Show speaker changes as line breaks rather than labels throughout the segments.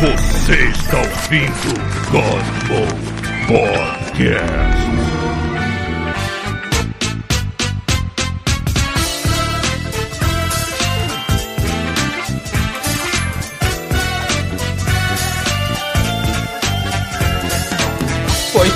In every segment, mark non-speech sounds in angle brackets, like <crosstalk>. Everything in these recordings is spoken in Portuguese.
Você está ouvindo Cosmo Podcast.
Foi.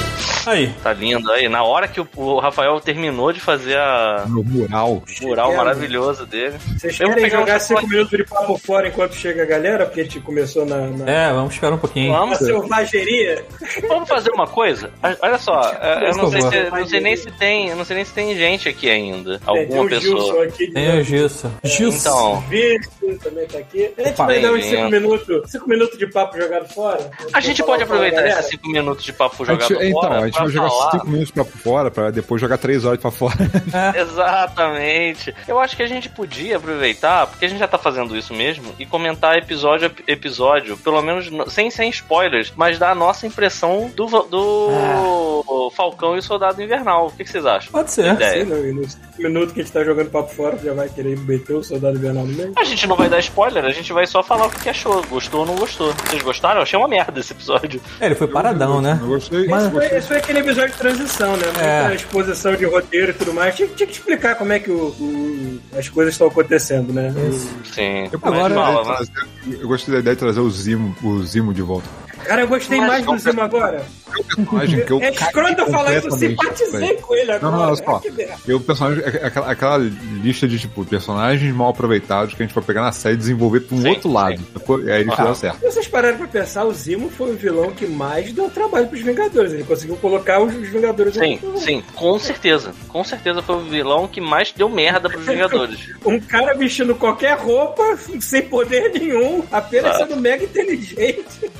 Aí.
Tá lindo aí. Na hora que o- o Rafael terminou de fazer a
No mural.
mural
É,
maravilhoso dele.
Vocês
Eu vou
querem
pegar um
jogar
chocolate.
5 minutos de papo fora enquanto chega a galera? Porque a gente começou na, na,
É, vamos esperar um pouquinho.
na
Vamos,
selvageria.
vamos fazer uma coisa? A- Olha só, é, eu não
Por
sei,
favor.
se, não sei nem se tem, eu não sei nem se tem gente aqui ainda.
É, tem
Alguma
o Gilson
pessoa.
aqui.
Tem o É, Gilson. Gilson.
Então,
Vício também tá aqui. A gente
Opa. é.
vai dar uns
Bem-vindo.
5 minutos, cinco minutos de papo jogado fora.
a gente pode aproveitar esses 5 minutos de papo jogado
a gente,
fora
então, a gente
pra
vai jogar
falar.
5 minutos pra fora, pra depois jogar 3 horas pra fora.
<laughs> Exatamente. Eu acho que a gente podia aproveitar, porque a gente já tá fazendo isso mesmo, e comentar episódio a episódio, pelo menos no- sem, sem spoilers, mas dar a nossa impressão do, va- do
Ah.
Falcão e o Soldado Invernal. O que, que vocês acham?
Pode ser.
Ideia.
Sim, não, e nos cinco minutos que a gente tá jogando papo fora, já vai querer meter o soldado invernal no meio.
A gente não vai dar spoiler, a gente vai só falar o que achou, gostou ou não gostou. Vocês gostaram? Eu achei uma merda esse episódio.
É, ele foi paradão, né?
Eu gostei.
Esse foi, esse foi aquele episódio de transição, né? Muita
É.
exposição de roteiro e tudo mais. Tinha, tinha que explicar como é que o- o- as coisas estão acontecendo, né?
Sim.
Eu,
Mas
agora,
fala, né?
eu gostei da ideia de trazer o Zimo, o Zimo de volta.
Cara, eu gostei
Mas
mais do
não-
Zimo agora.
É um personagem que eu
É escroto eu falar isso, eu
completamente
simpatizei com ele
Não,
agora. né?
não, não, olha só.
Que merda.
Eu, personagem, é aquela, aquela lista de, tipo, personagens mal aproveitados que a gente vai pegar na série e desenvolver pra um
Sim,
outro lado. sacou? E aí eles
Ah.
fizeram certo.
Vocês pararam pra pensar, o Zimo foi o vilão que mais deu trabalho pros Vingadores. Ele conseguiu colocar os os Vingadores
Sim,
um,
sim, com certeza. Com certeza foi o vilão que mais deu merda pros Vingadores.
um cara vestindo qualquer roupa, sem poder nenhum, apenas
Ah.
sendo mega inteligente.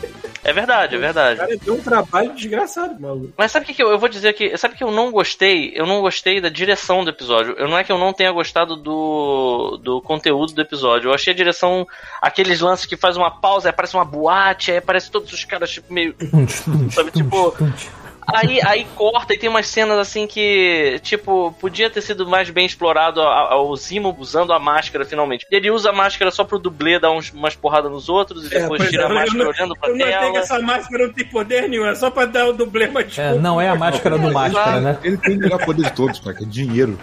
É verdade, é
O
verdade.
cara deu um trabalho desgraçado, maluco.
Mas sabe o que, que eu, eu vou dizer aqui? Sabe que eu não gostei? Eu não gostei da direção do episódio. Eu não é que eu não tenha gostado do, do conteúdo do episódio. Eu achei a direção. Aqueles lances que faz uma pausa, aí aparece uma boate, aí aparece todos os caras, tipo, meio. Sabe, tipo- Aí, aí corta e tem umas cenas assim que, tipo, podia ter sido mais bem explorado a- a- o Zimo usando a máscara finalmente. Ele usa a máscara só pro dublê dar uns, umas porradas nos outros e depois
pois
tira
é,
a máscara
eu não-
olhando pra
Eu notei que
tela.
essa máscara não tem poder nenhum, é só pra dar o dublê, mas tipo,
É, não é a máscara do máscara, né?
Ele tem o melhor poder de todos, cara, que é dinheiro.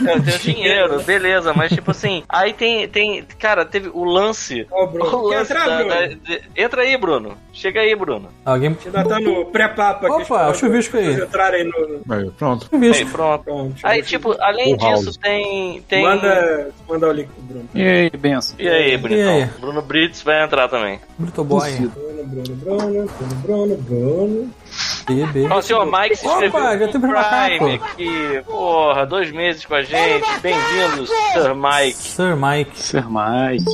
Eu tenho dinheiro, beleza, mas tipo assim, aí tem, tem cara, teve o lance.
Ó,
O
Bruno, quer
lance
entrar,
da-
Bruno?
da- de- entra aí, Bruno. Chega aí, Bruno.
Alguém.
Ainda tá no pré-papo aqui.
Opa,
espero
chuvisco aí.
vocês entrarem no...
Aí, pronto.
Um
Aí,
bicho.
pronto.
Pronto,
Aí, tipo, além
Full house.
disso, tem. tem... um-
Manda, manda o link pro Bruno.
E aí, benção.
E aí, Britão?
aí?
Bruno Brits vai entrar também.
Bruto boy.
Bruno, Bruno, Bruno, Bruno, Bruno, Bruno.
Bebê.
Ó, o Então, senhor Mike se
Opa,
inscreveu
já
no
temos macaco.
Prime aqui. Porra, dois meses com a gente. Bem-vindo, Sir Mike.
Sir Mike.
Ser mais.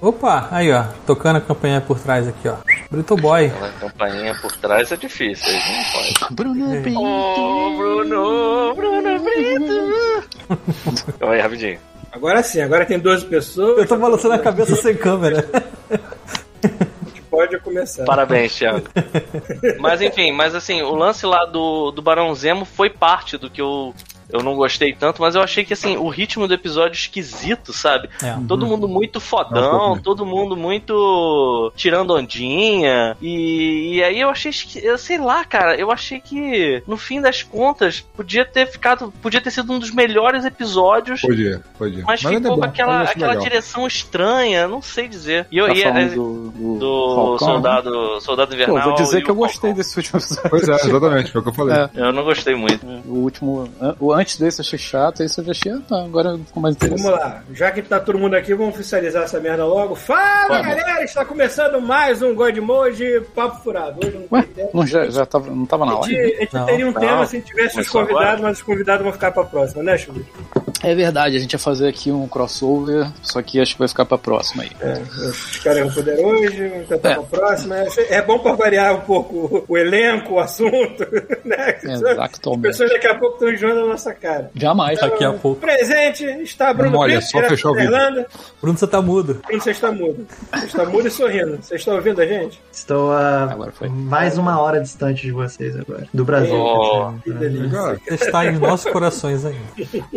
Opa, aí ó. Tocando a campanha por trás aqui, ó. Bruto boy.
Aquela campainha por trás é difícil, aí não pode.
Bruno Pinto.
Ô, Bruno, Bruno Brito. Calma Então aí, rapidinho.
Agora sim, agora tem 12 pessoas.
Eu tô balançando a cabeça sem câmera.
Pode começar.
Parabéns, Thiago. mas enfim, mas assim, o lance lá do, do Barão Zemo foi parte do que eu, eu não gostei tanto, mas eu achei que assim, o ritmo do episódio esquisito, sabe?
É.
Todo mundo muito
Uhum. É um
fodão,
pouco
todo mundo muito tirando ondinha. E, e aí eu achei, esqui- eu sei lá, cara, eu achei que no fim das contas podia ter ficado, podia ter sido um dos melhores episódios.
Podia, podia.
Mas,
ainda é
ficou
bom,
com aquela,
eu acho
aquela
legal.
direção estranha, não sei dizer. E é, eu,
é,
Tá
e-
falando do, do, né?
do
Falcão,
soldado, soldado
né? Pô,
invernal.
vou
e
dizer que
o
eu gostei
Falcão.
desse último episódio.
Pois é, exatamente, foi o que eu falei.
É.
Eu não gostei muito.
<laughs> O último. an- O antes desse eu achei chato, esse eu já achei. ah, Tá, agora ficou mais
Vamos
interessante.
lá, já que tá todo mundo aqui, vamos oficializar essa merda logo. Fala
Vamos.
galera, está começando mais um Godmode Papo Furado. Hoje não tem
Ué,
tema.
não, já, já tava, não tava na
A gente,
live?
a gente
Não.
teria um
Não.
tema se tivesse os
Começou
convidados,
agora?
mas os convidados vão ficar pra próxima, né, Chubi?
É verdade, a gente ia fazer aqui um crossover, só que acho que vai ficar pra próxima aí.
É, os caras vão poder hoje, vão tentar
É.
pra próxima. É bom pra variar um pouco o, o elenco, o assunto, <laughs> né? As
Exatamente.
pessoas daqui a pouco estão enjoando a nossa cara.
Jamais.
Daqui a pouco.
Presente está Bruno
Olha,
Brito,
só
direto
fechar o
da
vídeo.
Irlanda.
Bruno, você tá mudo.
Bruno, você está mudo. Você está mudo e sorrindo. Vocês estão ouvindo a gente?
Estou a
Agora foi.
mais uma hora distante de vocês agora. Do Brasil.
Oh.
quer dizer.
Cara,
Você está em nossos corações ainda.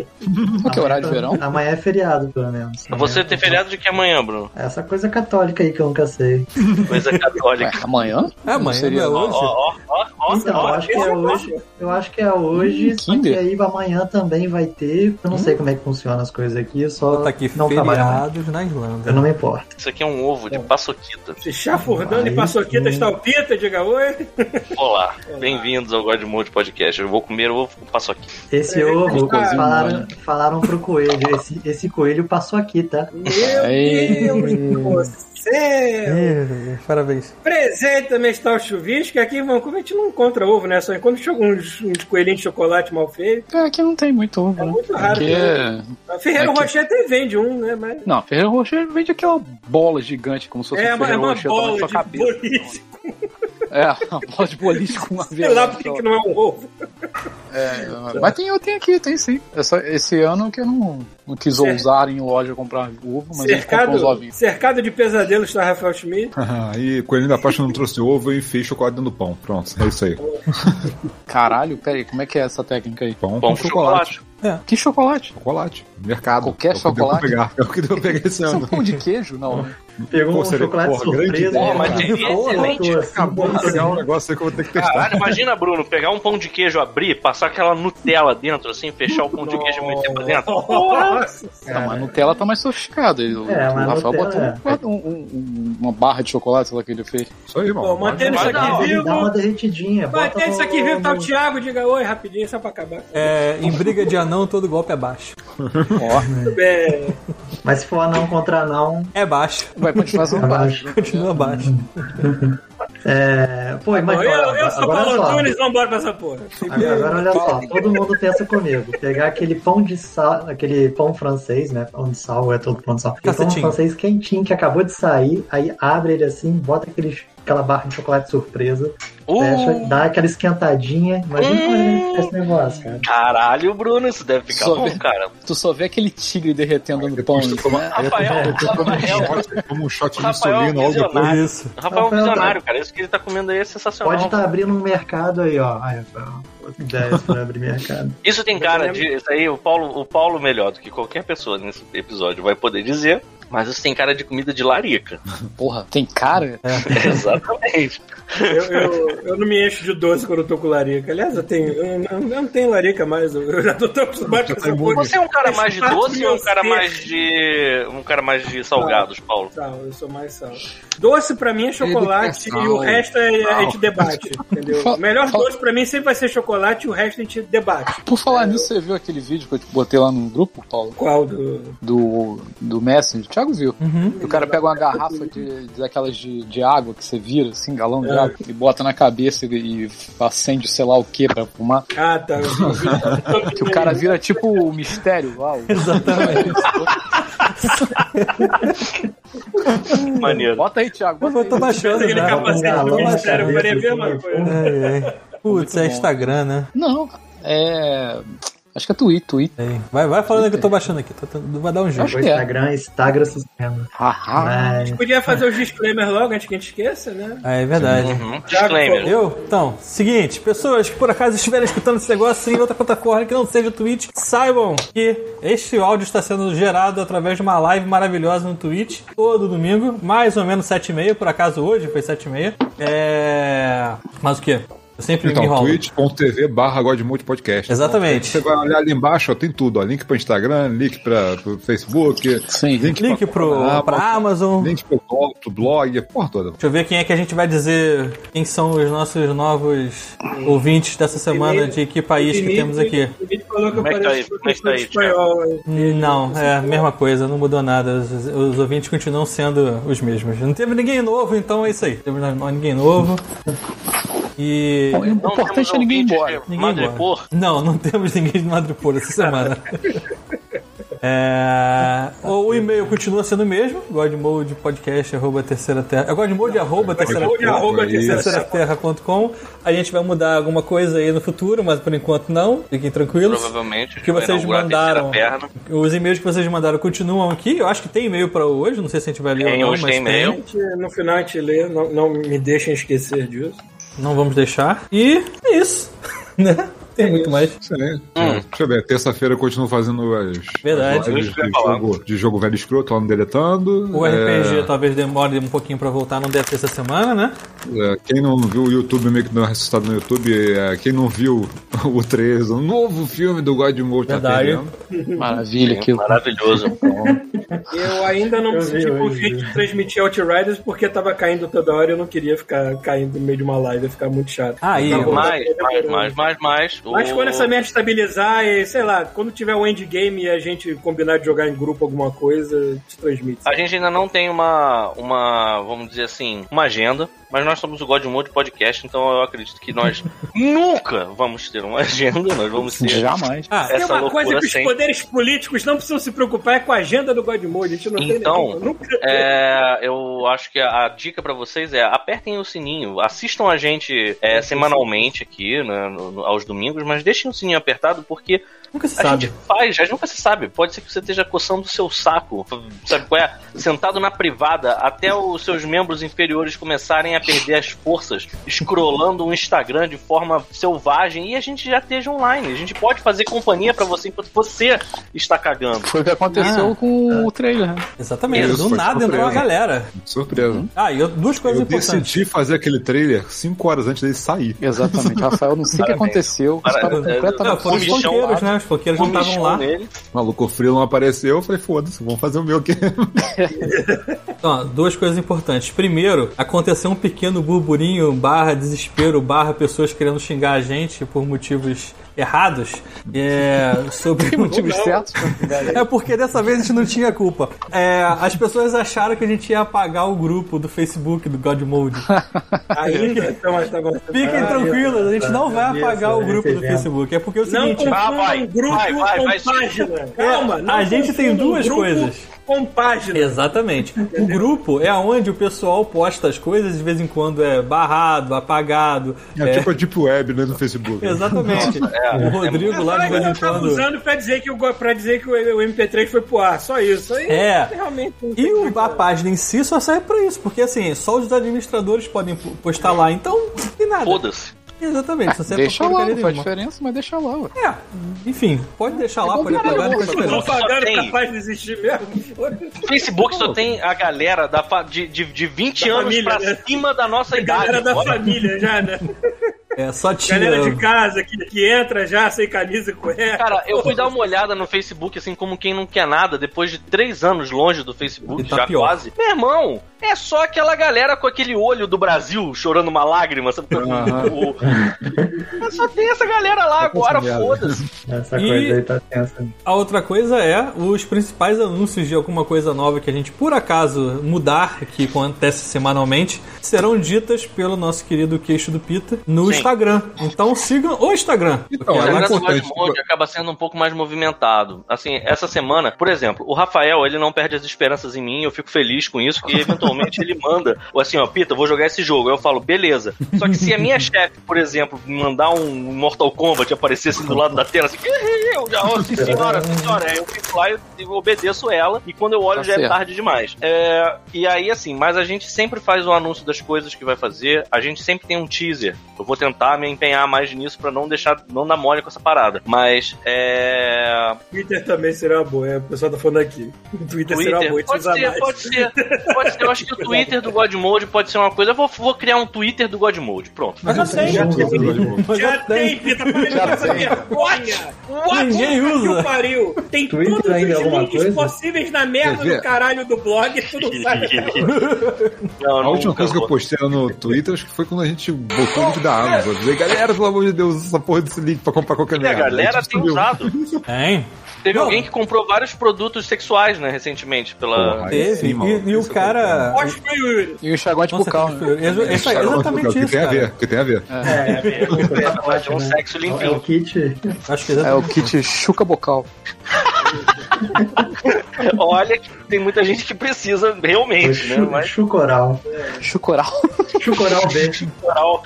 Não que é horário de
Amanhã-
verão?
Amanhã é feriado, pelo menos.
Você
Amanhã-
tem feriado de que amanhã, Bruno?
Essa coisa católica aí que eu nunca sei.
<laughs>
Coisa
Ué,
católica.
amanhã?
É,
Não
amanhã não é
seria-
Ó,
hoje?
ó, ó, ó, ó,
então, eu
ó.
acho que é hoje. Eu acho que é hoje,
Hum,
só
Kinder. Hum?
que aí amanhã também vai ter. Eu não sei como é que funciona as coisas aqui, eu só
Tá aqui
não trabalho. amanhã.
feriados na Irlanda.
Eu não me importo.
Isso aqui é um ovo de paçoquita.
Se chafurdando
Aí
e passou aqui,
sim.
tá estalpita, diga oi.
Olá,
É.
bem-vindos ao God Mode Podcast. Eu vou comer ovo com paçoquita.
Esse
É,
ovo,
tá.
falaram, falaram pro coelho. Esse, esse coelho passou aqui, tá?
Meu
Ei.
Deus do você!
É, Parabéns.
Presente também está o chuvisco. Aqui em Vancouver a gente não encontra ovo, né? Só enquanto chega uns, uns coelhinhos de chocolate mal feio.
É, aqui não tem muito ovo.
É
né?
muito raro. né?
Aqui é-
A Ferreira
Aqui.
Rocher até vende um, né? Mas
Não, Ferreiro Rocher vende aquela bola gigante, como se fosse
é,
um
uma, é
Ferreiro
uma
Rocher do tamanho da
bola
sua
de
cabeça.
boliche.
É, <laughs> uma bola de boliche com uma
Sei lá
vela.
por que que não é um ovo.
É, mas tem, eu tenho aqui, tem sim. Essa- esse ano que eu não, não quis
Certo.
ousar em loja comprar ovo, mas a gente comprou uns
Cercado,
ovinhos.
cercado de pesadelos está Rafael Schmidt.
<laughs> Aí, Coelhinho da Páscoa não trouxe ovo, eu enfiei chocolate dentro do pão. Pronto, é isso aí.
Caralho, peraí, como é que é essa técnica aí?
Pão,
Pão
com chocolate.
Que chocolate?
Chocolate. Mercado. É o
Qualquer
que deu pra
chocolate?
pegar. É o que deu pra pegar esse
Isso é um
ano.
pão de queijo? Não. né?
Pegou
Pô,
um
seria-
chocolate
porra, grande
surpresa.
ideia,
mas
né?
seria
Colocou
excelente.
assim,
Acabou de
assim.
pegar um negócio aí que eu vou ter que testar.
Caralho, imagina, Bruno, pegar um pão de queijo, abrir, passar aquela Nutella dentro, assim, fechar o pão de queijo e meter pra dentro.
<laughs>
Nossa,
Não,
É.
mas a Nutella tá mais sofisticada. O,
É,
o
mas
Rafael
Nutella- é.
botou um- um- um- uma barra de chocolate, sei lá, que ele fez.
Isso aí, mano.
Pô, mantendo
Mas
isso
não,
aqui
Dá
vivo.
uma derretidinha. bota
Mantendo isso aqui
no-
vivo, tá o
no-
Thiago. Diga oi rapidinho, só pra acabar.
É, em briga de anão, todo golpe é baixo.
Ó,
Tudo bem.
Mas se for não contra não,
É baixo. <laughs>
vai continuar sendo baixo.
Continua baixo.
É, pô,
Eu,
imagina.
eu sou
agora
Paulo
só.
Antunes, vambora pra essa porra.
Agora, agora olha só, todo mundo pensa comigo. Pegar aquele pão de sal, aquele pão francês, né? Pão de sal, é todo pão de sal. Aquele pão
Cacetinho.
francês quentinho que acabou de sair, aí abre ele assim, bota aquele, aquela barra de chocolate surpresa,
É,
fecha,
Uh,
dá aquela esquentadinha. Imagina como é que fica esse negócio, cara.
caralho, Bruno, isso deve ficar
Só
bom,
ver.
cara.
Tu só vê aquele tigre derretendo no pão.
Depois tu toma-
né?
Rafael, um Rafael,
Como um shot de
Rafael é um
insulina logo depois.
visionário.
Isso.
Rafael é um
Rafael tá-
visionário, cara. Isso que ele tá comendo aí é sensacional.
Pode estar abrindo um mercado aí, ó. Ai, Rafael, outra ideia pra
<laughs>
abrir mercado.
Isso tem cara de. Isso aí, o Paulo, o Paulo melhor do que qualquer pessoa nesse episódio vai poder dizer. Mas isso tem cara de comida de larica. <laughs> É,
Porra, tem cara?
É.
Exatamente.
Eu, eu, eu não me encho de doce quando eu tô com larica. Aliás, eu, tenho, eu, não- eu não tenho larica mais. Eu, eu já tô tão acostumado com
Tá
essa
imune.
porra.
Você é um cara mais de
Faz parte
doce ou um
do
cara
ser.
mais de. um cara mais de salgados, Paulo?
Sal, eu sou mais sal. Doce pra mim é chocolate
Educação.
e o resto é, a
Sal.
gente debate, entendeu?
Fa-
O melhor
fa-
doce pra mim sempre vai ser chocolate e o resto a gente debate.
Por falar
É.
nisso, você viu aquele vídeo que eu te botei lá no grupo, Paulo?
Qual do...
Do, do Messenger? O Thiago viu.
Uhum.
O cara pega uma garrafa de, daquelas de, de água que você vira, assim, galão
É.
de água, e bota na cabeça e, e acende sei lá o que pra fumar.
<laughs>
Ah, tá. eu vi.
Que o cara vira tipo o mistério lá. o-
Exatamente.
Hum, Maneiro.
Bota aí, Thiago.
Eu
Bota
tô
aí.
baixando
Aquele
já.
capacete do
Galão na
Ministério, eu faria a
cabeça,
mesma
assim.
coisa.
Ai, ai. Putz, é Instagram, né?
Não, é. Acho que é Twitter, Twitter.
Aí. Vai, vai falando que eu tô baixando aqui. Tô tentando- vai dar um jeito.
Acho
O
que é.
Instagram, Instagram supremo.
Ah,
Haha.
Mas...
Podia fazer os disclaimers logo antes que a gente esqueça, né?
Ah, é verdade.
Uhum. Disclaimer.
Eu? Então, seguinte, pessoas que por acaso estiverem escutando esse negócio em outra plataforma que não seja o Twitch, saibam que este áudio está sendo gerado através de uma live maravilhosa no Twitch, todo domingo, mais ou menos 7h30, por acaso hoje foi 7h30. É. Mas o quê? Eu sempre me
Então,
enrolo.
twitch.tv barra Godmode Podcast.
Exatamente.
Você vai olhar ali embaixo, ó, tem tudo. Ó, link para Instagram, link para o Facebook,
Sim.
link,
Link
para
pro, pra Amazon.
link para o blog, a porra toda.
Deixa eu ver quem é que a gente vai dizer quem são os nossos novos ouvintes dessa semana, de que país É que temos aqui.
O Vinícius falou que eu
Como é que tá aí?
pareço
Como é que tá aí,
espanhol. hein?
Não, é a mesma coisa, não mudou nada. Os, os ouvintes continuam sendo os mesmos. Não teve ninguém novo, então é isso aí. Não teve no- ninguém novo. E.
O
Não
importante
temos um
é ninguém ir
ouvintes
embora.
de
Ninguém
Madripoor.
embora. Não, não temos ninguém de Madripoor essa semana. É, o e-mail continua sendo o mesmo, godmodepodcast, arroba terceira terra. É godmode, arroba terceira
Ou de arroba aqui,
Isso.
essa-
terceiraterra.com. A gente vai mudar alguma coisa aí no futuro, mas por enquanto não. Fiquem tranquilos.
Provavelmente.
que
vai
vocês
inaugurar a
mandaram.
terceira perna.
Os e-mails que vocês mandaram continuam aqui. Eu acho que tem e-mail pra hoje, não sei se a gente vai ler
Tem,
ou não,
hoje
mas
tem e-mail.
A gente, No final a gente lê, não, não me deixem esquecer disso.
Não vamos deixar. E é isso, <laughs> né? Tem muito mais.
Excelente. É, Deixa eu ver, terça-feira eu continuo fazendo as,
Verdade.
as lives
Isso que eu
de
ia falar.
jogo, de jogo velho escroto lá no Deletando.
O
É,
RPG talvez demore um pouquinho pra voltar, não deve ser essa semana, né?
É, quem não viu o YouTube, meio que deu uma ressuscitada no YouTube, é, quem não viu <laughs> o 13, o novo filme do Godmode tá
Verdade.
perdendo.
Maravilha aquilo.
Maravilhoso.
Eu ainda não me
Eu vi
senti
hoje.
confiante de transmitir Outriders porque tava caindo toda hora e eu não queria ficar caindo no meio de uma live, ia ficar muito chato.
Ah, e-
Tá bom.
mais, mais, mais, mais, mais.
Mas
O-
quando essa merda estabilizar, e, sei lá, quando tiver o endgame e a gente combinar de jogar em grupo alguma coisa, te transmite.
A gente ainda não tem uma, uma, vamos dizer assim, uma agenda, mas nós somos o God Mode Podcast, então eu acredito que nós <laughs> nunca vamos ter uma agenda, nós vamos ter
Jamais.
Ah,
Tem
essa
uma coisa
loucura
que os
sempre.
poderes políticos não precisam se preocupar é com a agenda do Godmode. A gente não
Então,
tem nunca.
É, <laughs> eu acho que a, a dica pra vocês é apertem o sininho, assistam a gente é, semanalmente aqui, né, no- no- aos domingos, mas deixem o sininho apertado porque
nunca se
a
sabe.
gente faz, a gente nunca se sabe. Pode ser que você esteja coçando o seu saco, sabe qual é? Sentado na privada até os seus membros inferiores começarem a perder as forças, scrollando o Instagram de forma selvagem e a gente já esteja online. A gente pode fazer companhia pra você enquanto você está cagando.
Foi o que
Ah,
aconteceu com o trailer, né?
Exatamente,
Isso,
do
foi
nada
surpresa.
entrou a galera.
Surpresa.
Ah, e eu- duas coisas
Eu
importantes.
decidi fazer aquele trailer 5 horas antes dele sair.
Exatamente, Rafael, não sei o que
Parabéns.
aconteceu. tá Os caras
Parabéns.
Não,
completamente
foram os
É, Comichão
foqueiros,
lá.
né? Os foqueiros não estavam
Comichão né?
lá.
nele.
O maluco frio não apareceu, eu falei, foda-se, vamos fazer o meu aqui. <laughs>
Então, ó, duas coisas importantes. Primeiro, aconteceu um pequeno burburinho, barra desespero, barra pessoas querendo xingar a gente por motivos errados. É, <laughs> sobre
tem motivos certos.
É porque dessa vez a gente não tinha culpa. É, as pessoas acharam que a gente ia apagar o grupo do Facebook do God
<laughs>
Mode.
Ainda então, mas tá bom.
Fiquem
Ah,
tranquilos, a gente não vai apagar o grupo do Facebook. É porque é o
Não
seguinte.
confundam
vai,
grupo
vai, vai,
com
vai, sim.
página. Calma, não
É, a gente tem
confundam
duas
grupo
coisas.
Com página.
Exatamente. O grupo é onde o pessoal posta as coisas, de vez em quando é barrado, apagado.
É,
é-
tipo a Deep Web, né, no
<laughs>
Facebook.
Exatamente.
É,
o Rodrigo lá de
Mas
vez
eu
em
tava
quando.
usando pra dizer que, o, go- pra dizer que o, o MP3 foi pro ar. Só isso. Aí,
É.
Realmente, não tem
E o-
muito-
a página em si só serve pra isso, porque assim, só os administradores podem po- postar lá, então e nada.
Foda-se.
Exatamente, só serve
Deixa
pra
lá,
porcaria
não faz
nenhuma.
diferença, mas deixa lá. Ué.
É, enfim, pode deixar lá,
bom
pode
pra
apagar, não
caramba,
faz
isso é
Não
diferença.
pagaram
tem.
capaz de existir mesmo. Foda-se.
Facebook só tem a galera da fa- de, de, de 20
Da
anos
família,
pra
né?
cima da nossa idade.
Galera da
Olha,
família já,
<laughs>
né?
É, só tira.
Galera de casa que, que entra já sem camisa e cueca.
Cara, eu fui dar uma olhada no Facebook, assim, como quem não quer nada, depois de três anos longe do Facebook,
E tá
já
pior.
quase. Meu irmão, é só aquela galera com aquele olho do Brasil chorando uma lágrima, sabe? O- Só tem essa galera lá agora,
merda.
foda-se.
Essa
E-
coisa aí tá tensa.
A outra coisa é os principais anúncios de alguma coisa nova que a gente por acaso mudar, que acontece semanalmente, serão ditas pelo nosso querido queixo do Pita no
Sim.
Instagram. Então sigam o Instagram.
Então,
porque
Agora
é
agora-
esse
importante.
Godmode acaba sendo um pouco mais movimentado. Assim, essa semana, por exemplo, o Rafael, ele não perde as esperanças em mim, eu fico feliz com isso, que eventualmente ele manda, ou assim, ó, Pita, eu vou jogar esse jogo. Aí Eu falo, beleza. Só que se a minha chefe, por exemplo, me mandar um Mortal Kombat aparecer assim do lado da tela, assim, eu já, ó, sim, senhora, sim, senhora, Aí eu fico lá e eu obedeço ela, e quando eu olho
Tá
já é
certo.
tarde demais. É, e aí, assim, mas a gente sempre faz o anúncio das coisas que vai fazer, a gente sempre tem um teaser. Eu vou tentar me empenhar mais nisso pra não deixar, não dar mole com essa parada. Mas, é.
Twitter também será uma boa, é, o pessoal tá falando aqui. O Twitter, será uma boa,
Twitter.
a gente
Pode
usa
ser,
mais.
pode ser, pode ser. Eu acho que
<laughs>
o Twitter do God Mode pode ser uma coisa. Eu vou, vou criar um Twitter do God Mode.
<laughs>
Pronto.
Mas já tem.
Já tem.
Mas
Já é tem, Pita, <laughs> para de essa vergonha! What?
Ninguém
Puta que
usa.
o pariu! Tem
Twitter
todos os
ainda é alguma
links
coisa?
possíveis na merda
Quer ver?
do caralho do blog, tu
<laughs>
não sabe.
Não,
A última
nunca
coisa que eu
vou.
postei lá no Twitter acho que foi quando a gente botou o link da Amazon. Eu falei, galera, pelo amor de Deus, usa essa porra desse link pra comprar qualquer
E É, a
merda.
galera
Aí, tipo,
tem
subiu.
usado.
Tem.
Teve
Não.
alguém que comprou vários produtos sexuais, né, recentemente, pela.
Porra, aí
Teve.
sim, maluco,
e, e o
isso é
cara.
Pode foi o Yuri.
E o enxaguante
Nossa,
bucal, né?
é exa- exa-
Cara, o
exatamente
que
isso,
tem a
cara.
ver, o que tem a ver.
É
né?
um sexo
É
limpinho.
o kit.
Acho que
É o
exatamente.
kit chuca bocal.
<laughs> Olha, que tem muita gente que precisa realmente, né?
Chu-
Mas
Chucoral.
Chucoral. <laughs>
Chucoral B.
oral.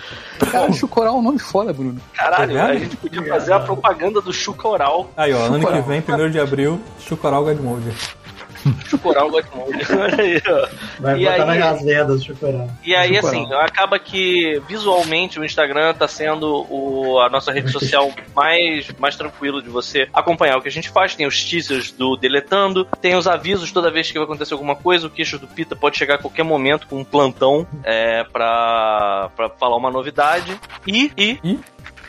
Cara, chucoral é um nome foda, Bruno.
Caralho,
Tá vendo?
a gente podia fazer a propaganda do chuca oral.
Aí, ó, ano que vem, 1 de abril, Chucoral Godmode.
Chocoral Godmode. <laughs> Olha aí, ó.
Vai
E
botar
aí-
nas vendas, chocoral.
E aí,
Chocoral.
assim, acaba que visualmente o Instagram tá sendo o- a nossa rede social mais, mais tranquilo de você acompanhar o que a gente faz. Tem os teasers do Deletando, tem os avisos toda vez que vai acontecer alguma coisa. O queixo do Pita pode chegar a qualquer momento com um plantão é, pra, pra falar uma novidade. E, e,
E?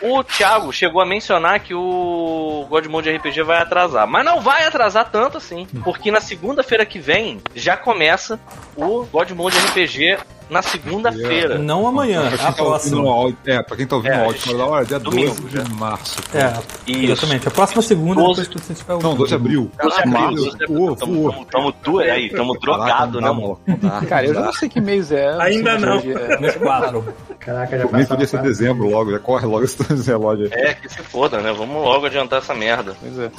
O Thiago chegou a mencionar que o God Mode RPG vai atrasar. Mas não vai atrasar tanto assim. Porque na segunda-feira que vem já começa o God Mode RPG na segunda-feira.
Não amanhã,
Pra quem
É, a
tá ouvindo o
próxima.
áudio, é, pra quem tá ouvindo
É,
o áudio fora da hora, dia
domingo,
12
já.
de março.
É,
Isso.
exatamente. A próxima segunda,
Doze.
depois que você tiver <laughs>
Não, 12 de abril.
12 de abril,
Caralho,
12 de
voou,
abril. Tamo,
voou.
tamo, tamo, tu- é aí, tamo drogado, né, amor?
Cara, eu já não sei que mês é.
Ainda não.
Nos quatro.
Caraca, já
Pô, Nem
passou.
podia ser dezembro logo, já corre logo esse <laughs> relógio aí.
É, que se foda, né? Vamos logo adiantar essa merda.
Pois é.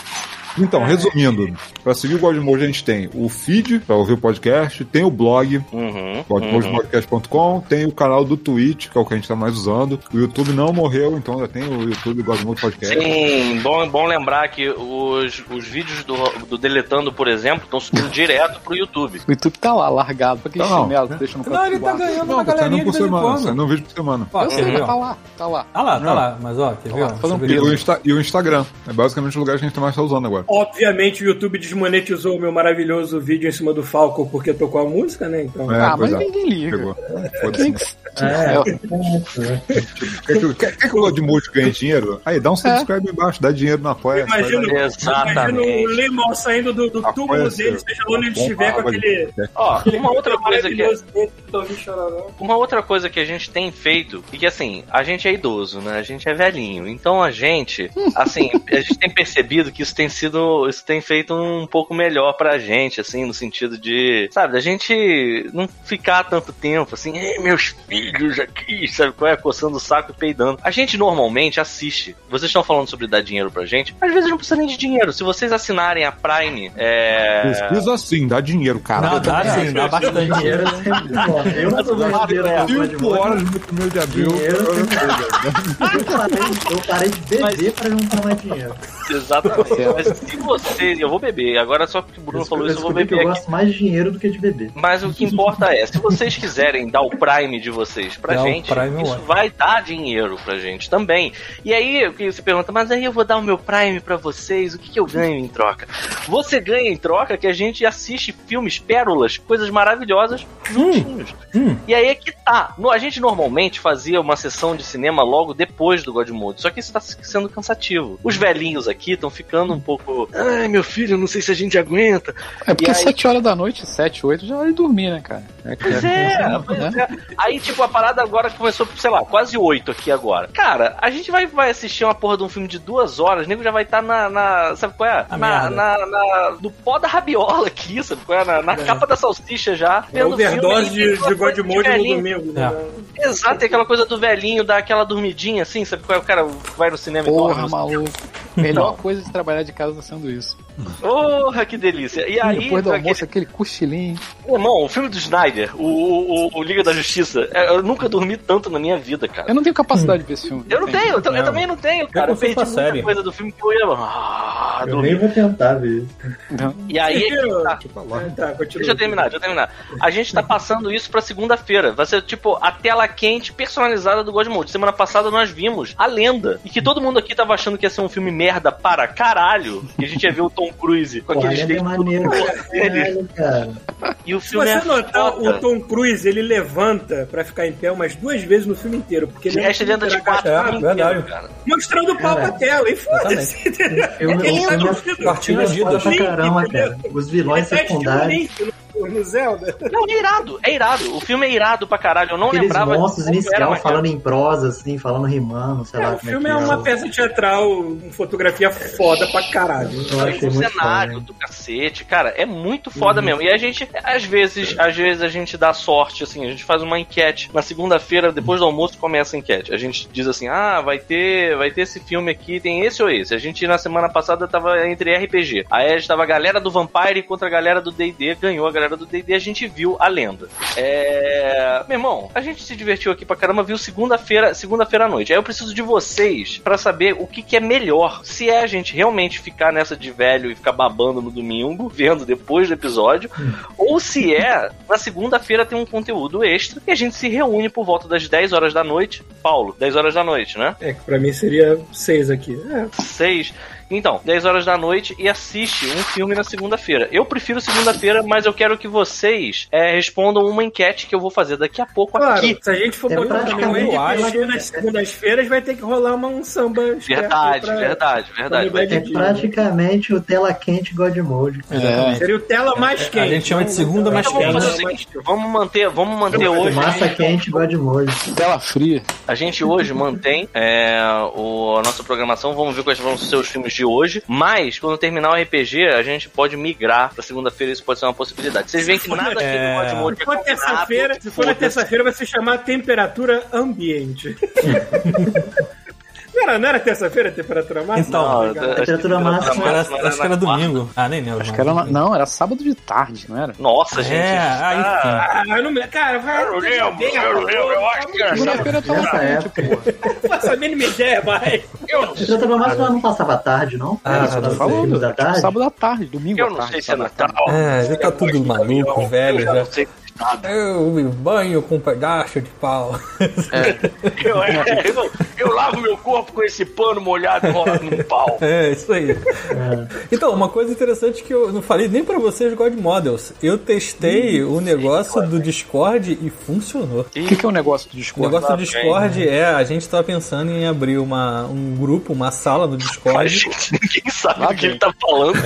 Então, resumindo, pra seguir o Godmode a gente tem o feed, pra ouvir o podcast, tem o blog,
Uhum. uhum.
godmodepodcast.com, tem o canal do Twitch, que é o que a gente tá mais usando. O YouTube não morreu, então já tem o YouTube Godmode Podcast.
Sim, bom, bom lembrar que os, os vídeos do, do Deletando, por exemplo, estão subindo direto pro YouTube.
O YouTube tá lá, largado. Pra que
Tá não.
chinelo, deixa no canto
Não, ele
do
tá
quarto.
ganhando
Não,
uma
tá saindo
galerinha
por
de vez em
semana, saindo
quando.
um vídeo por semana.
Ó,
Eu
quer
sei,
ver,
mas tá
ó.
lá, tá lá.
Tá lá, tá
Não.
lá. Mas ó, quer ver?
lá,
ó,
faz um
você
E
vê.
peso.
o, Insta- e o Instagram, é basicamente o lugar que a gente mais tá usando agora.
Obviamente o YouTube desmonetizou o meu maravilhoso vídeo em cima do Falco porque tocou a música, né? Então.
É,
ah, mas
pois é.
ninguém liga.
Pegou.
Quem
Foda-se.
que-
É, é.
Quer que- Quer quer que o Godmode ganhe dinheiro? Aí, dá um subscribe embaixo, dá dinheiro na apoia.
Imagina, imagina
Exatamente. Ah, assim.
o Lemon saindo do, do
Apoia
túmulo
seu.
dele, seja onde ele estiver, com
Bomba,
aquele.
Ó, uma outra coisa que é,
maravilhoso dele, Torinho Chororó.
Uma outra coisa que a gente tem feito, e que assim, a gente é idoso, né? A gente é velhinho. Então a gente, assim, a gente tem percebido que isso tem sido, isso tem feito um pouco melhor pra gente, assim, no sentido de, sabe, da gente não ficar tanto tempo, assim, "Ei, meus filhos aqui, sabe qual é, coçando o saco e peidando. A gente normalmente assiste. Vocês estão falando sobre dar dinheiro pra gente? Às vezes não precisa nem de dinheiro. Se vocês assinarem a Prime,
<laughs>
é.
Pesquisa assim, dá dinheiro, cara.
Não, dá sim, dá bastante dinheiro.
Dinheiro é
<laughs>
sempre bom. Eu não sou brasileiro, é mas de
Cinco
boa.
horas no primeiro de abril.
Dinheiro é sempre bom. Eu parei-
né?
Eu parei de beber pra juntar mais dinheiro.
Exatamente. Mas se vocês. Eu vou beber. Agora só porque o Bruno falou isso, eu vou
descobri que
beber
eu
aqui.
gosto mais de dinheiro do que de beber.
Mas o que importa é, se vocês quiserem dar o Prime de vocês pra
Dar o
gente,
Prime é
isso
ótimo.
vai dar dinheiro pra gente também. E aí o que você pergunta, mas aí eu vou dar o meu Prime pra vocês, o que, que eu ganho em troca? Você ganha em troca que a gente assiste filmes, pérolas, coisas maravilhosas juntinhos.
hum.
E aí é que tá. No- a gente normalmente fazia uma sessão de cinema logo depois do Godmode, só que isso tá se- sendo cansativo. Os velhinhos aqui estão ficando um pouco. Ai, meu filho, não sei se a gente aguenta.
É porque
E aí-
7 horas da noite, 7, 8, já é hora de dormir, né, cara? né?
Pois é, pois é. Aí, tipo, a parada agora começou, sei lá, quase oito aqui agora. Cara, a gente vai, vai assistir uma porra de um filme de duas horas, o nego já vai estar na, na- Sabe qual é?
Na
Na,
merda.
na, na- no pó da rabiola aqui, sabe qual é? Na, na capa da salsicha já.
É
um
vendo filme,
overdose de,
e tem
de
aquela coisa
Godmode no
velhinho.
domingo.
É.
né?
Exato, tem aquela coisa do velhinho, dar aquela dormidinha assim, sabe qual é? O cara vai no cinema e
Porra,
dorme.
maluco. Melhor coisa de trabalhar de casa tá sendo isso.
Porra, que delícia. E aí, então,
Depois do
aquele-
almoço, aquele cochilinho.
Meu irmão, o filme do Snyder, o, o, o- o Liga da Justiça, é, eu nunca dormi tanto na minha vida, cara.
Eu não tenho capacidade de ver esse filme.
Eu não tenho, eu, tam- eu
É.
também não tenho, cara. Eu
consigo
perdi
com a
muita
série.
coisa do filme que eu ia. Ah,
Eu nem
dormi.
vou tentar ver.
E aí. é que tá.
Ah, Tá, continua.
Deixa eu terminar, deixa eu terminar. A gente tá passando isso pra segunda-feira. Vai ser tipo a tela quente personalizada do Godmode. Semana passada nós vimos a lenda. E que todo mundo aqui tava achando que ia ser um filme merda para caralho. E a gente ia ver o Tom Cruise com
Porra,
aqueles
ainda é
dentes
maneiro. Caralho,
né?
cara.
E o
Se
filme
você
é
notar,
foda.
o Tom Cruise ele levanta pra ficar em pé umas duas vezes no filme inteiro. Porque
De
ele é um
resto, ele anda de
cara É,
quatro
é,
o filme inteiro,
verdade.
cara.
mostrando o papo à
Cara,
tela. E foda-se, entendeu?
Eu, eu,
Ele tá
eu,
no
eu,
filme.
Martinho
eu foda pra
Adidas.
caramba, cara. Os vilões
Ele tá estilo
secundários,
Link no- No Zelda.
Não, é irado, é irado. O filme é irado pra caralho. Eu não
aqueles
lembrava.
monstros
como era,
inicial
mas-
falando em prosa, assim, falando rimando, sei
É,
lá.
o
como
filme
que
é uma
Eu
peça teatral, com fotografia foda pra caralho.
eu achei
o
muito
é um cenário
foda. né? Uhum.
do cacete, cara, é muito foda mesmo. E a gente, às
É.
vezes, às vezes a gente dá sorte, assim, a gente faz uma enquete. Na segunda-feira, depois do almoço, começa a enquete. A gente diz assim, ah, vai ter, vai ter esse filme aqui, tem esse ou esse. A gente, na semana passada, tava entre RPG. Aí a gente tava a galera do Vampire contra a galera do D&D, ganhou a galera do do D&D, a gente viu a lenda. É... Meu irmão, a gente se divertiu aqui pra caramba, viu segunda-feira segunda-feira à noite. Aí eu preciso de vocês pra saber o que, que é melhor. Se é a gente realmente ficar nessa de velho e ficar babando no domingo, vendo depois do episódio, ou se é na segunda-feira tem um conteúdo extra e a gente se reúne por volta das 10 horas da noite. Paulo, 10 horas da noite, né?
É, que pra mim seria seis aqui. É,
6. Então, 10 horas da noite e assiste um filme na segunda-feira. Eu prefiro segunda-feira, mas eu quero que vocês é, respondam uma enquete que eu vou fazer daqui a pouco
claro,
aqui.
se a gente for
É
botar
praticamente né?
também
eu acho.
um nas segundas-feiras, vai ter que rolar uma, um samba. esperto
Verdade,
pra-
verdade, verdade. Vai
É praticamente o tela quente God Mode.
É,
Seria o tela mais quente.
A gente chama de segunda mais
Então vamos
quente.
fazer o seguinte, vamos manter, vamos manter hoje.
Massa quente God Mode.
tela fria.
A gente hoje mantém é, o, a nossa programação, vamos ver quais vão ser os filmes de hoje. Mas, quando terminar o RPG, a gente pode migrar pra segunda-feira, isso pode ser uma possibilidade. Vocês veem que nada aqui
É.
no Mod Mode
Se for terça-feira, se for na terça-feira, vai se chamar temperatura ambiente. <laughs> não, era, não era terça-feira a temperatura máxima?
Então,
é
Não, obrigado.
Temperatura
Acho que
máxima.
era, acho que era domingo. Ah, nem lembro.
Acho
mais.
que era, na- não, era sábado de tarde, não era?
Nossa, gente.
É, aí sim.
Ah, eu não me- Cara, vai. Eu lembro, eu lembro, eu acho que
Segunda-feira eu tava tipo,
Nessa
quente, pô.
não faço a mínima ideia, vai.
Temperatura máxima não passava tarde, não?
Ah,
Era
tá
só
Falando,
filmes da
tipo,
tarde?
sábado à tarde, domingo
Eu
à
não
tarde.
sei se é
sábado à
Natal.
É, já tá tudo maluco, velho. Já. É, Eu me banho com um pedaço de pau.
É.
Eu, eu- eu lavo meu corpo com esse pano molhado enrolado num
<laughs>
pau.
É, isso aí. Então, uma coisa interessante que eu não falei nem pra vocês, God Models. Eu testei o negócio do Discord e funcionou.
O que, que é o negócio do
O
Discord?
negócio do Discord é, a gente tava pensando em abrir uma, um grupo, uma sala no
A
Discord.
gente, <laughs> ninguém sabe
Lá
do que ele
dentro.
tá falando.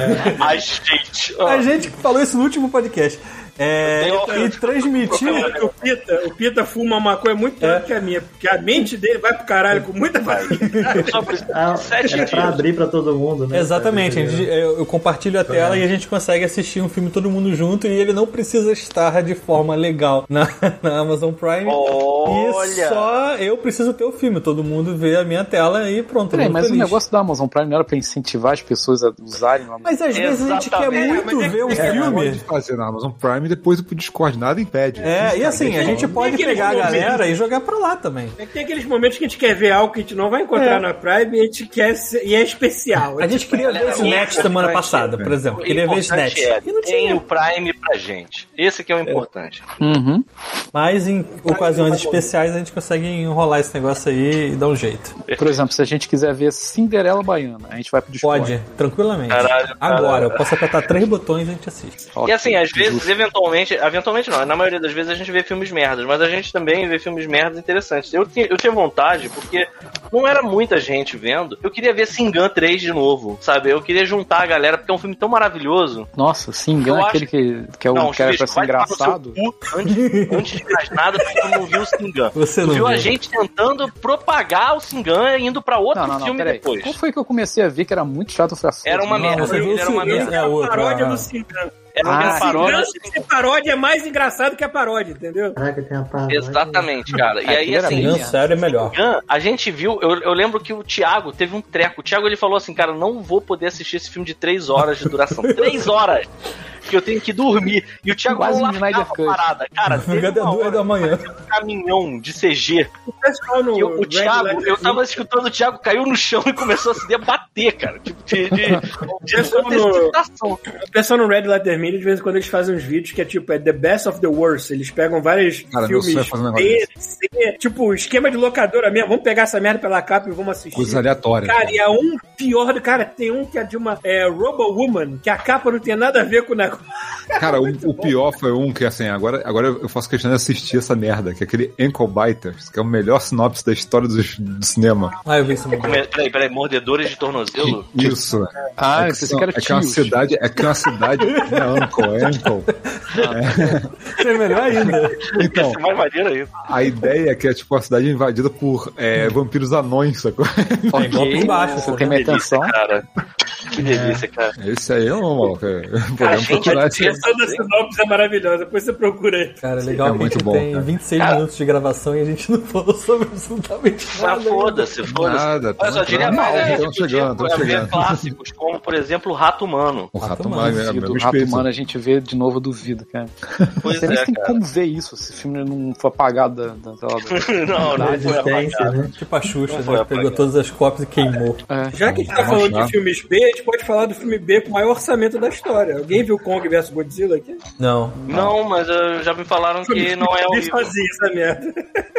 A gente. ó.
A gente falou isso no último podcast. É,
Eu tenho-
e transmitir.
O Pita, o Pita fuma uma maconha muito
É.
pior que a minha, porque a mente dele vai pro caralho com
<laughs>
muita facilidade.
Só por isso,
Ah,
sete
era
dias.
pra abrir pra todo mundo, né?
Exatamente, a
Pra
gente- eu eu compartilho a tela e a gente consegue assistir um filme todo mundo junto e ele não precisa estar de forma legal na, <laughs> na Amazon Prime. E
Olha.
só eu preciso ter o filme, todo mundo vê a minha tela e pronto. todo
Peraí,
mundo
mas o
feliz.
negócio da Amazon Prime não era pra incentivar as pessoas a usarem o Amazon
Mas às vezes a gente quer
Exatamente.
muito
É, mas é que
ver um
tem
É, pode
filme.
fazer na Amazon Prime e depois ir pro Discord, nada impede.
É, e assim, a gente pode
que eles
pegar a
vão ver?
galera e jogar pra lá também.
É que tem aqueles momentos que a gente quer ver algo que a gente não vai encontrar na Prime e, a gente quer ser- e é especial.
É. A gente queria ver Snatch semana passada, por exemplo. Queria
O
ver
importante
Snatch.
é,
E não
tem o
tinha.
Prime pra gente. Esse que é o importante.
Uhum.
Mas em ocasiões especiais a gente consegue enrolar esse negócio aí e dar um jeito.
Por exemplo, se a gente quiser ver Cinderela Baiana, a gente vai pro Discord.
Pode, tranquilamente.
Caralho,
Agora,
caralho.
eu posso apertar três botões e a gente assiste.
E
Ok,
assim, às
justo.
vezes, eventualmente, eventualmente não, na maioria das vezes a gente vê filmes merdas, mas a gente também vê filmes merdas interessantes. Eu, tinha- eu tinha vontade, porque não era muita gente vendo, eu queria ver Singan 3 de novo, sabe? Eu queria juntar a galera, porque é um filme tão maravilhoso.
Nossa, se engana
Eu acho-
aquele que, que é o que era
Chico,
pra ser
vai tomar no seu
engraçado.
cu Antes, antes de mais nada, tu não viu o Singan.
Você
Tu
não
viu a
viu.
gente tentando propagar o Singan indo pra outro
Não, não, não,
filme
peraí.
depois.
Qual foi que eu comecei a ver que era muito chato? Eu falei, ah,
Era uma
foda-se,
merda.
você viu
Era
o
uma
Singan?
merda.
É outro.
paródia
ah.
do Singan.
Era É
Ah,
uma assim.
sim.
paródia.
Singan, se paródia é mais engraçado que a paródia, entendeu?
Caraca, tem a parada.
Exatamente, cara. E
Ah,
aí,
aquele era
assim,
bem
Não, sério, é melhor.
Gun, a gente viu, eu, eu lembro que o Thiago teve um treco. O Thiago ele falou assim, cara, não vou poder assistir esse filme de três horas de
<laughs>
duração. três horas! Que eu tenho que dormir. E o Thiago
Quase
não
um Snyder
largava a
Cut.
parada.
<laughs>
Cara, teve
Obrigado, é
uma
duas
hora,
da manhã.
um caminhão de CG.
O pessoal no
E o, o
Red
Thiago,
Light
eu tava escutando o Thiago, caiu no chão e começou a se debater, cara. Tipo, de,
<laughs>
de, de,
Pessoal é no-
antecipação.
O pessoal no Red Letter Media, de vez em quando, eles fazem uns vídeos que é tipo, é The Best of the Worst. Eles pegam vários
Cara, meu
filmes
sonho é fazer um negócio
B, C, tipo, esquema de locadora mesmo. Vamos pegar essa merda pela capa e vamos assistir.
Coisas aleatórias.
Cara, e é um pior do cara. Tem um que é de uma é, Robo Woman, que a capa não tem nada a ver com o negócio. <laughs> tá
Cara, o, o pior foi um que, assim, agora, agora eu faço questão de assistir essa merda, que é aquele Ankle Biters, que é o melhor sinopse da história do, do cinema.
Ah, eu vi isso mesmo.
Come- Peraí, peraí, mordedores de tornozelo?
Isso.
Ah,
é
eu
que,
pensei
são,
que era
é que é uma
tios.
cidade, é que é uma cidade, não é Ankle, é
<laughs>
Ankle.
É melhor ainda.
Então,
Esse <laughs> é mais maneiro ainda.
a ideia é que é, tipo, uma cidade invadida por é, vampiros anões, sacou?
Tem golpes baixos.
Você tem minha atenção.
cara. Que delícia, cara.
<laughs> Esse aí é um, maluco. é, Podemos
gente,
procurar
é
esse
Essa da sinopse é maravilhosa. Depois você procura aí.
Cara, legal
É
que a
muito
gente
bom,
tem
cara.
26
Cara.
minutos de gravação e a gente não falou sobre absolutamente
Ah,
nada.
foda-se,
Nada,
foda-se. Olha só,
tá
eu diria
entrando.
mais,
Não,
é,
tão chegando, tão
podia
chegando.
clássicos como, por exemplo, o Rato Humano.
O Rato
Rato
Humano, é a
Duvido.
mesma
Rato
experiência.
Humano a gente vê de novo, duvido. divertido, cara.
Pois
Você nem
é,
tem
cara.
como ver isso, se o filme não foi apagado da, da, sei lá,
<laughs>
da-
Não, não foi
existência,
apagado.
né?
Tipo a Xuxa,
Não foi
né? Pegou
apagado.
todas as cópias e queimou.
É.
Já que a gente tá falando de filmes B, a gente pode falar do filme B com o maior orçamento da história. Alguém viu Kong vs Godzilla aqui?
Não.
Não, mas eh, já me falaram que não é
Eu vi
horrível.
sozinho essa merda.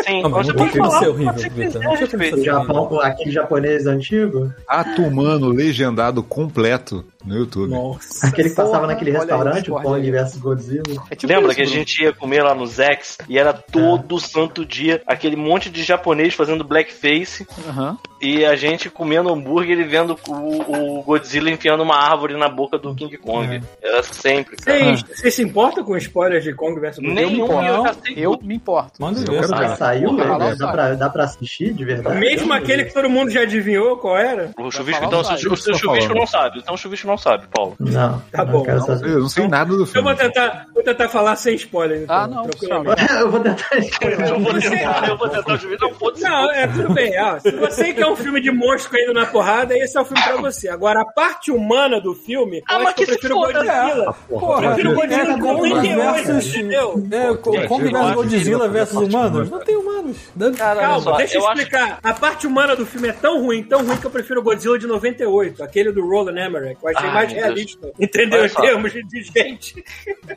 Sim,
Não, mas
você
não tem
pode
como
falar.
ser
o que você
horrível, Vitor. Não tinha como ser
quiser, Pedro.
O
horrível.
Japão, aquele japonês antigo,
Ato humano legendado completo no YouTube.
Nossa.
aquele que passava
Porra,
naquele
olha aí,
restaurante, o
discórdia
Kong
aí.
vs Godzilla.
É tipo
Lembra
isso,
que a
Bruno.
gente ia comer lá no Zex e era todo santo dia aquele monte de japonês fazendo blackface
Aham.
e a gente comendo hambúrguer e vendo o, o Godzilla enfiando uma árvore na boca do King Kong. Era sempre, cara.
Vocês vocês se importam com spoilers de Kong vs Godzilla?
Nenhum
importo.
eu já sei
Eu me importo.
Manda
Eu
ver.
quero
cara.
ver.
Mas saiu,
Porra,
velho?
nossa.
dá, pra, dá pra assistir de verdade?
Mesmo aquele que todo mundo já adivinhou qual era?
O chuvisco,
falar
então,
o
o seu- o seu
Só
chuvisco
falando.
não sabe. Então o chuvisco não sabe, Paulo.
Não,
Tá
não
bom,
quero
Não,
saber. <laughs>
Eu não sei nada do
Eu
filme.
vou tentar, vou tentar falar sem spoiler, então.
Ah, não,
tranquilamente.
Eu
<laughs>
vou tentar
Eu vou
escolher.
tentar, eu vou tentar o chuvisco. Não, foda-se.
Não, é tudo bem. ó. se você quer um filme de monstro caindo na porrada, esse é o filme pra você. Agora, a parte humana do filme,
Ah,
eu acho
mas
que eu
que se
prefiro
foda,
Godzilla.
Porra,
Prefiro Godzilla
é
com
Kong
38,
versus...
entendeu?
É,
Pô,
Kong
gente,
versus
eu
Godzilla
acho que
versus
eu não
humanos?
gosto
Não tem humanos. Dando-
Olha só,
Calma, deixa eu
eu acho-
explicar. A parte humana do filme é tão ruim, tão ruim que eu prefiro Godzilla de 98, aquele do Roland Emmerich. Eu achei
Ai,
mais
Ah, meu
realista, entendeu?
Olha
Em
só.
termos de- de gente.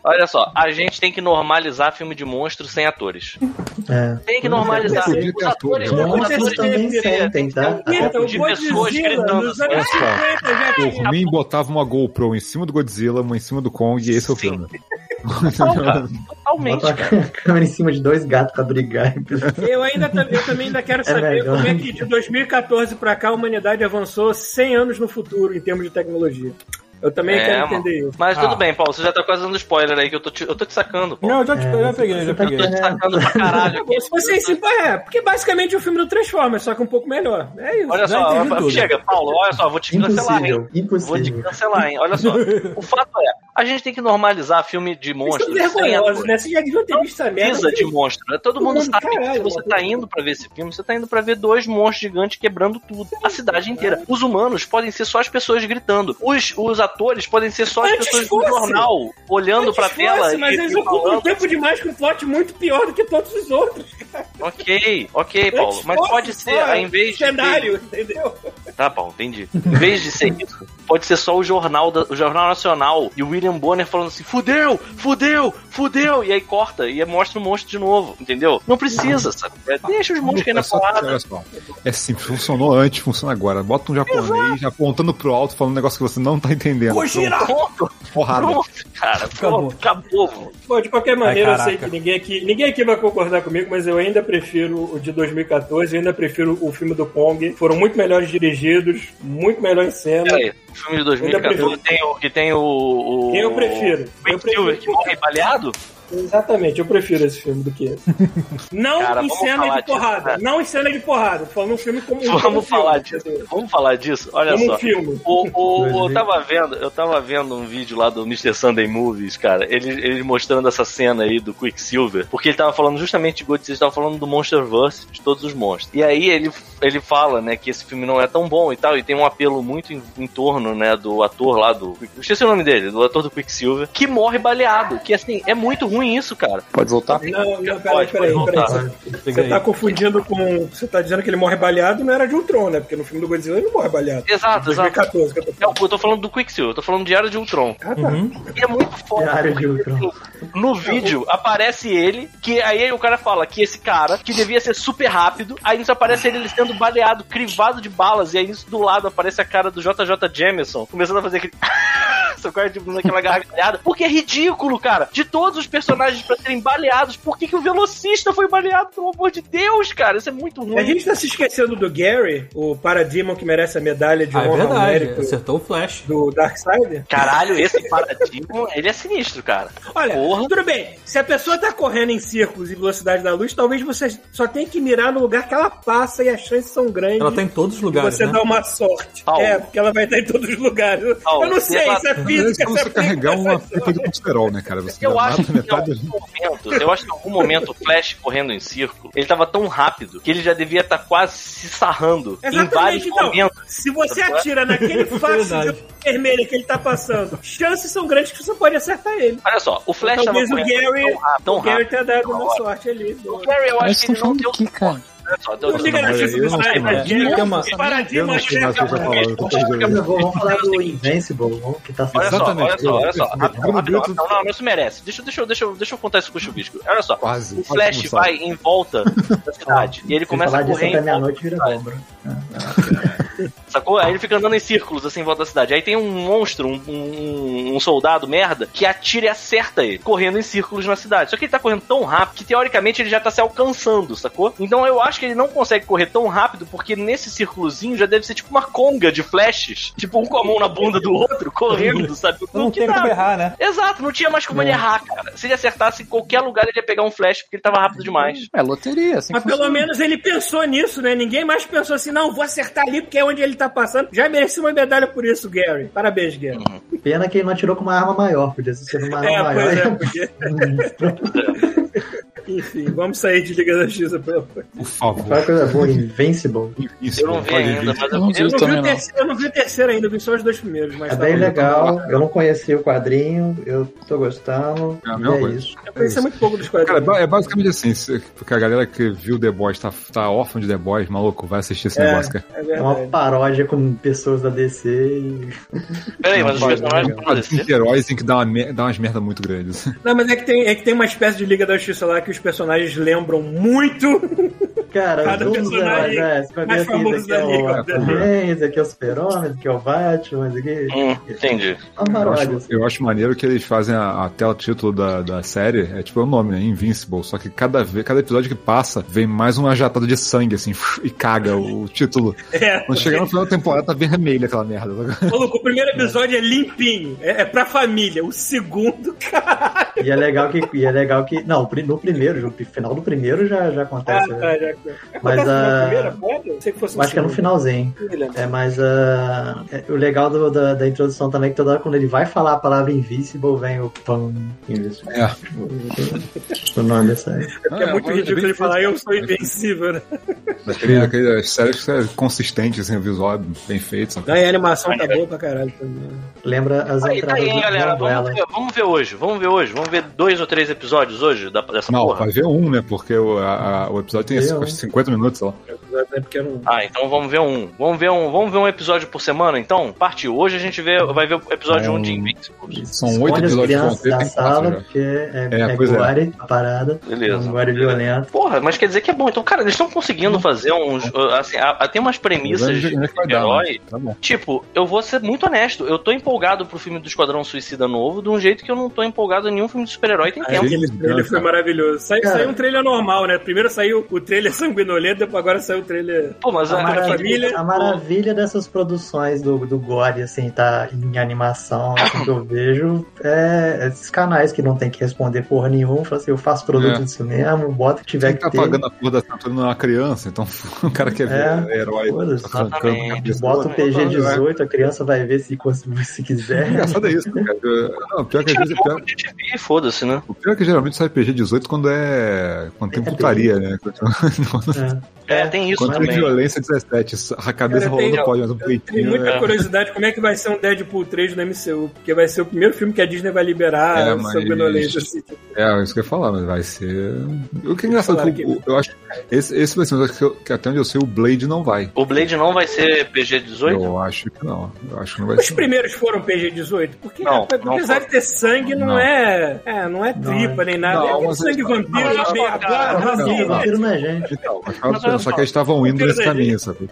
Olha só, a gente tem que normalizar filme de monstro sem atores.
É.
Tem que normalizar.
Podia
Os
ter atores,
atores,
né?
os
Monstros
atores
também
têm que ser-
sentem, tá?
tem que ter um
Então,
grupo de pessoas
Godzilla
gritando.
nos anos
assim, ó.
50 já tinha.
Por mim, botava uma GoPro em cima do Godzilla, uma em cima do Kong, e esse é o
Sim.
filme.
Não, cara, totalmente.
Bota a <laughs> câmera em cima de dois gatos pra brigar.
Eu ainda tam- eu também ainda quero saber
melhor.
como é que de 2014 pra cá a humanidade avançou 100 anos no futuro em termos de tecnologia. Eu também
É,
quero
mano.
entender isso.
Mas
Ah.
tudo bem, Paulo, você já tá quase dando spoiler aí que eu tô te, eu tô te sacando, Paulo.
Não, já, te, já peguei, já
Você tá
peguei.
Eu tô te sacando pra
Tá
caralho.
<laughs> bom, se vocês se é, porque basicamente é o filme do Transformers, só que um pouco melhor. É isso.
Olha
Já
só,
entendi tudo.
chega, Paulo, olha só, vou te cancelar, hein?
Impossível,
Vou te
impossível.
cancelar, hein? Olha só, o fato é, a gente tem que normalizar filme de
Vocês
monstro
são
sem
vergonhosos,
atores.
é né? Vocês já deviam ter visto essa merda.
é Precisa de monstro. né? Todo mundo
Mano,
sabe que se
caralho,
você
mano.
tá indo pra ver esse filme, você tá indo pra ver dois monstros gigantes quebrando tudo. A cidade inteira. Os humanos podem ser só as pessoas gritando. Os, os atores podem ser só as
Antes
pessoas
fosse.
do jornal olhando
Antes
pra tela.
fosse,
e-
um mas eles
e
ocupam um
falando.
tempo demais com um plot muito pior do que todos os outros.
Ok, ok, Paulo.
Antes
Mas
fosse,
pode ser,
fora,
ao invés de.
Cenário, entendeu?
Tá bom, entendi. Em vez de ser isso, pode ser só o jornal, da- o jornal nacional e o William Bonner falando assim: fudeu, fudeu, fudeu. E aí corta e aí mostra o monstro de novo, entendeu? Não precisa, sabe? É, Deixa os monstros cair
É
na
só-
porrada.
olha só. É simples, funcionou antes, funciona agora. Bota um japonês apontando pro alto, falando um negócio que você não tá entendendo. Pronto,
Pronto,
Porrada.
pronto, cara. Pronto, acabou. mano.
Bom, de qualquer maneira,
Ai,
eu sei
caraca.
que ninguém aqui, ninguém aqui vai concordar comigo, mas eu ainda prefiro o de 2014, eu ainda prefiro o filme do Kong. Foram muito melhores dirigidos, muito melhores cenas.
Pera aí. O filme de 2014
Ainda
tem o, que tem o. o
Quem eu prefiro?
o Ben
Eu prefiro.
Stiller que morre baleado?
Exatamente, eu prefiro esse filme do que
<laughs>
esse. Não
Cara,
em
vamos
cena
falar
de
disso,
porrada.
cara.
Não em cena de porrada. Tô falando um filme como um como
Vamos falar
filme,
disso. Vamos falar disso? Olha
Como
só.
um filme.
O, o- eu, tava vendo, eu tava vendo um vídeo lá do Mr. Sunday Movies, cara, eles ele mostrando essa cena aí do Quicksilver, porque ele tava falando justamente de Godzilla, ele tava falando do Monsterverse, de todos os monstros. E aí ele, ele fala, né, que esse filme não é tão bom e tal, e tem um apelo muito em, em torno, né, do ator lá do... eu Esqueci o nome dele, do ator do Quicksilver, que morre baleado, que assim, é muito ruim isso, cara.
Pode voltar?
Não, não, peraí,
Pode,
peraí,
pode
peraí.
voltar.
Você tá confundindo com. Você tá dizendo que ele morre baleado, não era de Ultron, né? Porque no filme do Godzilla ele não morre baleado.
Exato, exato.
2014 que eu tô
Eu,
falando.
eu tô falando do Quicksilver, eu tô falando de Era de Ultron.
Ah, tá.
E é muito foda.
Diário de Ultron.
No vídeo aparece ele, que aí o cara fala que esse cara, que devia ser super rápido, aí nisso aparece ele sendo baleado, crivado de balas, e aí nisso do lado aparece a cara do JJ Jameson, começando a fazer aquele. <laughs> Seu cara tipo, naquela gargalhada. Porque é ridículo, cara. De todos os personagens pra serem baleados, por que, que o velocista foi baleado, pelo amor de Deus, cara? Isso é muito
A
ruim.
gente tá se esquecendo do Gary, o Parademon que merece a medalha de
Ah, é
honra ao
verdade. é-
mérito
Acertou o Flash.
do Darkseid.
Caralho, esse paradigma, ele é sinistro, cara.
Olha,
Porra.
tudo bem. Se a pessoa tá correndo em círculos e velocidade da luz, talvez você só tenha que mirar no lugar que ela passa e as chances são grandes.
Ela tá em todos os lugares,
Você
né?
dá uma sorte.
Paulo.
É, porque ela vai estar em todos os lugares.
Paulo,
eu não
se
sei,
ela-
isso é
verdade,
física
é como
se
você carregar
aplica.
uma pipa de colesterol, né, cara? Você
Eu
mata
acho, que em
metade.
algum momento, eu acho que em algum momento o Flash correndo em círculo, ele tava tão rápido que ele já devia estar quase se sarrando em vários
Exatamente, então.
momentos.
Se você atira naquele faixa
Verdade.
vermelha que ele tá passando, chances são grandes que você pode acertar ele.
Olha só, o Flash tava
Talvez o
correndo
Gary,
tão rápido, tão
o Gary
rápido.
tenha dado uma
Agora.
sorte ali.
O Gary, eu
Mas
acho que ele
estão
não
falando
deu...
do que, cara?
Olha só, deu-
Não liga na
Olha,
notícia
eu
do
não sei
Snyder,
mais.
Gary,
Eu não sei
o paradigma
mais o que
já-
você tá falando, tô perdido.
Vamos vamos falar
É o
do
seguinte.
Invincible, vamos- que tá sendo.
Olha só, olha
Exatamente,
só, olha só. Rapidão,
eu-
rapidão,
eu- eu-
rapidão. Não, não se merece. Deixa, eu- deixa, eu- deixa, eu- deixa eu contar isso com o Chubisco. Olha só.
Quase.
O
quase
Flash
começado.
vai em volta da cidade. e ele
Se
começa
falar
a
disso
correr
até
em volta.
meia-noite vira bomba.
Sacou? Aí ele fica andando em círculos, assim, em volta da cidade. Aí tem um monstro, um, um- um soldado merda, que atira e acerta ele, correndo em círculos na cidade. Só que ele tá correndo tão rápido que, teoricamente, ele já tá se alcançando, sacou? Então eu acho que ele não consegue correr tão rápido, porque nesse círculozinho já deve ser tipo uma conga de flashes. Tipo, um com a mão na bunda do outro, correndo, sabe?
Não
que
tem
dá.
como errar, né?
Exato, não tinha mais como ele errar, cara. Se ele acertasse em qualquer lugar, ele ia pegar um flash, porque ele tava rápido demais.
É loteria, assim.
Mas
que
pelo
funciona.
menos ele pensou nisso, né? Ninguém mais pensou assim, não, vou acertar ali porque é onde ele tá passando. Já mereci uma medalha por isso, Gary. Parabéns, Gary.
Pena que ele não atirou com uma arma maior, podia ser uma arma
É,
maior.
pois
<laughs>
é, porque... <laughs> Enfim, vamos sair de Liga da Justiça. pelo amor.
Por favor.
Qual é a coisa boa? Invincible.
Isso,
Eu não né? vi
pode vir.
ainda, mas
Eu não
eu,
sei.
Eu não, vi
também
o
não.
terceiro, eu não vi o terceiro ainda, eu vi só os dois primeiros. Mas
É
tá bom.
bem legal, eu não conheci o quadrinho, eu tô gostando,
É a
e
mesma
é
coisa.
isso.
Eu conheci muito pouco dos quadrinhos.
Cara, é ba- é basicamente assim, se- porque a galera que viu The Boys tá, tá órfã de The Boys, maluco, vai assistir esse
É.
negócio, cara.
É
É uma
verdade.
paródia com pessoas da DC e...
peraí, mas os personagens vão
Tem
aparecer.
heróis em que dá, uma mer- dá umas merda muito grandes.
Não, mas é que, tem, é que tem uma espécie de Liga da Justiça lá que os personagens lembram muito.
<laughs> Cara,
Cada
todos os
personagem
heróis, é, você vai ver
mais
assim,
famoso
esse aqui é
da
o
Liga. né?
Aquaman, esse aqui é o Super-Homem, esse aqui é o Batman, esse aqui...
Hum, entendi.
É uma
Eu
paródia,
acho,
assim.
eu acho maneiro que eles fazem a, até o título da, da série, é tipo é o nome, né? Invincible. Só que cada, vez, cada episódio que passa, vem mais uma jatada de sangue, assim, <laughs> e caga o título.
É.
Quando chegar no final da temporada, tá vermelha aquela merda.
Maluco, o primeiro episódio é limpinho. É, é pra família. O segundo, <laughs> cara.
E é legal que... E é legal que não, pri- no primeiro, no final do primeiro já,
Ah,
já acontece. né?
tá, já.
Mas,
Acontece na
ah,
primeira, pode? Eu sei que fosse um né?
Eu acho que é no
segundo.
finalzinho. É, mas ah, é, o legal do- da, da introdução também é que toda hora quando ele vai falar a palavra Invincible, vem o pão Invincible.
É.
O nome dessa aí.
Porque é muito ridículo ele falar, eu sou invencível, né?
Daquele, daquele série que é consistente, assim, o visual é bem feito. sabe?
Não, e a animação tá boa pra caralho também.
Lembra as
um
Aí, tá
entradas
aí, hein,
da
galera.
novela.
Vamos ver, vamos ver hoje. Vamos ver hoje. Vamos ver dois ou três episódios hoje da- dessa
Não,
porra.
vai ver um, né? Porque o, a- a- o episódio tem
Eu,
acho,
hein?
50 minutos, sei lá.
Até porque eu não-
Ah, então vamos ver um. Vamos ver um, vamos ver um episódio por semana, então? Partiu. Hoje a gente vê, vai ver o episódio
Não.
1 um de Invincible.
São
Esconde
oito
as
episódios que vão
crianças
ter,
da
tem
sala,
quatro já.
porque é,
É,
é,
pois é.
gore a parada. É
Beleza.
um gore violento.
Porra, mas quer dizer que é bom. Então, cara, eles estão conseguindo fazer uns. Assim, a- a- tem umas premissas de
Vamos ver onde é que vai dar,
herói
né? Tá bom.
Tipo, eu vou ser muito honesto, eu tô empolgado pro filme do Esquadrão Suicida novo, de um jeito que eu não tô empolgado em nenhum filme de super-herói tem tempo.
James
Aquele trailer
Gunn,
foi
cara.
maravilhoso. Saiu,
Cara.
saiu um trailer normal, né? Primeiro saiu o trailer <laughs> sanguinolento, depois agora saiu o trailer.
Pô,
é
mas
A
a,
maravilha.
aquele-
maravilha, a maravilha dessas produções do, do Gore, assim, tá em animação, assim, que eu vejo, é esses canais que não tem que responder porra nenhuma, falam assim, eu faço produto
É.
disso mesmo, bota o que tiver
Quem
que
tá
ter.
pagando a porra da assinatura não é uma criança, então <laughs> o cara quer ver
É.
herói.
Foda-se.
Tá arrancando Tá a cabeça. é
Bota o PG-18, a criança vai ver se, cons- <laughs>
<laughs>
se quiser. né?
Engraçado é isso, cara. Eu- Não, pior que às
um
vezes, pior,
Ih, foda-se, né?
o pior é que geralmente sai PG-18 quando é. Quando tem
É,
putaria, né?
É.
É, tem isso
Quando tem
também.
violência 17, a cabeça
Cara, tem-
rolando pode, mas um
Tem
peitinho.
muita
é-
curiosidade como é que vai ser um Deadpool 3 no MCU, porque vai ser o primeiro filme que a Disney vai liberar
É,
é,
mas-
sanguinolento. Assim.
É, isso que eu ia falar, mas vai ser. O que é engraçado,
Claro
que eu, eu acho. Esse, esse vai ser, mas eu acho que, eu- que até onde eu sei, o Blade não vai.
O Blade não vai ser PG-18?
Eu acho que não. Eu acho que não vai
Os
ser.
primeiros foram PG-18, porque
Não,
rapaz,
não
apesar
foram.
de ter sangue, não,
Não.
é, é. Não é tripa nem nada.
Não,
é aquele
mas-
sangue vampiro,
não,
não, meio
não,
agora,
não,
assim,
não.
né?
Tiro na gente.
Então, mas
Mas olha
só
só,
que eles estavam indo nesse
Deus
caminho, sabe?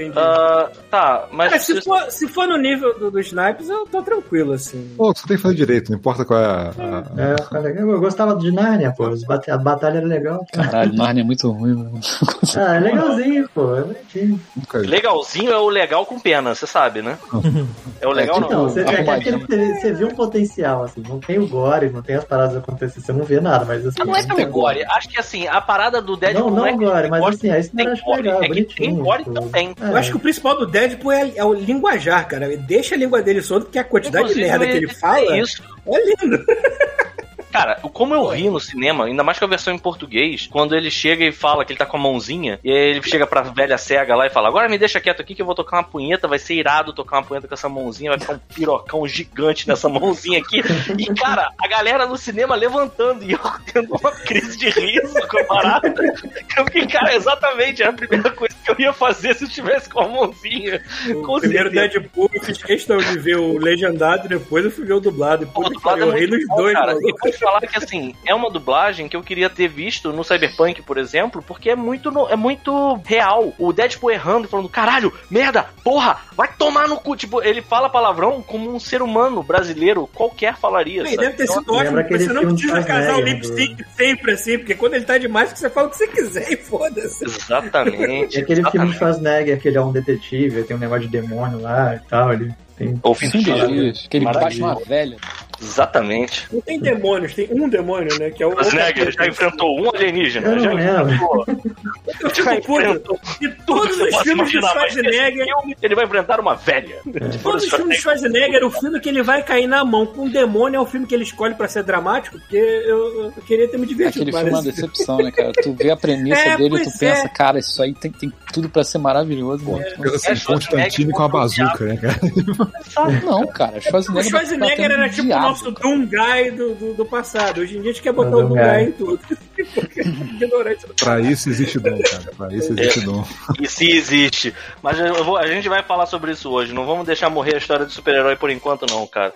Entendi.
Ah, tá, mas.
Mas se for, se for no nível do- dos naipes, eu tô tranquilo, assim.
Pô, você tem que fazer direito, não importa qual é a. a-
É, tá legal. eu gostava de Narnia, pô. as bate- A batalha
<laughs>
era legal.
Caralho, Narnia é muito ruim, mano.
Ah, é legalzinho, pô. É bonitinho.
nunca-
Legalzinho é o legal com pena, você sabe, né? É o legal
tipo,
Então,
não.
você, é que- é aquele que você, você viu um potencial, assim. Não tem o gore, não tem as paradas acontecendo, você não vê nada, mas assim.
Ah, Não é pelo gore. Acho que assim, a parada do Deadpool não,
Não, não
é que
gore, mas
gore,
assim, é isso que eu
tem
acho
gore.
legal,
É que tem
bonitinho.
gore
pô.
também.
É,
Eu acho que o principal do Deadpool é, é o linguajar, cara. Deixa a língua dele solta, porque a quantidade de
Inclusive,
merda que ele fala
é
é,
Isso.
lindo.
Cara, o- como eu ri no cinema, ainda mais que a versão em português, quando ele chega e fala que ele tá com a mãozinha, e aí ele chega pra velha cega lá e fala: Agora me deixa quieto aqui que eu vou tocar uma punheta, vai ser irado tocar uma punheta com essa mãozinha, vai ficar um pirocão gigante nessa mãozinha aqui. E, cara, a galera no cinema levantando e eu tendo uma crise de riso com a parada. Eu fiquei, cara, exatamente, era a primeira coisa que eu ia fazer se eu tivesse com a mãozinha.
O
Com
primeiro
certeza.
Deadpool, eu fiz questão de ver o legendado, depois eu fui ver o dublado. E
Pô,
puta que
dublado
pariu, eu
é
ri
muito
nos
bom,
dois,
cara.
mano.
E vou te falar que assim, é uma dublagem que eu queria ter visto no Cyberpunk, por exemplo, porque é muito, no- é muito real. O Deadpool errando, falando, caralho, merda, porra, vai tomar no cu. Tipo, ele fala palavrão como um ser humano brasileiro qualquer falaria.
Bem,
sabe?
deve ter
Então,
sido ótimo, porque
aquele
você não
filme
precisa
do
casar o
Schwarzenegger,
um lip sync sempre assim, porque quando ele tá demais, você fala o que você quiser e foda-se.
Exatamente.
É aquele filme
exatamente.
do Schwarzenegger, que ele é um detetive, tem um negócio de demônio lá e tal. Ele tem.
Ou fim
Fim
de
de
dia.
dias, que ele bate
Maravilha.
uma velha.
Exatamente.
Não tem demônios, tem um demônio, né? Que é o.
Schwarzenegger já enfrentou um
Eu
alienígena. Já
não é. lembro.
enfrentou.
Eu
Já
fico puto.
enfrentou.
E todos
Eu
os
posso
filmes de
imaginar, mas nesse
Schwarzenegger,
filme Ele vai enfrentar uma
É.
velha.
todos os filmes de Schwarzenegger, o filme que ele vai cair na mão com um demônio é o filme que ele escolhe pra ser dramático, porque eu, eu queria ter me divertido
Aquele filme é uma
parece.
decepção, né, cara? Tu vê a premissa
É,
dele e tu
pois é.
pensa, cara, isso aí tem, tem tudo pra ser maravilhoso, mano.
Coisa
É,
assim, Constantine com a bazuca, né, cara?
Não,
É,
cara,
O
tipo,
Schwarzenegger,
Schwarzenegger
batendo
era
no
tipo o
diabo,
nosso
tá cara.
Doom Guy do, do, do passado. Hoje em dia a gente quer botar
Doom
o Doom
Guy.
Guy em tudo. <laughs> Porque é Ignorante.
Pra isso existe dom, cara. Pra isso existe dom.
E se existe. Mas eu vou- a gente vai falar sobre isso hoje. Não vamos deixar morrer a história de super-herói por enquanto, não, cara.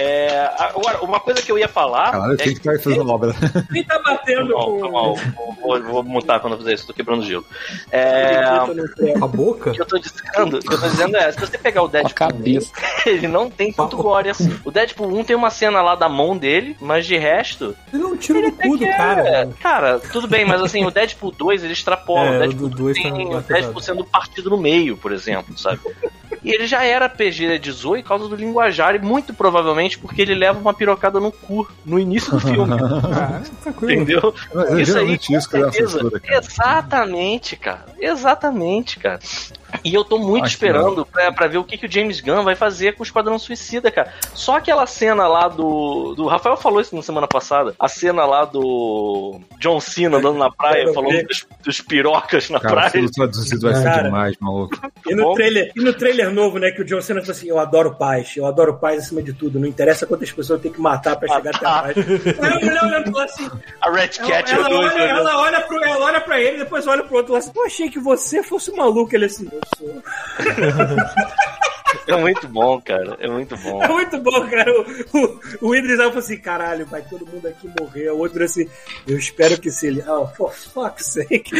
É, agora, uma coisa que eu ia falar.
Caralho,
é
tem que estar fazendo obra.
Nem tá batendo
Foi mal,
com
foi mal. Vou, vou, vou mutar quando eu fizer isso, tô quebrando gelo. É,
Tá no pé.
A boca?
o que eu tô dizendo, o que eu tô dizendo é, se você pegar o
Com a
Deadpool um,
cabeça.
ele não tem tanto gore assim. O Deadpool 1 tem uma cena lá da mão dele, mas de resto.
Ele não tira no cu do
é,
cara. né?
cara, tudo bem, mas assim, o Deadpool 2 ele extrapola.
É,
o
o
Deadpool
do 2 tá
tem
meio
o Deadpool
pesado.
sendo partido no meio, por exemplo, sabe? E ele já era PG-18 por causa do linguajar e muito provavelmente porque ele leva uma pirocada no cu no início do filme,
<laughs> Ah, tranquilo.
entendeu?
Mas é geralmente isso que
com
é a
certeza.
censura, cara.
Exatamente, cara. Exatamente, cara. E eu tô muito
Acho
esperando pra, pra ver o que, que o James Gunn vai fazer com o Esquadrão Suicida, cara. Só aquela cena lá do. do Rafael falou isso na semana passada. A cena lá do John Cena andando na praia,
Quero
falando
ver.
dos, dos pirocas na
Cara,
praia.
tudo traduzido vai ser
Cara.
demais, maluco.
E
Bom.
no, trailer, e no trailer novo, né, que o John Cena falou assim: Eu adoro paz, eu adoro paz acima de tudo. Não interessa quantas pessoas eu tenho que matar pra chegar até a paz. Aí a mulher olhando e falou <laughs> assim:
A Red
ela,
Cat
ela,
andou
olha,
andando.
ela, olha pro, ela olha pra ele, depois olha pro outro lado assim: Eu achei que você fosse um maluco. Ele assim: Eu sou.
É muito bom, cara. É muito bom.
É muito bom, cara. O, o, o Idris Elba falou assim: Caralho, vai todo mundo aqui morrer. O outro assim: Eu espero que se ele. Ah, for fuck's sake.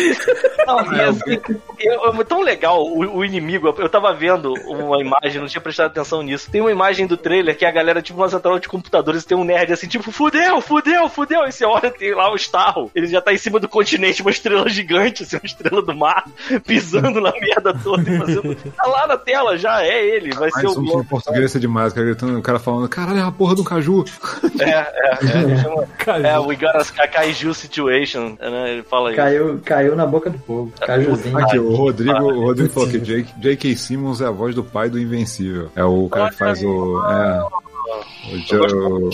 Não, e assim, eu- eu- tão legal o, o inimigo. Eu, eu tava vendo uma imagem, não tinha prestado atenção nisso. Tem uma imagem do trailer que a galera, tipo, uma central de computadores, tem um nerd assim, tipo, fudeu, fudeu, fudeu. E você olha, tem lá o Starro. Ele já tá em cima do continente, uma estrela gigante, assim, uma estrela do mar, <laughs> pisando na merda toda e fazendo. Tá lá na tela já, é ele, vai ser
Mais
o
um filme em
Globo.
português ia ser demais, cara. Gritando, o cara falando, caralho, é a porra do caju.
É, é, é. chama-
Cara,
É, we got a Kaiju situation, né? Ele fala isso.
Caiu, caiu na boca do povo. Cajuzinho.
Aqui, o Rodrigo, o Rodrigo falou que Jake- J.K. Simmons é a voz do pai do Invencível. É o cara que faz o. É, o, Jo-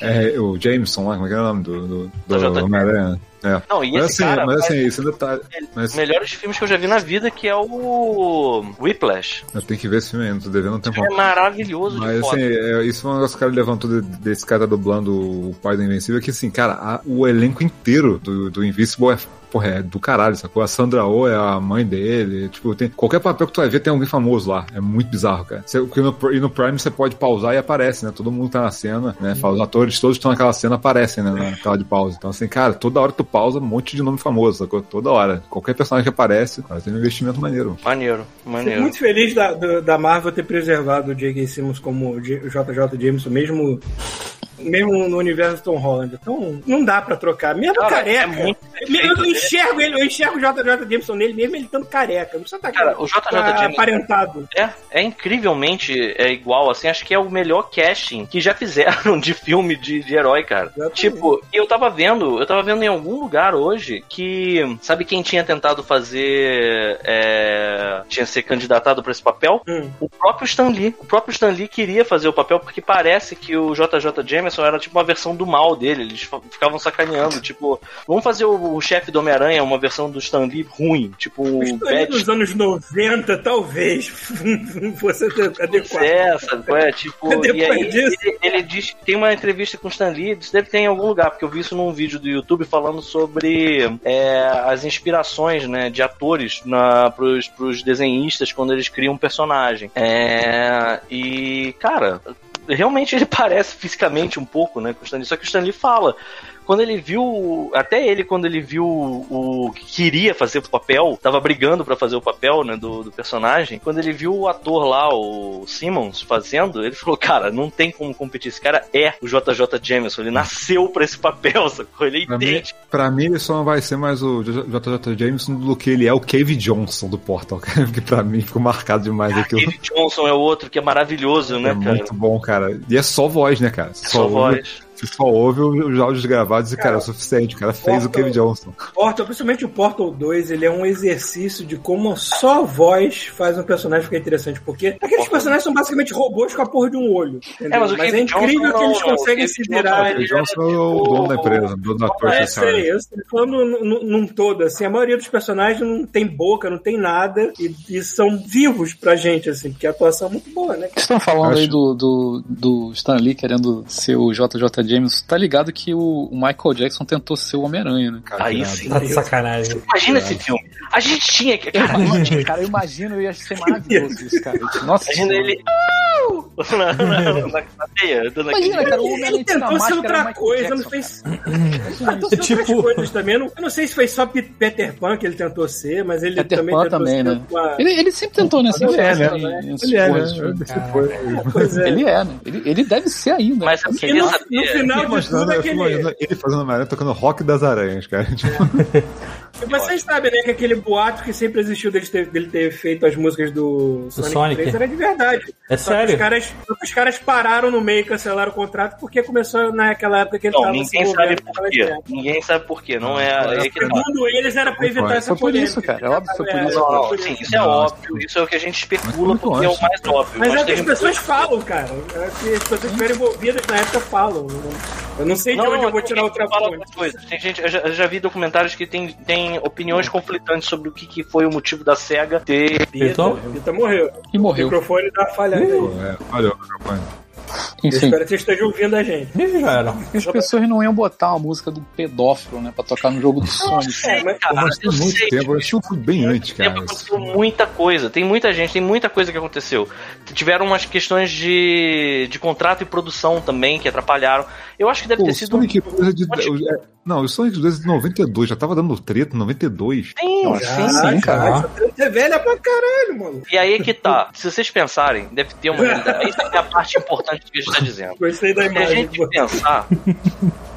é, o Jameson lá, como é que é o nome do, do,
Do J.J.
do Homem-Aranha? É.
Não, e
Mas
esse
assim,
cara
mas
faz-
assim, esse detalhe. Mas
melhores filmes que eu já vi na vida, que é o Whiplash.
eu tenho que ver esse filme ainda, tô devendo um tempo.
É maravilhoso de
Mas
foda.
assim, é, isso foi um negócio que o cara levantou de- desse cara dublando o pai do Invencível, que assim, cara, a- o elenco inteiro do, do Invincible é, porra, é do caralho, sacou? A Sandra Oh é a mãe dele, tipo, tem, qualquer papel que tu vai ver tem alguém famoso lá, é muito bizarro, cara. Você- porque no, Pr- e no Prime você pode pausar e aparece, né? Todo mundo tá na cena, né? Fala, Os atores todos que estão naquela cena aparecem, né? Na tela de pausa. Então assim, cara, toda hora tu pausa um monte de nome famoso, sacou? Toda hora. Qualquer personagem que aparece, cara, tem um investimento maneiro.
Maneiro,
Fico
maneiro.
muito feliz da, do- da Marvel ter preservado o J.K. Simmons como o J- o JJ Jameson, mesmo, mesmo no universo Tom Holland. Então, não dá pra trocar. Mesmo
Cara,
careca.
é muito perfeito.
Eu enxergo ele, eu enxergo o JJ Jameson nele mesmo, ele estando careca. Não precisa estar
Cara, o JJ Jameson-
aparentado.
É, é incrivelmente é igual, assim, acho que é o melhor casting que já fizeram <laughs> de filme de, de herói, cara.
Exatamente.
Tipo, e eu tava vendo, eu tava vendo em algum lugar hoje que, sabe quem tinha tentado fazer, é, tinha ser candidatado pra esse papel?
Hum.
O próprio Stan Lee. O próprio Stan Lee queria fazer o papel porque parece que o JJ Jameson era tipo uma versão do mal dele, eles fa- ficavam sacaneando, tipo, vamos fazer o, o chefe do Homem-Aranha uma versão do Stan Lee ruim, tipo o
Estaria
Bat
nos anos 90, talvez <laughs> fosse adequado.
É, sabe qual é? Tipo,
Depois
e aí
disso-
ele, ele diz que tem uma entrevista com o Stan Lee, isso deve ter em algum lugar, porque eu vi isso num vídeo do YouTube falando sobre é, as inspirações né, de atores na, pros, pros desenhistas quando eles criam um personagem. É, e, cara, realmente ele <laughs> parece fisicamente um pouco, né, com o Stan Lee, só que o Stan Lee fala. Quando ele viu, até ele, quando ele viu o que queria fazer o papel, tava brigando pra fazer o papel, né, do, do personagem. Quando ele viu o ator lá, o Simmons, fazendo, ele falou: Cara, não tem como competir. Esse cara é o JJ Jameson, ele nasceu pra esse papel, <laughs> sacou? Ele é
Pra mim,
idêntico.
pra mim, ele só não vai ser mais o JJ Jameson do que ele é o Cave Johnson do Portal, <laughs> cara. Que pra mim ficou marcado demais aquilo.
David Johnson é o outro que é maravilhoso, né,
É
cara?
muito bom, cara. E é só voz, né, cara?
É só voz.
Você só ouve os áudios gravados e, cara, é o suficiente. O cara fez o
Portal-
Cave Johnson.
Portal, principalmente o Portal 2, ele é um exercício de como só a voz faz um personagem ficar interessante. Porque aqueles
Portal.
personagens são basicamente robôs com a porra de um olho. entendeu?
É, mas o Cave
é incrível
Johnson
que eles
não, o
conseguem
Cave
se
O
virar.
Johnson
Cave Johnson é o
tipo,
dono da empresa, o dono da
né,
Ah, eu
Torcha, cara.
sei, eu sei. Falando num- num num todo, assim, a maioria dos personagens não tem boca, não tem nada, e, e são vivos pra gente, assim, porque a atuação é muito boa, né?
Vocês estão falando
Acho-
aí do, do, do Stan Lee querendo ser o JJ Jameson. Tá ligado que o, o Michael Jackson tentou ser o Homem-Aranha, né?
Cara, É,
Aí
irado.
sim.
Tá de sacanagem.
Imagina
Tá.
esse filme. A gente tinha que. Cara,
Cara, eu imagino ia ser maravilhoso isso, cara. Nossa,
imagina
<laughs>
ele. <laughs> "Au!" Na, na, na, na teia, dando aquele-
Imagina, cara, o
Ele
Homem-Aranha tira a
tentou ser
máscara, é o
outra
Michael
coisa,
Jackson,
não fez. <laughs>
cara.
Tentou
Uhum.
<laughs>
ser outras
Tipo-
coisas também. Eu não, eu não sei se foi só Pe- Peter Pan que ele tentou ser, mas ele
Peter
também
Pan
tentou
também,
ser
né?
com a-
Ele, ele sempre tentou, né? Sempre
Ele é,
tentou,
né?
né?
Ele é,
Essas
né?
coisas.
Pois é.
Ele é, né? Ele, ele deve ser ainda. né?
Mas eu
Sei
queria
lá.
No,
saber.
no final de tudo,
Imaginando, eu fico
aquele.
imaginando ele fazendo Homem-Aranha tocando rock das aranhas, cara. <laughs> Tipo,
Vocês sabem, né, que aquele boato que sempre existiu dele ter, dele ter feito as músicas do Sonic,
Sonic.
3 era de verdade.
É
Só que
sério?
Os caras, só que os caras pararam no meio, cancelaram o contrato, porque começou naquela época que ele
Não,
tava
ninguém sabe
envolvendo com
por
aquelas
quê.
merdas.
Ninguém sabe por quê.
Ah,
Não é. é que não.
Segundo eles, era pra evitar
Foi
essa
por
polêmica.
isso, cara. É óbvio que foi por
É,
isso.
Não, não,
foi por
assim,
isso.
isso é óbvio, isso é o que a gente especula
Mas como
porque
que
é
eu
o mais óbvio.
Mas é o que
tem-
as pessoas falam, cara. É o que as pessoas que estiveram envolvidas na época falam. Eu não sei de onde eu
tem
vou tirar
gente
outra
que fala
fonte.
outras coisas. Tem gente, eu já, eu já vi documentários que tem, tem opiniões conflitantes sobre o que, que foi o motivo da SEGA ter.
Então,
Pita morreu.
E
O
morreu.
microfone tá falhando aí.
é, olha, rapaz.
Eu
Enfim.
espero que vocês estejam ouvindo a gente.
Ih, já era.
E as pessoas não iam botar uma música do pedófilo, né? Pra tocar no jogo do Sonic.
É,
mas-
cara,
Mas tem
eu
muito
sei,
tempo, eu acho que foi bem antes,
tempo
cara. assim.
aconteceu muita coisa. Tem muita gente, tem muita coisa que aconteceu. Tiveram umas questões de, de contrato e produção também que atrapalharam. Eu acho que deve
Pô,
ter
o
sido.
Sonic 2 de.
Pode-
o- é, Não, o Sonic 2 é de 92, já tava dando treta em 92.
Tem,
Eu acho que sim, cara.
Você é velha pra caralho, mano.
E aí é que tá. Se vocês pensarem, deve ter uma. Isso é a parte importante do que a gente tá
<laughs>
dizendo.
Gostei da
Se a
imagem.
gente pensar,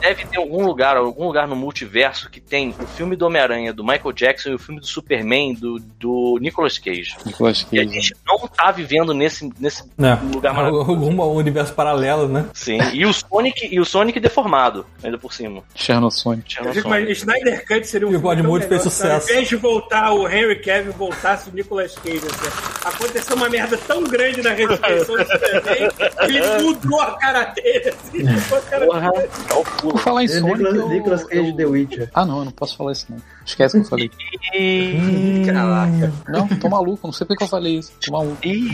deve ter algum lugar, algum lugar no multiverso que tem o filme do Homem-Aranha do Michael Jackson e o filme do Superman do, do Nicolas Cage.
Nicolas
E a
Cage.
gente não tá vivendo nesse, nesse
Não.
lugar <laughs>
<laughs>
maravilhoso.
Algum universo paralelo, né?
Sim. E o Sonic e o Sonic deformado, ainda por cima.
Chernosonic.
Tinha
Eu
um
digo,
Sonic.
mas Snyder Cut seria um
E o God
filme
Mode
tão
fez
legal,
sucesso.
sabe? Ao invés de voltar o Henry Cavill, voltasse o Nicolas Cage. assim. Aconteceu uma merda tão grande na ressurreição do Superman, ele mudou a cara dele. Assim,
É.
mudou a cara
Porra, dá o pulo.
Por falar em
É
Sonic,
Nicolas,
eu...
Nicolas Cage The Witcher.
Ah, não, eu não posso falar isso, não. Esquece que eu falei.
Hum.
Caraca.
Não, tô maluco, não sei porque que eu falei isso. Tô maluco. É.
Ih,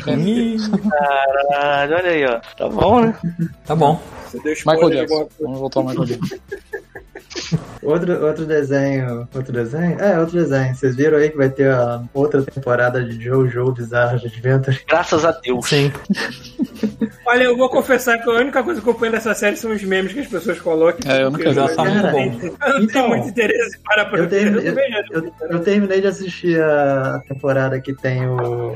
Ih,
caralho, olha aí, ó. Tá bom, né?
tá bom.
Você deu
Michael
spoiler de alguma
Jackson.
coisa.
Vamos voltar ao Michael Jackson.
Outro, outro desenho. Outro desenho? É, outro desenho. Vocês viram aí que vai ter a outra temporada de Jojo Bizarro de Adventure?
Graças a Deus.
Sim.
Olha, eu vou confessar que a única coisa que eu acompanho dessa série são os memes que as pessoas colocam.
É, eu nunca vi.
Já tá muito bom.
Eu não tenho
Então,
muito interesse em parar pra
Eu, termi-
não vejo.
eu- eu- eu terminei de assistir a temporada que tem o.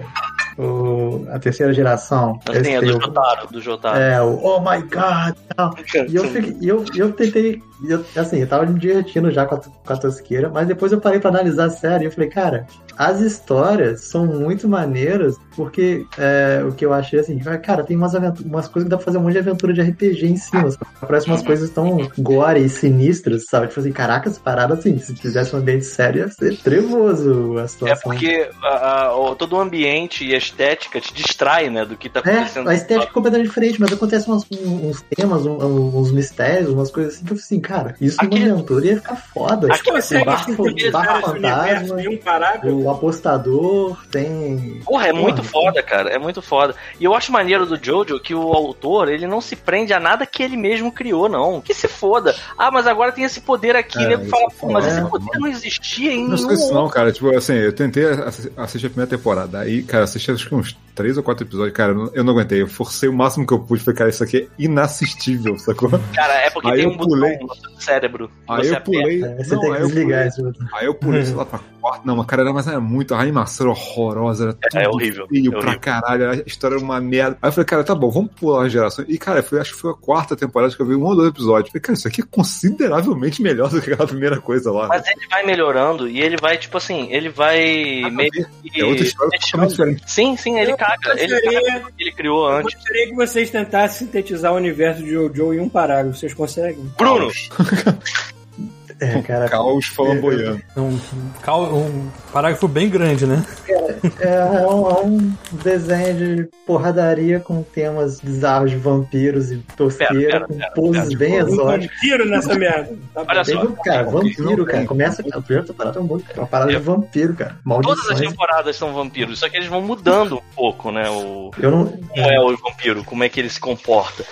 o- a terceira geração.
Assim, é
Esse
do
teu-
Jotaro, do <laughs> Jotaro.
é, o Oh my God! e tal. E eu, fiquei- e eu, eu tentei. Eu, assim, eu tava me divertindo já com a, com a tosqueira, mas depois eu parei pra analisar a série e eu falei, cara, as histórias são muito maneiras, porque é, o que eu achei assim, vai, cara, tem umas, aventu- umas coisas que dá pra fazer um monte de aventura de RPG em cima. sabe? Parece
Uhum.
umas coisas tão gore e sinistras, sabe? Tipo assim, caraca, essa parada assim, se fizesse um ambiente sério, ia ser trevoso a
É
situação.
porque a- a- o- todo o ambiente e a estética te distrai, né, do que tá acontecendo.
É, a estética é completamente diferente, mas acontecem uns, uns temas, um- uns mistérios, umas coisas assim que eu fico assim, cara, isso
Aquele-
numa aventura ia ficar foda.
Aquele-
Tipo, o barco, o barco
esse universo
fantasma,
de um caralho.
tipo, o apostador, tem.
Porra, é muito
Porra.
foda, cara. É muito foda. E eu acho maneiro do Jojo que o autor, ele não se prende a nada que ele mesmo criou, não. Que se foda. Ah, mas agora tem esse poder aqui,
É,
né?
isso
Fala,
é
pô, mas
foda.
esse poder não existia em
Não
nenhum
sei se
outro.
não, cara. Tipo, assim, eu tentei assi- assistir a primeira temporada. Aí, cara, assisti acho que uns três ou quatro episódios. Cara, eu não- eu não aguentei. Eu forcei o máximo que eu pude. Falei, cara, isso aqui é inassistível, sacou?
Cara, é porque
Aí
tem
eu
um botão
pulei.
no seu cérebro. que
Aí
você
eu pulei.
é, Você
não,
tem que
aí eu
desligar
pulei.
isso.
Aí eu pulei, sei lá, pra quarta. Não, mas cara, era, mas era muito. A animação era horrorosa, era tudo
É, é horrível,
feio
é
pra
horrível.
caralho. A história era uma merda. Aí eu falei, cara, tá bom, vamos pular a geração. E, cara, foi, acho que foi a quarta temporada que eu vi um ou dois episódios. Falei, cara, isso aqui é consideravelmente melhor do que aquela primeira coisa lá.
Mas ele vai melhorando e ele vai, tipo assim, ele vai
Nada a
meio
ver.
que.
É outra história totalmente diferente.
Sim, sim, ele
Eu
tá caga. Ele
gostaria-
é
caga o que ele criou
Eu
antes.
gostaria que vocês tentassem sintetizar o universo de Jojo em um parágrafo. Vocês conseguem?
Bruno,
É, cara.
Caos flamboyando.
Um, cal- um parágrafo bem grande, né? <laughs>
É, é um, é um desenho de porradaria com temas bizarros de vampiros e tosqueira,
Pera, pera,
com
pera,
poses bem
Um
exóticas.
vampiro nessa merda. Tá bom.
olha
Bem,
só.
cara,
Não,
vampiro, cara.
cara.
Começa a primeira temporada é um- é uma parada de vampiro, cara.
Todas as
Maldições.
temporadas são vampiros, só que eles vão mudando um pouco, né? O,
Eu não,
como é o vampiro, como é que ele se comporta.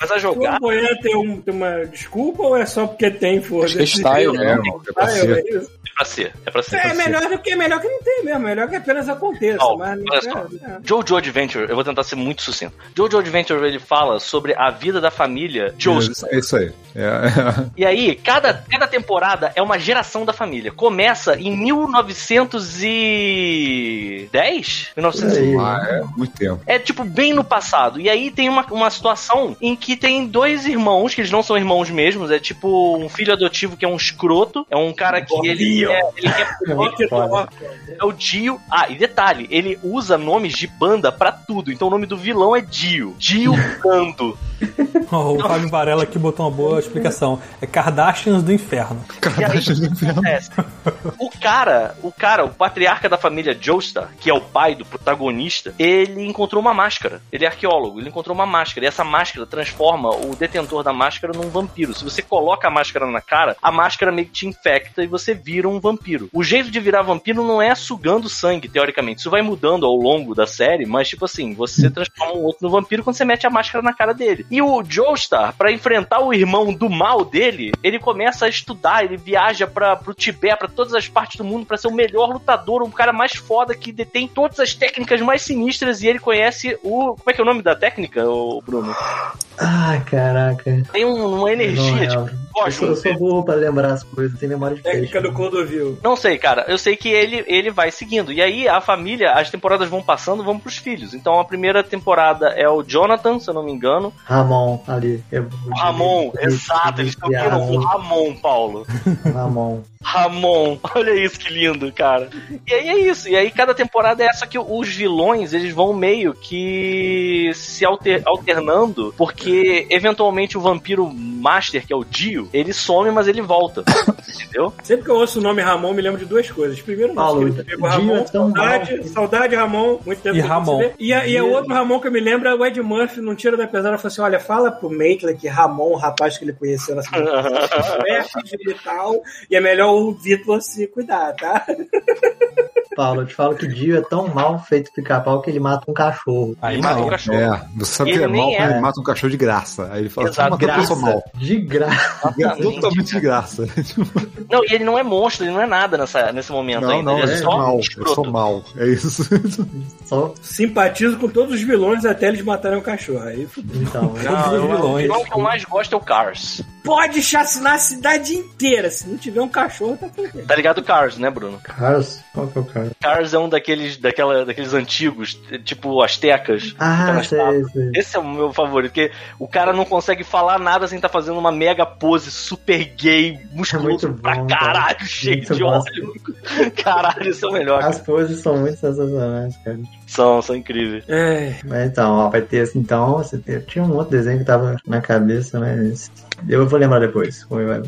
Mas a
O
jogada.
Flamboyant tem, um, tem uma desculpa ou é só porque tem,
Acho que é
foda-se?
style,
É,
né?
irmão, é pra
Style,
ser.
é isso.
É pra ser, é pra ser.
É melhor do que é melhor que não tem mesmo, é melhor que apenas aconteça.
Não,
mas não
olha
é,
só.
é.
Jojo Adventure, eu vou tentar ser muito sucinto. Jojo Adventure, ele fala sobre a vida da família Jojo.
É isso aí. É, é. <laughs>
E aí, cada, cada temporada é uma geração da família. Começa em 1910? 1910?
Peraí.
Ah, é muito tempo.
É tipo bem no passado. E aí tem uma, uma situação em que tem dois irmãos, que eles não são irmãos mesmos, é tipo um filho adotivo que é um escroto, é um cara que ele
Gordinho.
é, ele quer
<laughs> É muito
Rock
foda.
Rock.
é o Dio. Ah, e detalhe, ele usa nomes de banda pra tudo. Então o nome do vilão é Dio. Dio Dando.
Ó, o Fábio Varela aqui botou uma boa explicação. É Kardashians do Inferno.
Kardashian <laughs> do inferno.
Acontece. O cara, o cara, o patriarca da família Joestar, que é o pai do protagonista, ele encontrou uma máscara. Ele é arqueólogo, ele encontrou uma máscara. E essa máscara transforma o detentor da máscara num vampiro. Se você coloca a máscara na cara, a máscara meio que te infecta e você vira um vampiro. O jeito de virar vampiro não é sugando sangue, teoricamente. Isso vai mudando ao longo da série, mas tipo assim,
Hum.
você transforma um outro no vampiro quando você mete a máscara na cara dele. E o Joestar, pra enfrentar o irmão do mal dele, ele começa a estudar, ele viaja para pro Tibete, pra todas as partes do mundo, pra ser o melhor lutador, um cara mais foda que detém todas as técnicas mais sinistras e ele conhece o. Como é que é o nome da técnica, ô, Bruno?
Ah, caraca.
Tem um- uma
Não é
energia, tipo,
lembro. eu, sou,
cosmo.
eu sou burro pra lembrar as coisas, tem memória de peixe.
Técnica do Clodovil.
Não sei, cara. Eu sei que ele, ele vai seguindo. E aí a família, as temporadas vão passando, vão pros filhos. Então a primeira temporada é o Jonathan, se eu não me engano.
Ramon ali. É burro.
O Ramon, exato, eles estão
um.
o Ramon, Paulo.
Ramon.
Ramon, <laughs> olha isso que lindo, cara. E aí é isso, e aí cada temporada é essa que os vilões, eles vão meio que se alter- alternando, porque eventualmente o vampiro master, que é o Dio, ele some, mas ele volta. Entendeu?
Sempre que eu ouço o nome Ramon, me lembro de duas coisas. Primeiro,
Paulo,
nossa, que eu pego
Dio
Ramon,
é tão
saudade,
mal.
saudade, Ramon, muito tempo
E
sem
Ramon.
perceber. E, a- e o
Dio.
outro Ramon que eu me lembro é o Ed Murphy, num tiro da pesada, falou assim: olha, fala pro Maitland que Ramon, o rapaz que ele conheceu na
<laughs>
cidade, de tal, e é melhor o Vitor se cuidar, tá?
Paulo, eu te falo que Dio é tão mal feito pica-pau que ele mata um cachorro.
Aí
Ele mata
não.
o cachorro.
É, você sabe
Ele
que é mal
nem
quando
é.
ele mata um cachorro de graça. Aí ele fala,
Exato,
Exato, matou uma
graça.
pessoa mal.
De graça.
É Totalmente de graça.
Não, e ele não é monstro, ele não é nada nessa, nesse momento
Não,
ainda.
não,
ele
eu
é
sou
só
mal.
um
Eu sou
escroto.
mal. É isso.
Só.
Simpatizo com todos os vilões até eles matarem o cachorro. Aí fudeu.
Então,
Todos os vilões.
O vilão que eu mais gosto é o Cars.
pode chacinar a cidade inteira. Se não tiver um cachorro, tá fodendo.
Tá ligado Cars, né, Bruno?
Cars? Qual que é o Cars?
Cars é um daqueles, daquela, daqueles antigos, tipo astecas.
Ah,
Aquelas
sei, sei.
Esse é o meu favorito, porque o cara não consegue falar nada sem estar fazendo uma mega pose super gay, musculoso
É muito
pra
bom,
caralho,
cara.
cheio
Muito
de
bom.
óleo. <laughs> Caralho, isso é o melhor. cara.
As poses são muito sensacionais, cara.
São, são incríveis.
É.
Mas então, ó, vai ter assim, então, você tem- tinha um outro desenho que tava na cabeça, mas eu vou lembrar depois. Como eu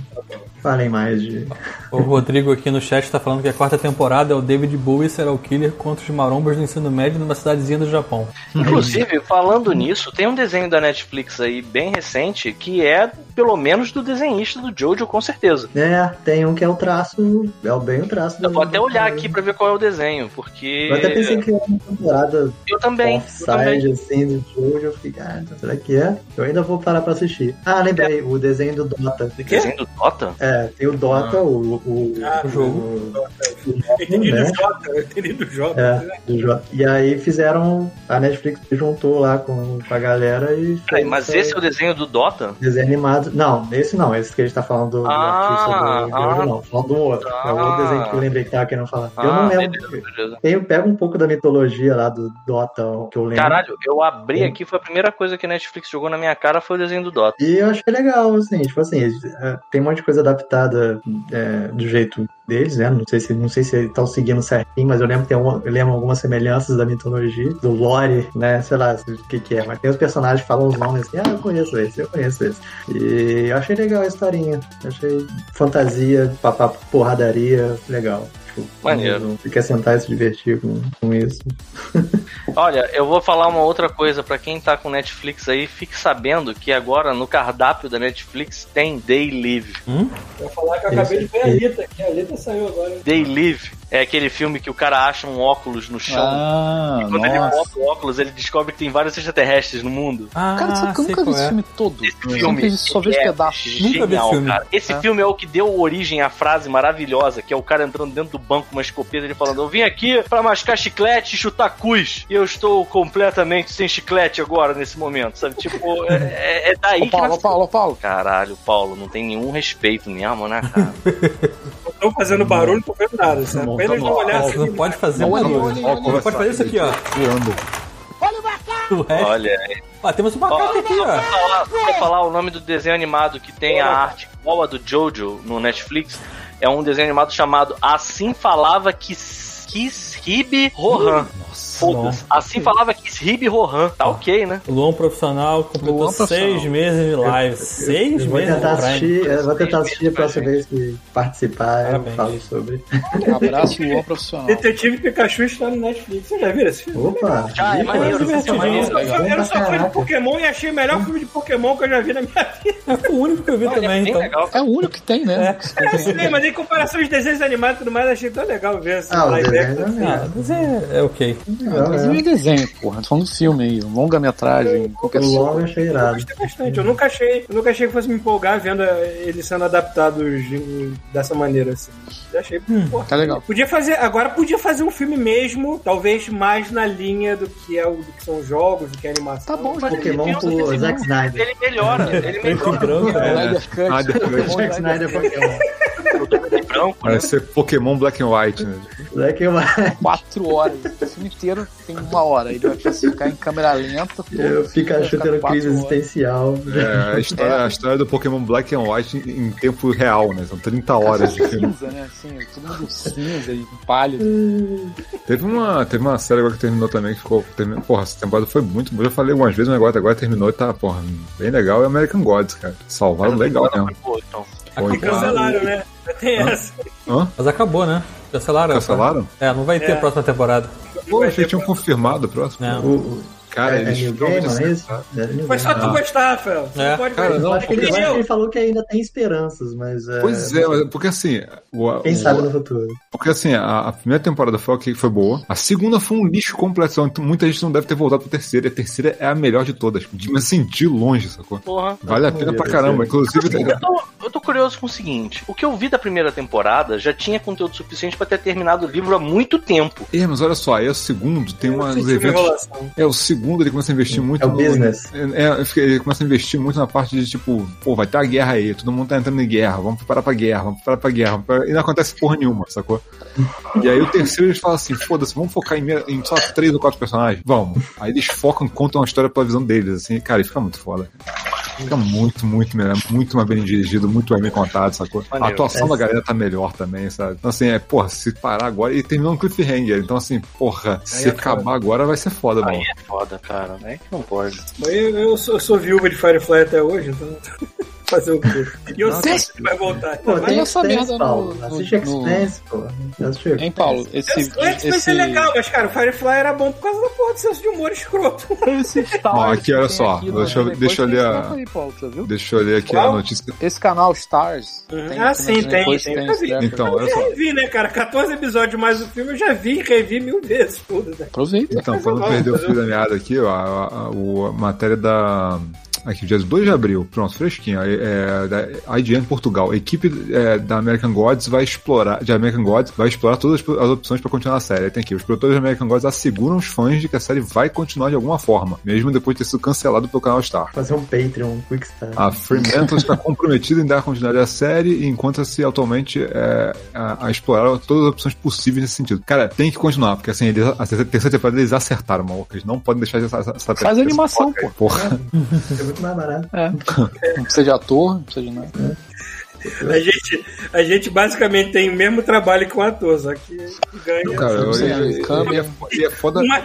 falei mais de.
O Rodrigo aqui no chat tá falando que a quarta temporada é o David Bowie será o killer contra os marombas do ensino médio numa cidadezinha do Japão.
Inclusive, falando nisso, tem um desenho da Netflix aí bem recente que é, pelo menos, do desenhista do Jojo, com certeza.
É, tem um que é o traço, é o bem o traço.
Eu
do-
vou até olhar aqui pra ver qual é o desenho, porque.
Eu até pensei que era uma temporada
Eu também. Eu também.
offside, assim, do jogo, eu fiquei, ah, então será que é? Eu ainda vou parar pra assistir. Ah,
É.
lembrei, o desenho do Dota.
Desenho do Dota?
É, tem o Dota, o, o,
Ah,
o jogo. <laughs>
Eu entendi
Né?
do Jota, eu entendi do Jota.
É, do jo- E aí fizeram. A Netflix se juntou lá com, com a galera e.
Peraí,
fez
mas
essa-
esse é o desenho do Dota?
Desenho animado. Não, esse não, esse que a gente tá falando do, do
Ah,
artista do Jojo,
ah,
não. Falando do outro. é o outro
ah.
desenho que eu lembrei que tava querendo falar. eu
Ah,
não lembro.
beleza, beleza.
Eu pego um pouco da mitologia lá do Dota, o que eu lembro.
Caralho, eu abri aqui, foi a primeira coisa que a Netflix jogou na minha cara foi o desenho do Dota.
E eu achei legal, assim, tipo assim, eles, é, tem um monte de coisa adaptada é, do jeito deles, né? Não sei se não sei se eles estão seguindo certinho, mas eu lembro que tem uma, eu lembro algumas semelhanças da mitologia, do lore, né? Sei lá o que que é, mas tem os personagens que falam os nomes assim, ah, eu conheço esse, eu conheço esse. E eu achei legal a historinha, achei fantasia, papá, porradaria, legal. Tipo,
Maneiro.
não- não- Você quer sentar e se divertir com, com isso.
Olha, eu vou falar uma outra coisa pra quem tá com Netflix aí, fique sabendo que agora no cardápio da Netflix tem Day Live.
Eu vou falar que eu acabei de ver a Alita, que a Alita saiu agora.
Day Live é aquele filme que o cara acha um óculos no chão.
Ah,
Quando ele
nossa.
bota o óculos, ele descobre que tem vários extraterrestres no mundo.
Ah,
Cara, sabe que eu
sei
nunca vi
qual
esse
é.
filme todo.
Esse
Eu
filme
sempre só vejo
é
pedaços.
Nunca vi
Genial,
esse filme.
cara. Esse
É.
filme é o que deu origem à frase maravilhosa, que é o cara entrando dentro do banco com uma escopeta ele falando: Eu vim aqui pra mascar chiclete e chutar cus. E eu estou completamente sem chiclete agora nesse momento, sabe? Tipo, é, é- é daí
Ô,
que.
Paulo, ô,
nasceu.
Paulo,
<laughs>
ô, Paulo.
Caralho, Paulo, não tem nenhum respeito mesmo, né, cara?
Não estão fazendo barulho, não tô vendo nada. Sabe?
Bom,
Apenas
tá
não
bom.
olhar
é. Você
assim.
não pode fazer
Não,
uma
olha,
coisa.
olha, olha,
Você pode fazer isso aqui, ó.
tá Voando.
Do resto.
Olha,
Ah, temos um macaco aqui, ó.
Vou falar, vou falar o nome do desenho animado que tem a arte igual a do Jojo no Netflix. É um desenho animado chamado Assim Falava Kis- Kishibe Rohan. Foda-se. Assim falava Kishibe Rohan. Tá ok, né?
Luan Profissional completou
Luan Profissional.
seis meses de live. seis
Eu vou
meses
tentar
de live.
assistir, eu vou tentar assistir a próxima
Parabéns.
vez que participar, eu
Parabéns.
falo sobre.
Abraço e bom profissional.
Detetive Pikachu está no Netflix. Vocês já viram esse filme?
Opa!
Já, é
Ih,
maneiro,
pô,
esse é maneiro.
Eu só, eu só fui de Pokémon e achei o melhor filme de Pokémon que eu já vi na minha vida.
É o único que eu vi também,
Bem
então.
legal.
É o único que tem, né?
Eu sei, mas em É comparação aos desenhos animados e tudo mais, achei tão legal ver essa
Ah, o
live
desenho
action.
Ah, mas é, é ok.
Legal,
Mas
né?
não é desenho, porra. Tô falando do filme aí, um longa-metragem,
O é
qualquer
longo eu achei
Eu
irado.
gostei bastante. Eu nunca achei, eu nunca achei que fosse me empolgar vendo eles sendo adaptados de- dessa maneira assim. Eu achei porra.
Tá legal.
Podia fazer, agora podia fazer um filme mesmo, talvez mais na linha do que é o do que são jogos, do que é animação.
Tá bom, já.
Mas ele
Pokémon
tem
pro
um desenho-
Zack Snyder.
Ele melhora, ele
Preto e
melhora
branco, né?
Snyder Cut.
Ah, depois.
Zack Snyder Pokémon.
o branco, né?
Parece ser Pokémon Black and White, né?
Zack é eu,
Quatro horas. O filme inteiro tem uma hora. Ele vai classificar em câmera lenta. todo
É, eu
filme vai
Pikachu
ficar
tendo
tá quatro
crise
horas.
existencial.
É, a história, a história do Pokémon Black and White em, em tempo real, né? São 30 horas de
<laughs>
filme.
Cinza, né? Assim, todo mundo cinza e pálido.
Teve uma, teve uma série agora que terminou também, que ficou. terminou- porra, essa temporada foi muito boa. Eu já falei algumas vezes, o negócio agora terminou e tá, porra, bem legal. É American Gods, cara. Salvaram legal né? mesmo.
Pô, então.
Foi,
Cancelaram, né? Tem essa.
Hã?
Mas acabou, né? Cancelaram.
Cancelaram?
É, não vai ter
É.
a próxima temporada.
Pô, achei que tinham confirmado o próximo.
Não.
O, o,
Cara,
é, é
eles
New
ficam
Game, não é
dizendo,
isso?
tá?
É New
Foi só
Game.
tu gostar, Rafael. Você
É.
pode
Cara,
gostar.
Eu acho que ele, eu
Nem
acho que
eu.
ele falou que ainda tem esperanças, mas. é,
Pois é, mas- porque assim. o-
Quem
o-
sabe no futuro?
Porque assim, a, a primeira temporada foi ok, foi boa. A segunda foi um lixo completo. Então, muita gente não deve ter voltado pra terceira. E a terceira é a melhor de todas. De, mas assim, de longe, sacou?
Porra.
Vale a pena pra caramba. Inclusive, tá
Eu tô, eu tô curioso com o seguinte: o que eu vi da primeira temporada já tinha conteúdo suficiente pra ter terminado o livro há muito tempo.
Ih, mas olha só, aí é o segundo tem
Eu
umas
senti uma
eventos.
enrolação.
É, o segundo ele começa a investir muito
É o
no-
business.
É, é, ele começa a investir muito na parte de tipo, pô, vai ter a guerra aí, todo mundo tá entrando em guerra, vamos preparar pra guerra, vamos preparar pra guerra, vamos preparar- e não acontece porra nenhuma, sacou? E aí o terceiro eles falam assim, foda-se, vamos focar em, me- em só três ou quatro personagens? Vamos. Aí eles focam, contam a história pela visão deles, assim, cara, e fica muito foda. Fica muito, muito melhor, muito mais bem dirigido, muito mais bem contado, sacou? A
Maneiro.
atuação da galera tá melhor também, sabe? Então assim, é, porra, se parar agora e terminou no cliffhanger, então assim, porra, se acabar agora vai ser foda, mano.
é Aí é foda, cara. Aí que não pode.
Mas eu, eu sou, eu sou viúva de Firefly até hoje, então. Fazer o quê? E eu sei que ele vai voltar.
Pô, tem
Olha essa merda
Expense,
no-
Paulo.
no-
Assiste
no-
Expense, pô. Assiste
Hein, Paulo? Esse,
Antes vai
esse,
ser legal, mas, cara, o Firefly era bom por causa da porra do senso de humor escroto.
esse Star
Ó, aqui, olha só, deixa eu- deixa eu ler a- Deixa eu ler aqui
Qual?
a notícia.
Esse canal Stars. tem
Ah,
aqui,
sim,
mas
tem,
depois
tem.
esse
Eu
recorde.
Então, olha só.
Eu vi, né, cara? 14 episódios mais do filme, eu já vi e revi mil vezes tudo, né?
Aproveita.
Então, pra não perder o fio da meada aqui, ó, a, a- o- a matéria da. Aqui, dia 2 de abril, pronto, fresquinho. É, é, da IGN Portugal. A equipe é, da American Gods vai explorar. De American Gods vai explorar todas as as opções pra continuar a série. Aí Tem aqui. Os produtores de American Gods asseguram os fãs de que a série vai continuar de alguma forma, mesmo depois de ter sido cancelado pelo canal Star.
Fazer um Patreon, um
<laughs>
Quickstar.
A Fremantle está comprometida em dar continuidade à série e encontra-se atualmente é, a, a explorar todas as opções possíveis nesse sentido. Cara, tem que continuar, porque assim, eles, a terceira temporada eles acertaram, maluco. Eles não podem deixar essa, essa essa-
Faz
essa-
animação,
essa-
pô.
Porra.
É muito mais barato.
Não precisa de ator, não precisa de nada.
A gente, a gente basicamente tem o mesmo trabalho com um ator, só que ganha.
Cara, eu,
Não precisa de
e,
câmera.
é, e é foda.
Uma...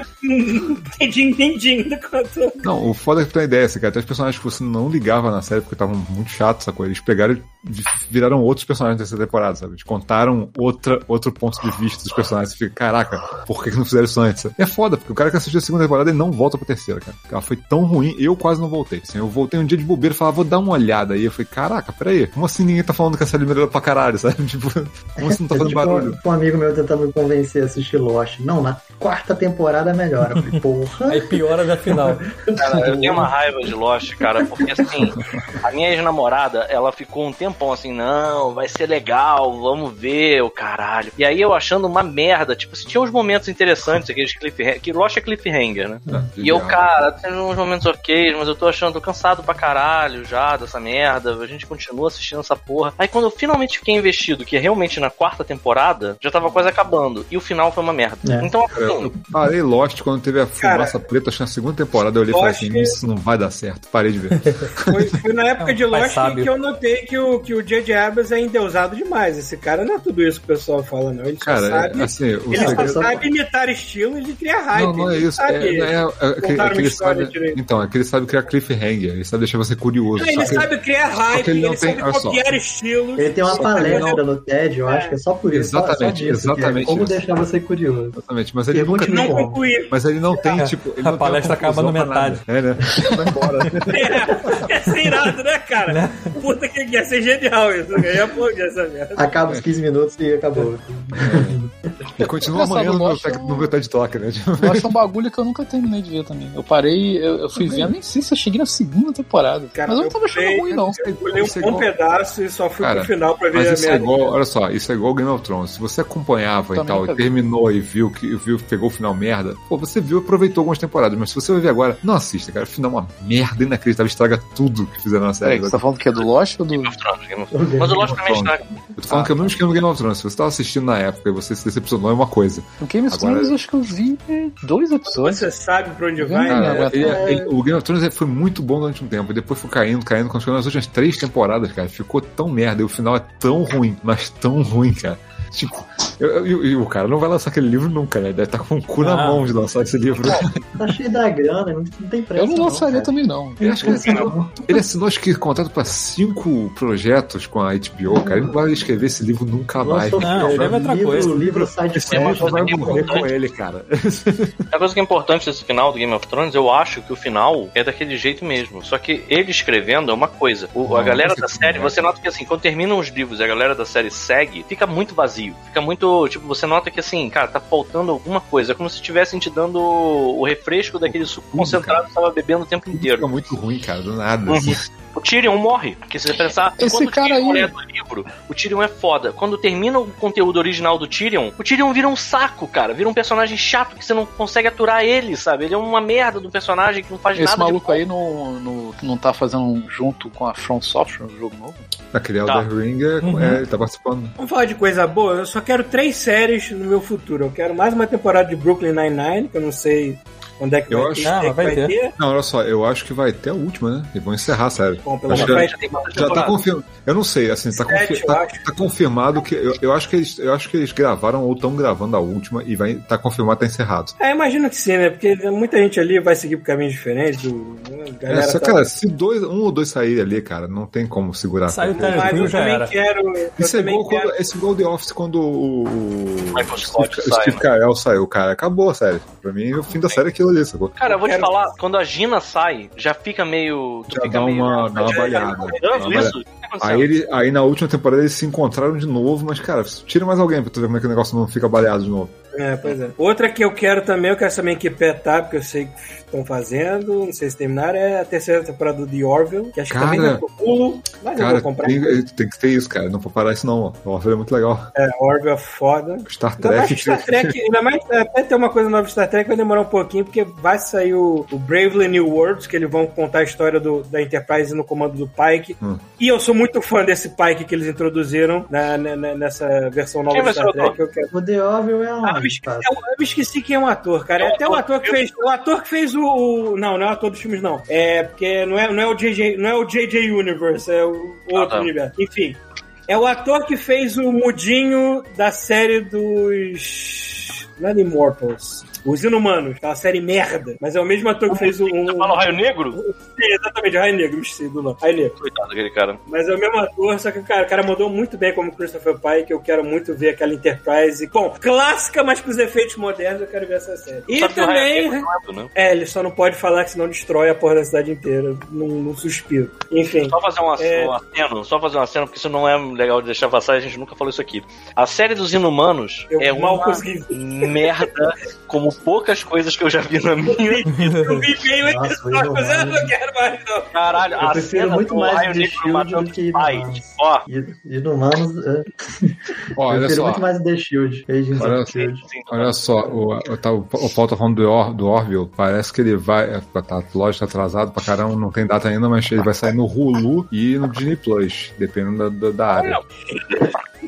Tendinho, tendinho do cantor.
Não, o foda é que tu tem ideia, assim, cara. Até os personagens que você não ligava na série porque estavam muito chatos, sacou? Eles pegaram e vi- viraram outros personagens dessa temporada, sabe? Eles contaram outra, outro ponto de vista dos personagens. Você fica, caraca, por que que não fizeram isso antes? É foda, porque o cara que assistiu a segunda temporada ele não volta pra terceira, cara. Porque Ela foi tão ruim, eu quase não voltei. Assim, eu voltei um dia de bobeira e falava, vou dar uma olhada aí. Eu falei, caraca, peraí, como assim ninguém tá falando que a série melhorou pra caralho, sabe? <laughs> Tipo, como assim
<laughs>
não tá
É
fazendo
tipo
barulho?
um, um amigo meu tentando me convencer a assistir Lost. Não, na quarta temporada melhora. Eu falei, porra.
Aí piora já final.
Cara, eu tenho uma raiva de Lost, cara, porque assim, a minha ex-namorada, ela ficou um tempão assim, não, vai ser legal, vamos ver, o caralho. E aí eu achando uma merda, tipo, assim, tinha uns momentos interessantes, aqueles cliffhanger, que Lost é cliffhanger, né?
Ah,
E eu, cara, teve uns momentos ok, mas eu tô achando, tô cansado pra caralho já dessa merda. A gente continua assistindo essa porra. Aí quando eu finalmente fiquei investido, que é realmente na quarta temporada, já tava quase acabando. E o final foi uma merda.
É.
Então,
Cara,
assim,
eu parei Lost quando teve a fumaça preta, acho que na segunda temporada eu olhei e falei
Lost
assim,
é-
isso não vai dar certo, parei de ver.
Foi, foi na
É,
época de
Pai
Lost
sábio.
que eu notei que o, que o J.J. Abrams é endeusado demais. Esse cara não é tudo isso que o pessoal fala, não. Ele só
Cara,
sabe...
é, assim, o
Ele só
segredo...
só-
sabe imitar estilo e de criar hype.
Não, não é
Ele
isso. É,
sabe-
não é, é, é, que-
uma
é que ele
história
sabe,
direito.
então, é que ele sabe criar cliffhanger, ele sabe deixar você curioso.
Não, ele
só que-
sabe criar hype,
que ele
ele,
não tem-
sabe
olha só.
copiar estilos.
Ele tem uma palestra
não-
no TED, eu acho que é só por isso. só-
Exatamente,
só disso, que é
exatamente
Como
isso.
deixar você curioso.
Exatamente, mas ele
Eu
nunca
continuo
Não
tem.
<laughs>
bom.
concluir.
Mas ele não tem, tipo. Ele
a
não tem
palestra
uma conclusão
acaba na
pra nada.
metade.
É, né? Vai embora.
É, ia ser irado, né, cara? Puta que ia ser genial isso. Eu ia aplaudir essa merda.
Acaba os 15 minutos e acabou.
E continua
Engraçado,
amanhã no meu,
Lost
tec-
é um-
no meu TED Talk, né? Tipo,
Eu acho um bagulho que eu nunca terminei de ver também. Eu parei, eu, eu fui vendo, nem sei se eu cheguei na segunda temporada.
Cara,
mas eu não
eu
tava achando
sei,
ruim, não.
Eu pulei um
isso é
bom
igual-
pedaço e só fui
Cara,
pro final pra ver
Mas
a
isso é
merda.
igual, olha só, isso é igual ao Game of Thrones. Se você acompanhava e
Também
tal,
nunca
e
vi.
terminou e viu que viu, que pegou o final merda, pô, você viu e aproveitou algumas temporadas, mas se você vai ver agora, não assista, cara. O final é uma merda inacreditável, estraga tudo que fizeram na série.
Peraí, você tá falando que é do Lost ou do.
Game of Thrones, Game of Thrones. Mas o Lost também estraga.
Eu tô falando que é o mesmo esquema do Game of Thrones. Se você tava assistindo na época e você se decepcionou, é uma coisa.
O Game of
Agora-
Thrones acho que eu vi dois episódios.
Você sabe pra onde vai,
Cara,
né?
Cara,
agora-
ele- ele- é, o Game of Thrones foi muito bom durante um tempo, e depois foi caindo, caindo, quando chegou nas últimas três temporadas, cara, ficou tão merda, e o final é tão ruim, mas tão ruim, cara. Tipo, eu- eu- eu- e o cara não vai lançar aquele livro nunca, né? Deve estar com o cu na
Ah.
mão de lançar esse livro.
Tá cheio da grana, não, não tem pressa.
Eu não é. lançaria também, não.
Ele, acho que ele, assinou, ele assinou, acho que contrato pra cinco projetos com a HBO, cara. Ele não vai escrever esse livro nunca mais.
Lançou
Não,
filme,
leva outra
livro,
coisa.
livro sai de
Esse livro
festa.
só vai
Mas-
morrer com ele, cara.
A coisa que é importante desse final do Game of Thrones, eu acho que o final é daquele jeito mesmo. Só que ele escrevendo é uma coisa. O-
Não,
a galera
não sei
da
como
série,
é.
você nota que assim, quando terminam os livros e a galera da série segue, fica muito vazio. Fica muito. Tipo, você nota que assim, cara, tá faltando alguma coisa. É como se estivessem te dando o refresco daquele suco
Tudo,
concentrado que você tava bebendo o tempo
Fica
inteiro.
muito ruim, cara, do nada. assim.
O Tyrion morre. Porque se você pensar,
Esse
quando
cara
o Tyrion
aí-
é do livro, o Tyrion é foda. Quando termina o conteúdo original do Tyrion, o Tyrion vira um saco, cara. Vira um personagem chato que você não consegue aturar ele, sabe? Ele é uma merda do personagem que não faz
Esse
nada.
maluco aí não, não, não tá fazendo um junto com a From Software, um jogo novo?
Aquele
Tá.
Elder Ring é,
Uhum.
é, ele tá participando.
Vamos falar de coisa boa? Eu só quero três séries no meu futuro. Eu quero mais uma temporada de Brooklyn Nine-Nine, que eu não sei onde é que
Eu
vai,
acho-
ter,
Ah,
que
vai ter.
Não, olha só, eu acho que vai até a última, né? E vão encerrar, sério.
Bom, pelo menos
Acho que
vai
de- já tem bastante
Já tá
temporada.
confirmado. Eu não sei, assim, tá,
Sete,
confi-
eu
tá,
acho.
tá confirmado que. Eu, eu acho que eles, eu acho que eles gravaram ou estão gravando a última e vai. Tá confirmado, tá encerrado.
É, imagino que sim, né? Porque muita gente ali vai seguir por caminhos diferentes. O... a
É,
Galera
só,
tá-
cara, se dois, um ou dois saírem ali, cara, não tem como segurar.
Saiu o
Porque-
Tyler
Mas
Quill,
eu
Tá, já
também
era.
quero. Eu
Isso é
também
igual,
quero.
quando, esse igual The Office quando o. o-
Michael Scott
o Steve,
sai,
Steve
né?
Carell saiu, cara. Acabou a série. Pra mim, o fim da série é aquilo ali, sacou?
Cara, eu vou te
Quero-
falar, quando a Gina sai, já fica meio. Tu
Já
fica
dá
meio.
uma, dá uma
já-
baleada.
Tá
Dá uma
vendo
baleada.
isso? O que tá
Aí,
acontecendo?
ele, aí na última temporada eles se encontraram de novo, mas cara, tira mais alguém pra tu ver como é que o negócio não fica baleado de novo.
É, pois é. Outra que eu quero também, eu quero saber em que pé tá, porque eu sei que estão fazendo, não sei se terminaram, é a terceira temporada do The Orville, que acho que
Cara.
também deu pulo, mas eu
Cara,
vou comprar.
tem, tem que ter isso, cara. Não pode parar isso não, ó. O Orville é muito legal.
É, Orville é foda.
Star
Ainda mais
Trek.
que Star Trek, ainda mais é, até ter uma coisa nova de Star Trek vai demorar um pouquinho, porque vai sair o, o Bravely New Worlds, que eles vão contar a história do, da Enterprise no comando do Pike.
Hum.
E eu sou muito fã desse Pike que eles introduziram na- na- na- nessa versão nova
Quem
de
vai
Star
ser o ator?
Trek. Eu quero
O The Orville é
Ah, eu, me
onde,
esqueci,
cara?
eu- eu me esqueci quem é um ator, cara. É até o ator que fez. O ator que fez o. o- não, não é o ator dos filmes, não. É porque não é, não é o JJ. Não é o JJ Universe, é o outro
tá.
universo. Enfim. É o ator que fez o mudinho da série dos. Não é The Immortals. Os Inumanos, aquela série merda. Mas é o mesmo ator que fez o.
Tu fala o Raio Negro?
É, exatamente, Raio Negro, esqueci do nome. Raio Negro.
Coitado daquele cara.
Mas é o mesmo ator, só que cara, o cara mandou muito bem como Christopher Pike, eu quero muito ver aquela Enterprise. Bom, clássica, mas com os efeitos modernos, eu quero ver essa série. E
Só que o Raio
também.
Negro é errado, né?
É, ele só não pode falar que senão destrói a porra da cidade inteira. Num, num suspiro. Enfim.
Só fazer um, ac-
É.
um aceno, só fazer um aceno, porque isso não é legal de deixar passar, a gente nunca falou isso aqui. A série dos Inumanos
Eu
é
mal
uma
consegui ver.
merda como poucas coisas que eu já vi na minha
Eu vi meio
Nossa,
episódio,
foi
mas eu
horror.
não quero mais, não.
Caralho,
Eu
a
prefiro
cena
muito
do
mais
Raio
The
Negro
Shield
matando
do que
Pike.
Inumanos.
Ó,
E, e no Manos, eu
Ó, <laughs> olha
prefiro
só.
muito mais The Shield. Agents
Olha
of Shield.
sim,
Olha só, o, o, tá- o, o Paulo tá falando do, Or, do Orville, parece que ele vai. é, Tá, lógico, tá atrasado pra caramba, não tem data ainda, mas ele vai sair no Hulu e no Disney Plus, dependendo da, da, da área.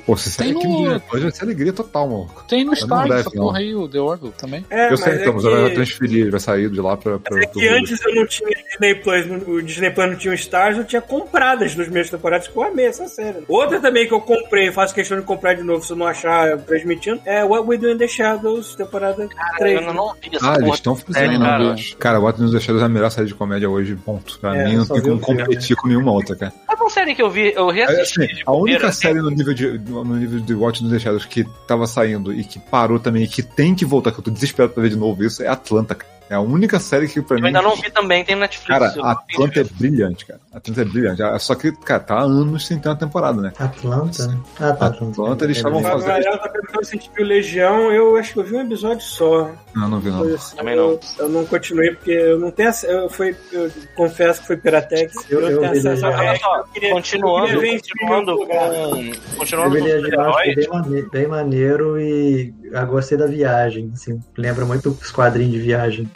Pô, se sair
Tem
aqui no
um-
no-
Disney Plus vai ser alegria total, maluco.
Tem no Star,
deve,
essa
não.
porra aí, o The Orville também.
É,
eu sei, então, mas
que-
agora vai transferir, ele vai sair de lá pra. pra
É
pro
que
Hulu.
antes eu não tinha Disney Plus, não- o Disney Plus não tinha o Stars, eu tinha comprado as duas primeiras temporadas que eu amei essa série. Outra também que eu comprei, faço questão de comprar de novo se eu não achar eu transmitindo, é What We Do in the Shadows, temporada
Cara,
3.
eu ainda não vi essa
Ah, eles
porra.
estão
série,
fazendo.
cara.
Cara, cara What News Shadows é a melhor série de comédia hoje, ponto. Pra
É,
mim,
eu
não
só
tem
vi o
como competir com nenhuma outra, cara.
Mas É uma série que eu vi, eu
É,
reassisti.
assim, a única
primeira,
série no nível de, no nível de Watch dos Shadows que tava saindo e que parou também e que tem que voltar, que eu tô desesperado pra ver de novo isso, é Atlanta, cara. É a única série que pra
Eu
mim.
ainda não vi também, tem Netflix.
Cara,
eu
a
não vi. né?
Atlanta é brilhante, cara. A Atlanta é brilhante. Ah, Só que, cara, tá há anos sem ter uma temporada, né?
Atlanta? Ah, tá.
Atlanta, eles estavam
Beleza.
fazendo-
Fábio Varela tá perguntando se a gente viu Legião, eu acho que eu vi um episódio só.
Não, não vi, não.
Coisa assim,
Também não.
Eu, eu não continuei porque eu não tenho essa, eu, foi, eu confesso que foi Piratex, eu,
Eu- eu
tenho
vi
acesso
Legião.
a
Olha só,
queria- eu
continuando,
queria ver esse
continuando
filme em algum
com.
Eu
Continuando
vi
com
Legião, achei
super-heróis.
bem, mane- bem maneiro e eu gostei da viagem, assim, lembra muito os quadrinhos de viagem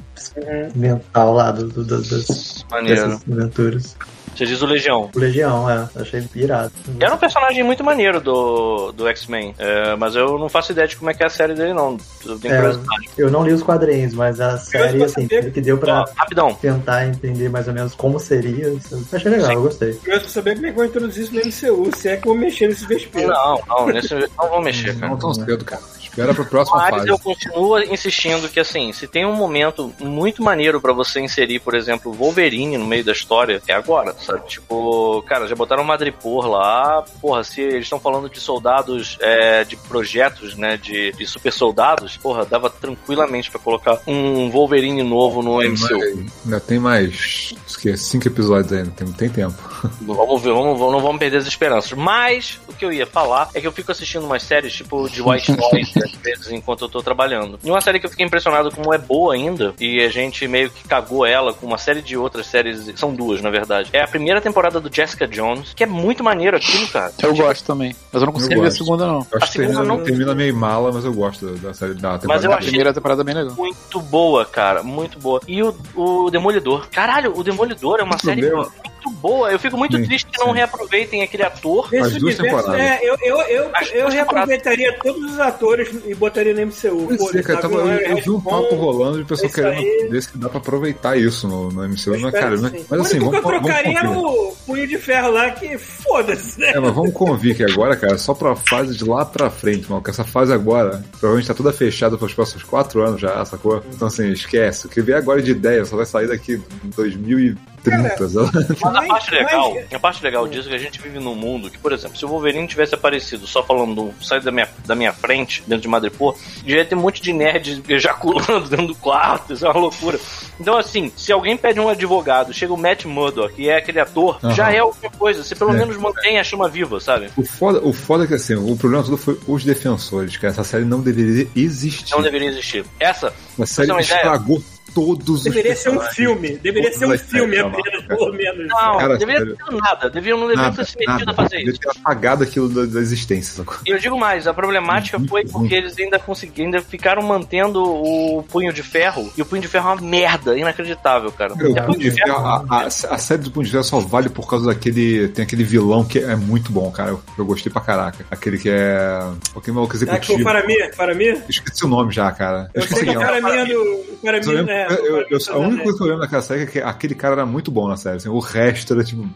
mental lá do, do- do- das,
Maneiro.
dessas aventuras.
Você diz o Legião.
O Legião, é, achei pirado.
Era um personagem muito maneiro do, do X-Men, é, mas eu não faço ideia de como é que é a série dele, não. Eu tenho
É,
curiosidade.
Eu não li os quadrinhos, mas a série,
pra
assim,
saber.
pelo que deu
Ó,
pra
Então, rapidão.
tentar entender mais ou menos como seria, isso- achei legal, eu gostei.
curioso pra saber como é que eu introduzir isso no MCU, se é que eu vou mexer nesse vespeiro.
Não, não, nesse não vou mexer, É, cara.
Não tão cedo, cara. Espera pra próxima
Mas
fase.
eu continuo insistindo que, assim, se tem um momento muito maneiro pra você inserir, por exemplo, Wolverine no meio da história, é agora, sabe? Tipo, cara, já botaram Madripoor lá, porra, se eles estão falando de soldados, é, de projetos, né, de, de super soldados, porra, dava tranquilamente pra colocar um Wolverine novo no
Tem
MCU.
mais- Ainda tem mais o quê? Cinco episódios ainda, tem, tem tempo.
Vamos ver, vamos, vamos- não vamos perder as esperanças. Mas o que eu ia falar é que eu fico assistindo umas séries tipo de White Noise às vezes enquanto eu tô trabalhando. E uma série que eu fiquei impressionado como é boa ainda, e a gente meio que cagou ela com uma série de outras séries, são duas na verdade. É a primeira temporada do Jessica Jones, que é muito maneiro aquilo, cara.
Eu gosto também. Mas eu não consigo ver a
gosto.
segunda,
Eu
não.
A
acho que
segunda
termina,
não-
termina meio mala, mas eu gosto da- da série da temporada.
eu
A
achei-
primeira temporada é bem legal.
Muito boa, cara, muito boa. E o, o Demolidor. Caralho, o Demolidor é uma série
bem, ó.
muito boa. Eu fico muito
Sim,
triste que não
sim.
reaproveitem aquele ator.
Nesse
As duas
universo,
temporadas.
é, eu, eu, eu,
As
eu
duas
reaproveitaria todos os atores e botaria no MCU.
Pois é,
Foda-se,
cara,
sabe?
tava- eu, eu
Harry
vi um papo
Bond,
rolando de pessoa
isso
querendo
aí.
ver se dá pra aproveitar isso no, no MCU,
eu espero
mas, cara,
que
mas,
sim.
mas assim,
o único
vamos,
que eu
vamos
trocaria era
convir.
o punho de ferro lá, que foda-se,
<laughs>
né?
É, mas vamos convir que agora, cara, só pra fase de lá pra frente, mano, que essa fase agora provavelmente tá toda fechada pros próximos quatro anos já, sacou? Então assim, esquece. O que vier agora de ideia só vai sair daqui em 2030, sei lá.
Mas a
Mas-
parte
mas-
legal, a parte legal disso é que a gente vive num mundo que, por exemplo, se o Wolverine tivesse aparecido só falando, sai da minha, da minha frente, dentro de Madripoor, já ia ter um monte de nerd <laughs> ejaculando dentro do quarto, isso é uma loucura. Então, assim, se alguém pede um advogado, chega o Matt Murdock e é aquele ator,
Aham.
já é alguma coisa. Você pelo
É.
menos mantém a chama viva, sabe?
O foda, o foda é que assim, o problema todo foi os defensores, cara. Essa série não deveria existir.
Não deveria existir. Essa,
A
Pra você
série
ter uma ideia-
estragou todos
Deveria
os
ser um
personagens.
filme. Deveria ser um
Todas as
filme
séries,
apenas,
cara.
pelo menos.
não,
Cara,
deveria
sério.
ter nada, deveria, não deveria ter se metido a fazer
Devia
isso.
ter apagado aquilo da, da existência, sacou?
E eu digo mais, a problemática foi porque eles ainda conseguiram, ainda ficaram mantendo o punho de ferro. E o punho de ferro é uma merda, inacreditável, cara.
Cara, o
É
Punho de Ferro, a, a- a série do Punho de Ferro só vale por causa daquele. Tem aquele vilão que é muito bom, cara. Eu, eu gostei pra caraca. Aquele que é. Aquele maluco
É que o
executivo.
Faramir, Faramir?
Eu Esqueci o nome já, cara. Eu
Eu sei
esqueci
que o
quem é.
Faramir do.
é
O né?
Mas eu
Faramir,
lembro-
né?
eu- eu- eu-
Faramir
a única
do-
coisa que eu lembro daquela série é que aquele cara era muito bom na série. assim. o resto era tipo.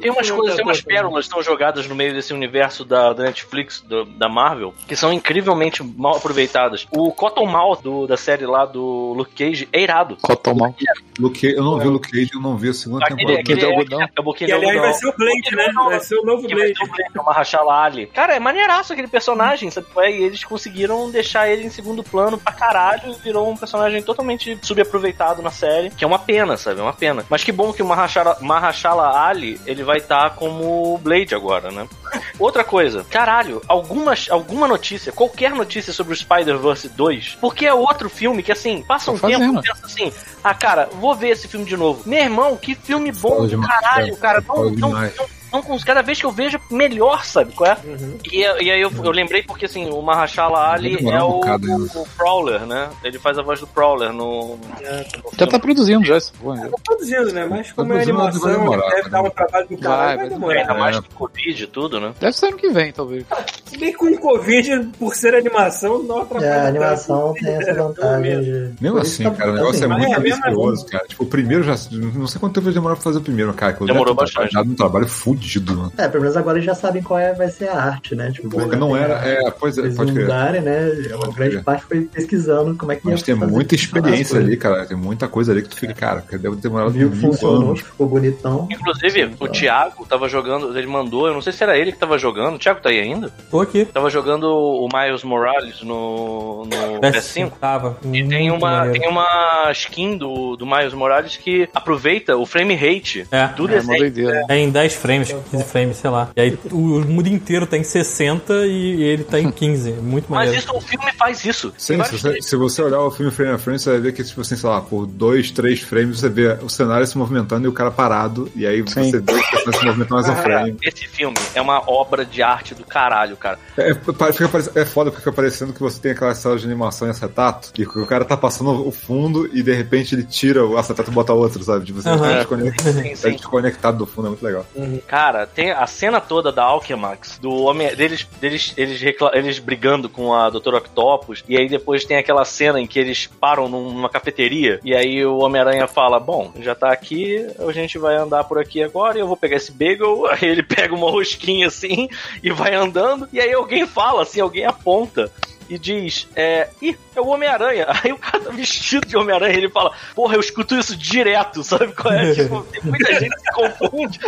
Tem umas
Não,
coisas, tem
tá,
umas
tá, tá.
pérolas que estão jogadas no meio desse universo da, da Netflix, do- da Marvel, que são incrivelmente mal aproveitadas. O Cottonmouth do, da série lá do Luke Cage é irado.
Cotton mal.
Luke, eu não vi o Luke Cage, eu não vi a
É.
segunda
Aquele,
temporada.
aquele, é
de algodão.
aquele boquinha
é Que
de
aliás vai
algodão.
ser o Blade, né? Vai ser o novo
Que vai
Blade.
ter o Blake, o Mahershala Ali. Cara, é maneiraço aquele personagem, sabe? qual é? E eles conseguiram deixar ele em segundo plano pra caralho e virou um personagem totalmente subaproveitado na série, que é uma pena, sabe? É uma pena. Mas que bom que o Mahershala, Mahershala Ali, ele vai estar como Blade agora, né? <laughs> Outra coisa, caralho, algumas, alguma notícia, qualquer notícia sobre o Spider-Verse 2, porque é outro filme que, assim, passa
Tô
um tempo
fazendo.
e pensa assim, ah, cara, vou ver esse filme de novo. Meu irmão, que filme bom
Fala
do
demais,
caralho, cara.
cara.
Não,
Fala
não,
demais.
não, não cons- cada vez que eu vejo, melhor, sabe qual é?
Uhum.
E, e aí eu, eu lembrei porque, assim, o Mahashala Ali é
Vai demorar um
o,
bocado ainda.
o Prowler, né? Ele faz a voz do Prowler no... no
Já
filme.
tá produzindo já esse porra. já.
Tá produzindo, né? Mas como é
Produzindo, mas vai
animação,
demorar,
deve
cara.
dar um trabalho do caralho, vai
vai
demorar.
Ainda mais
É.
que Covid e tudo, né?
Deve ser ano que vem, talvez.
Se bem que com o Covid, por ser animação, não
É,
atrapalha.
a
tanto.
animação tem
<laughs>
essa
Pelo
vantagem
menos.
de.
Mesmo
Por isso
assim,
tá-
cara, o negócio é
assim,
mas
muito
é, mesmo
ambicioso, cara. Tipo, o primeiro já. Não sei quanto tempo demorou pra fazer o primeiro, cara. que eu
Demorou
lembro que
bastante.
Já num um trabalho fudido, mano.
É, pelo menos agora eles já sabem qual é, vai ser a arte, né? Tipo,
Porque não era. É, pois é,
Eles
pode crer.
mudarem, né? Uma
Pode
grande
crer.
parte foi pesquisando como é que
Mas
ia
tem
fazer
muita experiência
as coisas.
ali, cara. Tem muita coisa ali que tu fica, cara, que deve ter demorado
Viu
mil
que funcionou,
anos.
ficou bonitão.
Inclusive, o
tá.
Thiago tava jogando, ele mandou, eu não sei se era ele que tava jogando, o Thiago tá aí ainda?
Tô aqui.
Tava jogando o Miles Morales no,
É,
no PS5.
Tava.
E tem uma, tem um uma skin do, do Miles Morales que aproveita o frame rate
É.
do
É uma
desenho.
doideira.
É em 10 frames, 15 frames, sei lá. E aí o, o mundo inteiro tá em 60 e ele tá
<laughs>
em 15. Muito
Mas
maneiro.
isso, o filme faz isso. Tem
Sim, se
vários
você, se você olhar o filme frame a frame, você vai ver que, tipo assim, sei lá, por dois, três frames, você vê o cenário se movimentando e o cara parado, e aí
Sim.
você vê o personagem se movimentando mais um frame.
Esse filme é uma obra de arte do caralho, cara.
É, pa- fica parece- é foda porque fica parecendo que você tem aquela sala de animação em acetato, e que o cara tá passando o fundo e de repente ele tira o acetato e bota outro, sabe? Tipo, você
Aham.
tá desconectado,
Sim,
tá
sim.
desconectado do fundo, é muito legal.
Cara, tem a cena toda da Alchemax, do homem. Deles, deles, eles, recla- eles brigando com a Doutora Octopus, e aí depois tem aquela cena em que eles param num- numa cafeteria, e aí o Homem-Aranha fala: Bom, já tá aqui, a gente vai andar por aqui agora, e eu vou pegar esse bagel, <laughs> aí ele pega uma rosquinha assim e vai andando, e aí alguém fala assim, alguém aponta. e diz: é, Ih, é o Homem-Aranha. <laughs> Aí o cara tá vestido de Homem-Aranha e ele fala: Porra, eu escuto isso direto, sabe? Qual é? Tipo, tem muita gente que se confunde.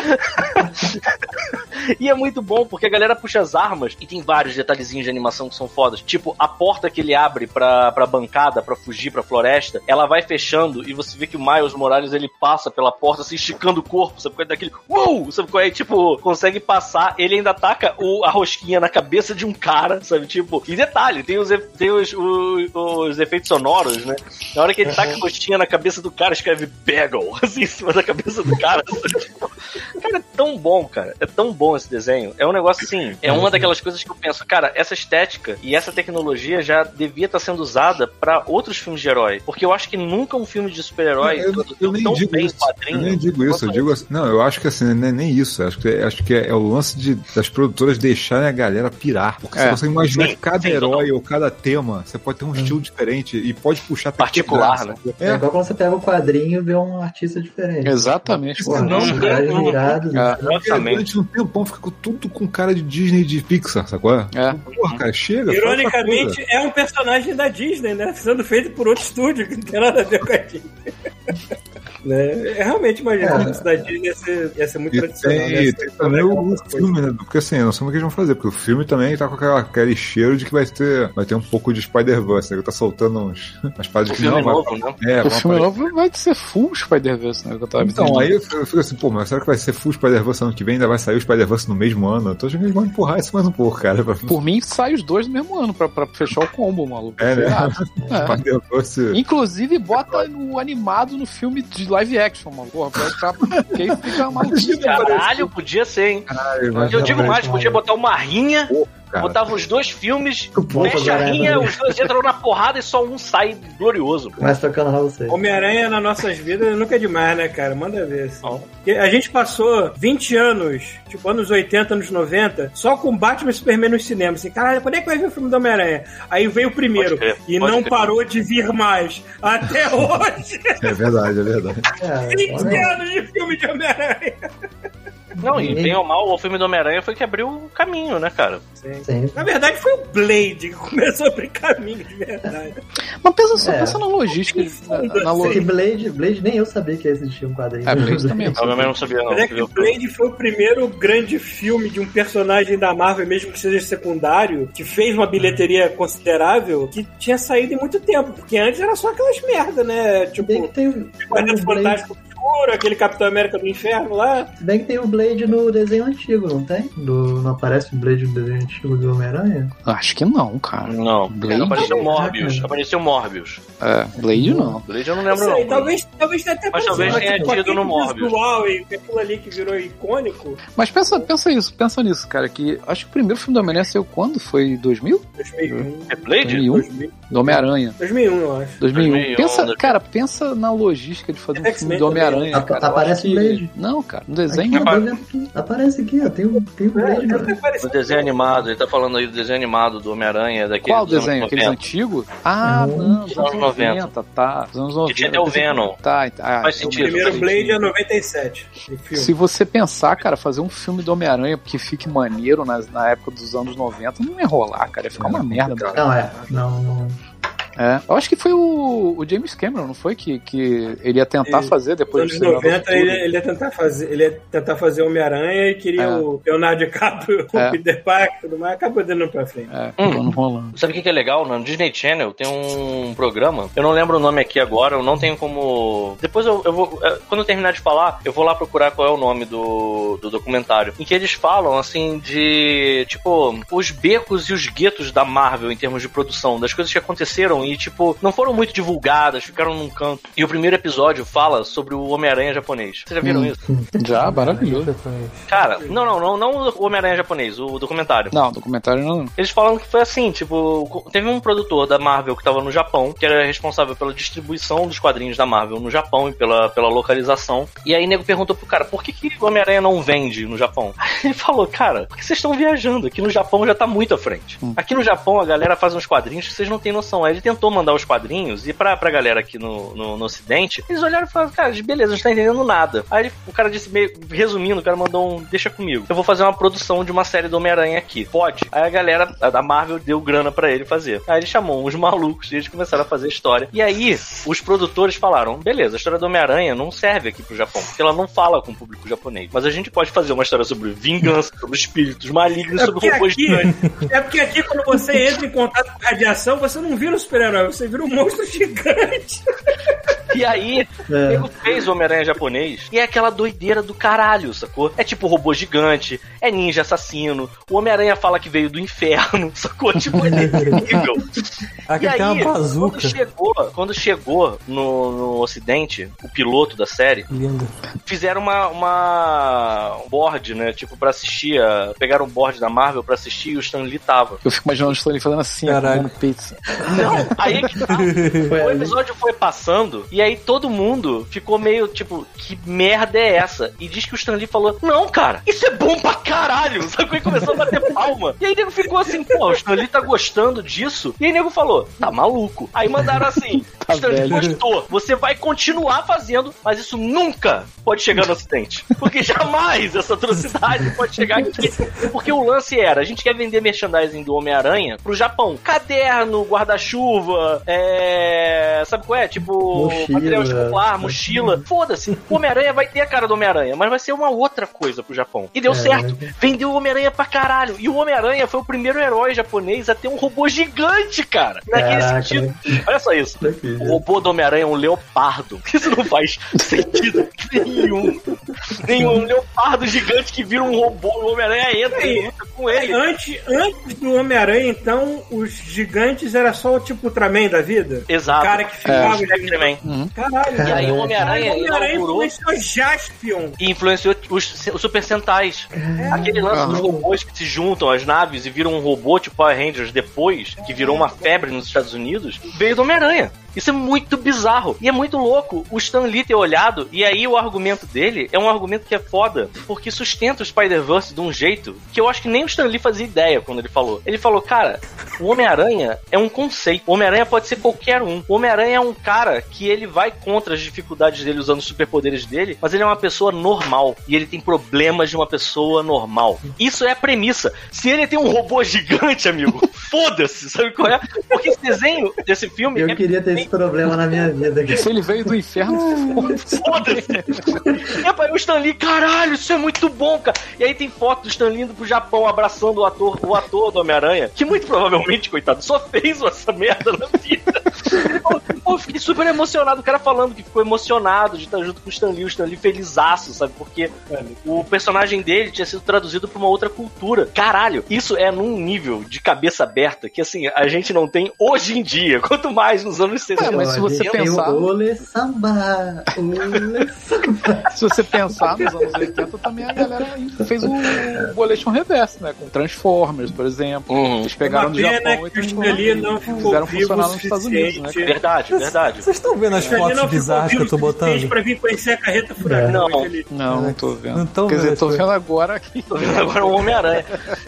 e é muito bom, porque a galera puxa as armas e tem vários detalhezinhos de animação que são fodas. Tipo, a porta que ele abre pra, pra bancada, pra fugir pra floresta, ela vai fechando e você vê que o Miles Morales ele passa pela porta, assim, esticando o corpo, sabe? Qual é? Daquele uou! Sabe qual é? E, tipo, consegue passar, ele ainda taca o, a rosquinha na cabeça de um cara, sabe? Tipo, e detalhe, tem os, e- tem os, os, os efeitos sonoros, né? Na hora que ele
Uhum.
taca a rosquinha na cabeça do cara, escreve Bagel, <laughs> assim, em cima da cabeça do cara. sabe? Tipo, Cara, é tão bom, cara. É tão bom esse desenho. É um negócio assim. É uma daquelas coisas que eu penso, cara, essa estética e essa tecnologia já devia estar sendo usada pra outros filmes de herói. Porque eu acho que nunca um filme de super-herói
Eu, eu
produziu
nem
tão
digo
bem
isso.
quadrinho.
Eu nem digo isso. Eu
quanto-
digo assim, não, eu acho que assim, não é nem isso. Acho que, é- acho que é, é o lance de, das produtoras deixarem a galera pirar. Porque
É.
você consegue imaginar
Sim,
que cada
sim,
herói ou cada tema, você pode ter um estilo diferente e pode puxar até
Particular,
quebrar,
né?
sabe?
É
É,
igual quando você pega o quadrinho e vê um artista
é.
diferente. é um
Exatamente.
Porra,
Não,
esses caras
não, não.
virados.
É.
Exatamente.
Exatamente.
Durante um tempão fica com tudo com cara de Disney e de Pixar, sacou?
É.
Porra, cara, chega. faz outra coisa.
Ironicamente, é um personagem da Disney, né? Sendo feito por outro estúdio, que não tem nada a ver com a Disney. <laughs> né? É realmente imagina
É.
isso da Disney ia ser, ia ser muito
E
tradicional.
tem,
né?
e tem também o filme, né? Porque assim, eu não sei o que eles vão fazer, porque o filme também tá com aquela, aquele cheiro de que vai ter, vai ter um pouco de Spider-Verse, né? Que tá soltando uns, umas paradas
O
de que
filme
<laughs> não, vai-
novo, né?
É,
o
vão
filme
aparecer.
novo vai ser full Spider-Verse, né? Que eu tava
Então,
dizendo.
aí eu fico eu fico assim, pô, mas será que vai ser full Spider-Verse ano que vem? Ainda vai sair o Spider-Verse no mesmo ano? Eu tô achando que eles vão empurrar isso mais um pouco, cara. pra-
Por mim, sai os dois no mesmo ano pra, pra fechar o combo, maluco.
É, né? <laughs> <laughs>
Ah, é.
Spider-Verse.
Inclusive, bota o animado no filme de live action, mano. Porra, vai ficar. Porque aí fica maluquinho.
Caralho, podia ser, hein? E eu digo mais, podia botar uma rinha,
Cara.
botava os dois filmes,
Bota
fecha a
agora,
rinha,
né?
os dois entram na porrada e só um sai glorioso.
Começa tocando Raul Seixas.
Homem-Aranha nas nossas vidas nunca é demais, né, cara? Manda ver. Assim. Porque A gente passou 20 anos, tipo anos 80, anos 90, só com Batman e Superman nos cinemas. Assim, caralho, quando é que vai vir o filme do Homem-Aranha? Aí veio o primeiro
Pode crer,
e
pode
não
crer.
parou de vir mais.
<laughs>
Até hoje,
É verdade, é verdade.
Cara,
20
olha,
anos de filme de Homem-Aranha.
Não, e
Ninguém-
bem ou mal, o filme do Homem-Aranha foi que abriu o caminho, né, cara?
sim.
Na verdade, foi o Blade que começou a brincar caminho, de verdade.
Mas pensa só,
É.
pensa na logística. Na, na lo...
E Blade, Blade nem eu sabia que existia um quadrinho.
É, Blade também.
Eu também não um- sabia, não.
Mas é que
viu?
o Blade foi o primeiro grande filme de um personagem da Marvel, mesmo que seja secundário, que fez uma bilheteria considerável, que tinha saído em muito tempo. Porque antes era só aquelas merda, né?
Se bem
Tipo,
que tem, o- tem
Guardiões
o Blade,
Fantástico Escuro, aquele Capitão América do Inferno lá.
se bem que tem o Blade no desenho antigo, não tem? Do, não aparece o Blade no desenho antigo do Homem-Aranha?
Acho que não, cara.
Não,
Blade?
Não, apareceu
né,
Morbius.
Caraca.
Apareceu Morbius.
É, Blade não.
Blade eu não
Não
lembro,
sei,
não.
talvez, talvez tenha até
Tá Mas talvez
aparecido,
tenha
tipo,
tido no
aquele
Morbius.
visual e aquilo ali que virou icônico.
Mas pensa, pensa isso, pensa nisso, cara. Que acho que o primeiro filme do Homem-Aranha saiu quando? Foi 2000?
2001,
É Blade?
2001? Do Homem-Aranha.
2001 eu acho.
2001.
2001,
Pensa,
2000.
cara, pensa na logística de fazer um
X-Men
filme do Homem-Aranha,
também.
cara. Eu
Tá- Aparece
acho
o
que-
Blade.
Não, cara, no
Aqui,
desenho.
ó, Blade aqui. Aparece aqui, ó. Tem o tem
É,
o Blade.
Deve ter
mano.
aparecido.
Do é desenho animado, ele tá falando aí do desenho animado do Homem-Aranha, daquele.
Qual desenho? Aqueles antigos? Ah,
Não,
não, dos
dos
anos
anos
90, tá. Dos anos 90.
Que tinha até o Venom.
Tá, tá.
Faz
realmente,
sentido.
Primeiro
faz
Blade
sentido.
é 97. o filme.
Se você pensar, cara, fazer um filme do Homem-Aranha que fique maneiro na, na época dos anos 90, não ia rolar, cara. Ia ficar uma merda.
Não, é. Não, não.
É. Eu acho que foi o, o James Cameron, não foi? Que, que ele ia tentar
Ele-
fazer depois
Nos
de
anos
Exterminador
90
do Futuro.
ele, ele ia tentar fazer, ele ia tentar fazer Homem-Aranha e queria
É.
o Leonardo DiCaprio,
É.
o Peter Parker, e tudo mais, acabou dando pra frente.
É,
Hum.
acabou não rolando.
Sabe o que que é legal? No Disney Channel tem um programa, eu não lembro o nome aqui agora, eu não tenho como. Depois eu, eu vou. é, Quando eu terminar de falar, eu vou lá procurar qual é o nome do, do documentário. Em que eles falam, assim, de. Tipo, os becos e os guetos da Marvel em termos de produção, das coisas que aconteceram e, tipo, não foram muito divulgadas, ficaram num canto. E o primeiro episódio fala sobre o Homem-Aranha japonês. Vocês já viram
Hum.
isso?
Já, maravilhoso.
Cara, não, não, não, não o Homem-Aranha japonês, o documentário.
Não, documentário não.
Eles falam que foi assim, tipo, teve um produtor da Marvel que tava no Japão, que era responsável pela distribuição dos quadrinhos da Marvel no Japão e pela, pela localização. E aí o nego perguntou pro cara, por que, que o Homem-Aranha não vende no Japão? <laughs> Ele falou, cara, porque vocês estão viajando? Aqui no Japão já tá muito à frente. Aqui no Japão a galera faz uns quadrinhos que vocês não têm noção. Aí ele tentou mandar os quadrinhos e pra, pra galera aqui no, no, no Ocidente, eles olharam e falaram, cara, beleza, a gente tá entendendo nada. Aí ele- o cara disse, meio, resumindo, o cara mandou um, deixa comigo, eu vou fazer uma produção de uma série do Homem-Aranha aqui. Pode? Aí a galera a da Marvel deu grana pra ele fazer. Aí ele chamou uns malucos e eles começaram a fazer a história. E aí, os produtores falaram, beleza, a história do Homem-Aranha não serve aqui pro Japão, porque ela não fala com o público japonês. Mas a gente pode fazer uma história sobre vingança, sobre espíritos malignos,
É
sobre
porque,
robôs
aqui,
gigantes.
é porque aqui, quando você entra em contato com radiação, você não vira um super-herói, você vira um monstro gigante.
E aí, o
É.
nego fez o Homem-Aranha japonês. E é aquela doideira do caralho, sacou? É tipo robô gigante, é ninja assassino. O Homem-Aranha fala que veio do inferno, <laughs> sacou? Tipo, é nesse nível.
Ah, Aqui
E aí,
tem uma bazuca.
quando chegou, quando chegou no, no ocidente, o piloto da série,
Lindo.
fizeram uma, uma um board, né? Tipo, pra assistir. A, pegaram um board da Marvel pra assistir e o Stan Lee tava.
Eu fico imaginando o Stanley fazendo assim,
Caraca.
comendo pizza.
Não, aí é que tá.
Foi
O
ali.
episódio foi passando e aí todo mundo ficou meio tipo, que merda é essa? E diz que o Stan Lee falou: Não, cara, isso é bom pra caralho! <laughs> Sacou? E começou a bater palma. E aí o nego ficou assim: Pô, o Stan Lee tá gostando disso? E aí o nego falou: Tá maluco. Aí mandaram assim:
Tá
Stan Lee
velho.
gostou, você vai continuar fazendo, mas isso nunca pode chegar no acidente. Porque jamais essa atrocidade pode chegar aqui. Porque o lance era, a gente quer vender merchandising do Homem-Aranha pro Japão. Caderno, guarda-chuva, é... Sabe qual é? Tipo,
Mochila.
material escolar, mochila. Foda-se. O Homem-Aranha vai ter a cara do Homem-Aranha, mas vai ser uma outra coisa pro Japão. E deu
É.
certo. Vendeu o Homem-Aranha pra caralho. E o Homem-Aranha foi o primeiro herói japonês a ter um robô gigante, cara. Naquele
Caraca, né?
sentido. Olha só isso.
Não acredito.
O robô do Homem-Aranha é um leopardo. <laughs> Isso não faz sentido nenhum. Nenhum leopardo gigante que vira um robô. O Homem-Aranha entra e luta com ele.
Antes, antes do Homem-Aranha, então, os gigantes era só o tipo Ultraman da vida?
Exato.
O cara que ficava.
É.
X-Men.
Uhum.
Ah,
Caralho,
é. E aí o Homem-Aranha
Homem-Aranha
é inaugurou
influenciou Jaspion.
e influenciou os, os Super Sentais. Aquele lance dos robôs que se juntam às naves e viram um robô tipo Power Rangers depois, que virou uma febre nos Estados Unidos, veio do Homem-Aranha. Isso é muito bizarro. E é muito louco o Stan Lee ter olhado, e aí o argumento dele é um argumento que é foda, porque sustenta o Spider-Verse de um jeito que eu acho que nem o Stan Lee fazia ideia quando ele falou. Ele falou, cara, o Homem-Aranha é um conceito. O Homem-Aranha pode ser qualquer um. O Homem-Aranha é um cara que ele vai contra as dificuldades dele usando os superpoderes dele, mas ele é uma pessoa normal. E ele tem problemas de uma pessoa normal. Isso é a premissa. Se ele tem um robô gigante, amigo, <laughs> foda-se, sabe qual é? Porque esse desenho desse filme
Eu
é
queria ter esse problema na minha vida.
Se ele veio
<laughs>
do inferno,
Foda-se! E aí o Stan Lee, caralho, isso é muito bom, cara. E aí tem foto do Stan Lee indo pro Japão abraçando o ator, o ator do Homem-Aranha, que muito provavelmente, coitado, só fez essa merda na vida. Ele falou, Pô, eu fiquei super emocionado, o cara falando que ficou emocionado de estar junto com o Stan Lee, o Stan Lee felizaço, sabe? Porque o personagem dele tinha sido traduzido pra uma outra cultura. Caralho, isso é num nível de cabeça aberta que, assim, a gente não tem hoje em dia, quanto mais nos anos 60.
É, mas se você
Tem o
pensar-
Ole Samba. Ole
se você pensar nos anos 80, também a galera fez o boletim reverso, né? Com Transformers, por exemplo.
Uhum.
Eles pegaram do
Uma pena
Japão e
que o Stan Lee
transformaram.
não ficou
fizeram
vivo
funcionar
o
nos Estados Unidos, né?
suficiente.
Verdade, verdade.
Vocês estão vendo as
Stan Lee
fotos
não ficou
bizarras que
vivo
eu tô
o suficiente
botando?
pra vir conhecer a carreta furacão.
Não.
Ele-
Não, não tô vendo.
Não tão
Quer
vendo
dizer, tô
isso.
vendo agora aqui.
Tô vendo agora o Homem-Aranha.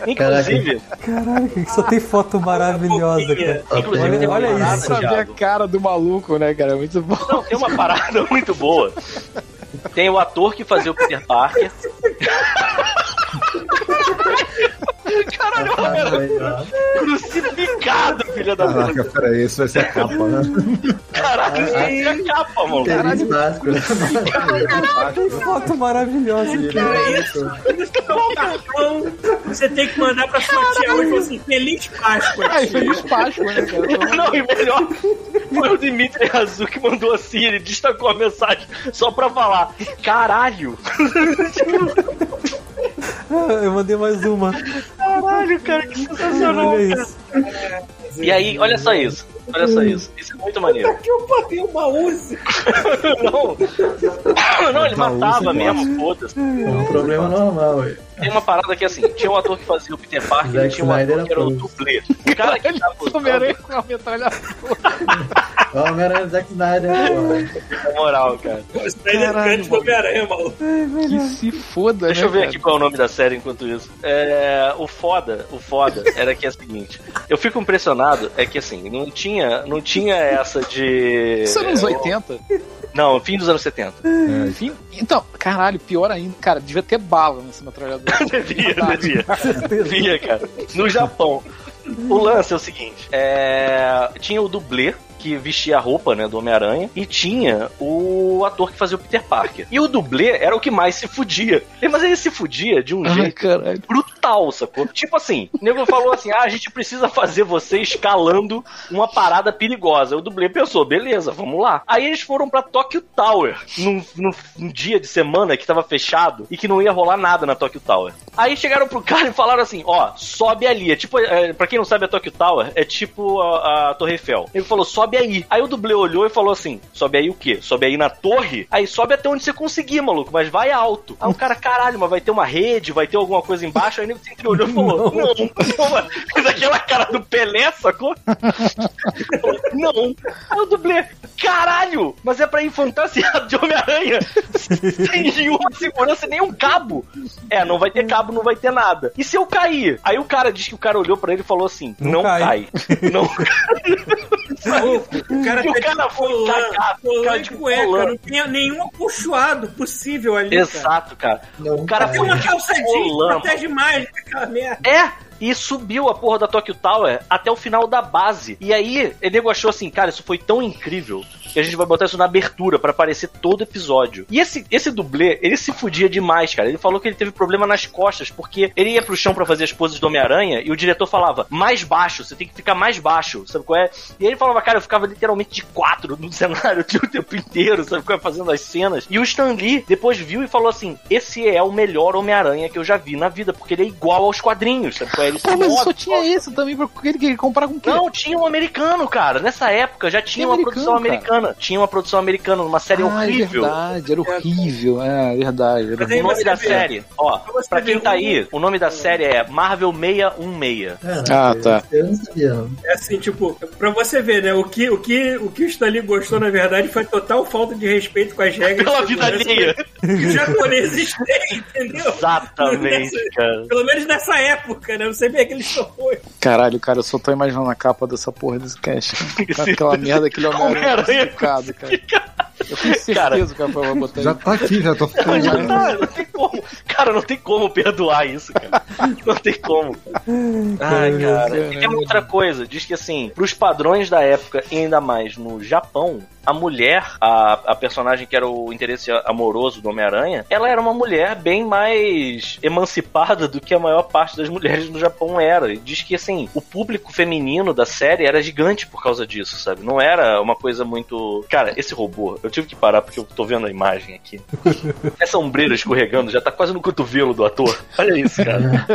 Inclusive,
Caraca, só tem foto maravilhosa, cara.
inclusive
Olha-
tem uma
olha
parada,
isso.
Saber a
Thiago.
cara do maluco, né, cara? É muito bom.
Tá
Não, tem uma parada <laughs> muito boa. Tem o ator que fazia o Peter Parker. Caralho, o Homem-Aranha
Samba.
crucificado, filha da puta.
Caraca, peraí, isso vai ser a capa, né?
<laughs>
Caralho, isso é a capa, mano.
Feliz Páscoa.
Tem foto maravilhosa.
<laughs>
Então, cartão, você tem que mandar pra sua tia hoje e falar assim, Feliz Páscoa.
Aí
tia.
feliz Páscoa, né, cara?
Não, e melhor, foi o Dimitri Azul que mandou assim, ele destacou a mensagem só pra falar, caralho,
Eu mandei mais uma.
caralho, cara, que sensacional,
Olha
cara.
isso.
E aí, olha só isso, olha só isso, isso é muito maneiro.
Que eu botei uma Uzi.
Não, <coughs> não ele matava mesmo, foda-se.
É um problema normal. ué.
Tem uma parada que é assim, tinha um ator que fazia o Peter Parker e
Zack
tinha um
Snyder
ator que era o
ator.
dublê. O cara que
<laughs>
tava
Ele
Tá
Homem-Aranha com a metralhadora.
Ó, O Homem-Aranha do Zack Snyder. pô.
na moral, cara.
Snyder Cut do Homem-Aranha, maluco.
Que se foda,
Deixa
né,
eu ver
cara?
aqui qual é o nome da série enquanto isso.
<laughs>
É, o foda, o foda era que é o seguinte, eu fico impressionado, é que assim, não tinha tinha, não tinha essa de. é,
Isso era nos 80?
Não, fim dos anos 70.
É. Enfim, então, caralho, pior ainda. Cara, devia ter bala nesse <laughs> metralhador.
<laughs> devia, devia. devia, cara. No Japão. O lance é o seguinte: é, tinha o dublê que vestia a roupa né, do Homem-Aranha e tinha o ator que fazia o Peter Parker. E o dublê era o que mais se fudia. Mas ele se fudia de um
Ai,
jeito
caralho.
brutal, sacou? Tipo assim, o nego falou assim: ah, a gente precisa fazer você escalando uma parada perigosa. O dublê pensou, beleza, vamos lá. Aí eles foram pra Tokyo Tower num, num- num dia de semana que tava fechado e que não ia rolar nada na Tokyo Tower. Aí chegaram pro <laughs> cara e falaram assim: ó, sobe ali. É tipo, é, pra quem não sabe, a Tokyo Tower é tipo a, a Torre Eiffel. Ele falou, sobe aí. Aí o dublê olhou e falou assim: sobe aí o quê? Sobe aí na torre? Aí sobe até onde você conseguir, maluco, mas vai alto. Aí o cara, caralho, mas vai ter uma rede, vai ter alguma coisa embaixo. Aí ele sempre olhou e falou: não, não, mano." fez aquela cara do Pelé, sacou? Falou, não. Aí o dublê, caralho, mas é pra ir fantasiado de Homem-Aranha. Sem nenhuma segurança, nem um cabo. É, não vai ter cabo, não vai ter nada. E se eu cair? Aí o cara diz que o cara olhou pra ele e falou assim:
Não
não,
cai."
cai. Não
O cara
E o
tá
cara
de
foi
colã,
cagado,
colã
cara
de
de
cueca,
colã.
não tinha nenhum acolchoado possível ali, cara.
Exato, cara.
Não,
O cara
cara.
E uma calça jeans
Colã,
protege mais aquela merda.
É! E subiu a porra da Tokyo Tower até o final da base. E aí, o nego achou assim, cara, isso foi tão incrível que a gente vai botar isso na abertura pra aparecer todo episódio. E esse, esse dublê, ele se fudia demais, cara. Ele falou que ele teve problema nas costas, porque ele ia pro chão pra fazer as poses do Homem-Aranha e o diretor falava, mais baixo, você tem que ficar mais baixo, sabe qual é? E aí ele falava, cara, eu ficava literalmente de quatro no <laughs> cenário o tempo inteiro, sabe qual é? Fazendo as cenas. E o Stan Lee depois viu e falou assim, esse é o melhor Homem-Aranha que eu já vi na vida, porque ele é igual aos quadrinhos, sabe qual é? Ele se
Pô, mas
move,
só tinha isso também, pra que ele queria comparar com o quê?
não, tinha um americano, cara. Nessa época já tinha
Tem
uma
americano,
produção
cara.
americana. Tinha uma produção americana, uma série
ah,
horrível.
É verdade, era horrível. É, é verdade. Era
Mas aí
O nome
você
da
vê.
série, ó,
você
pra quem
vê
tá
um-
aí, o nome da série é Marvel 616.
Caraca,
Ah, tá.
Eu não sabia. não.
É assim, tipo, pra você ver, né? O que o, que, o, que o Stanley gostou, na verdade, foi total falta de respeito com as
<laughs>
regras.
Pela vida alheia.
Que os japoneses <laughs> têm, entendeu? <laughs>
Exatamente, cara.
Pelo menos nessa época, né? Você vê aqueles sopões.
Caralho, cara, eu só tô imaginando a capa dessa porra desse
<laughs>
cast. cara. Com Aquela merda que ele é
Homem-Aranha
crucificado, cara.
<laughs>
Eu tenho certeza que o <laughs> Rafael vai botar
Já
isso.
tá aqui, já tô
Mas
falando.
já tá, não tem como. Cara, não tem como perdoar isso, cara. Não tem como. Ai, cara. E tem uma outra coisa. Diz que, assim, pros padrões da época, e ainda mais no Japão, a mulher, a, a personagem que era o interesse amoroso do Homem-Aranha, ela era uma mulher bem mais emancipada do que a maior parte das mulheres no Japão era. E diz que, assim, o público feminino da série era gigante por causa disso, sabe? Não era uma coisa muito. Cara, esse robô, eu tive que parar porque eu tô vendo a imagem aqui. Essa ombreira escorregando já tá quase no cotovelo do ator. Olha isso, cara.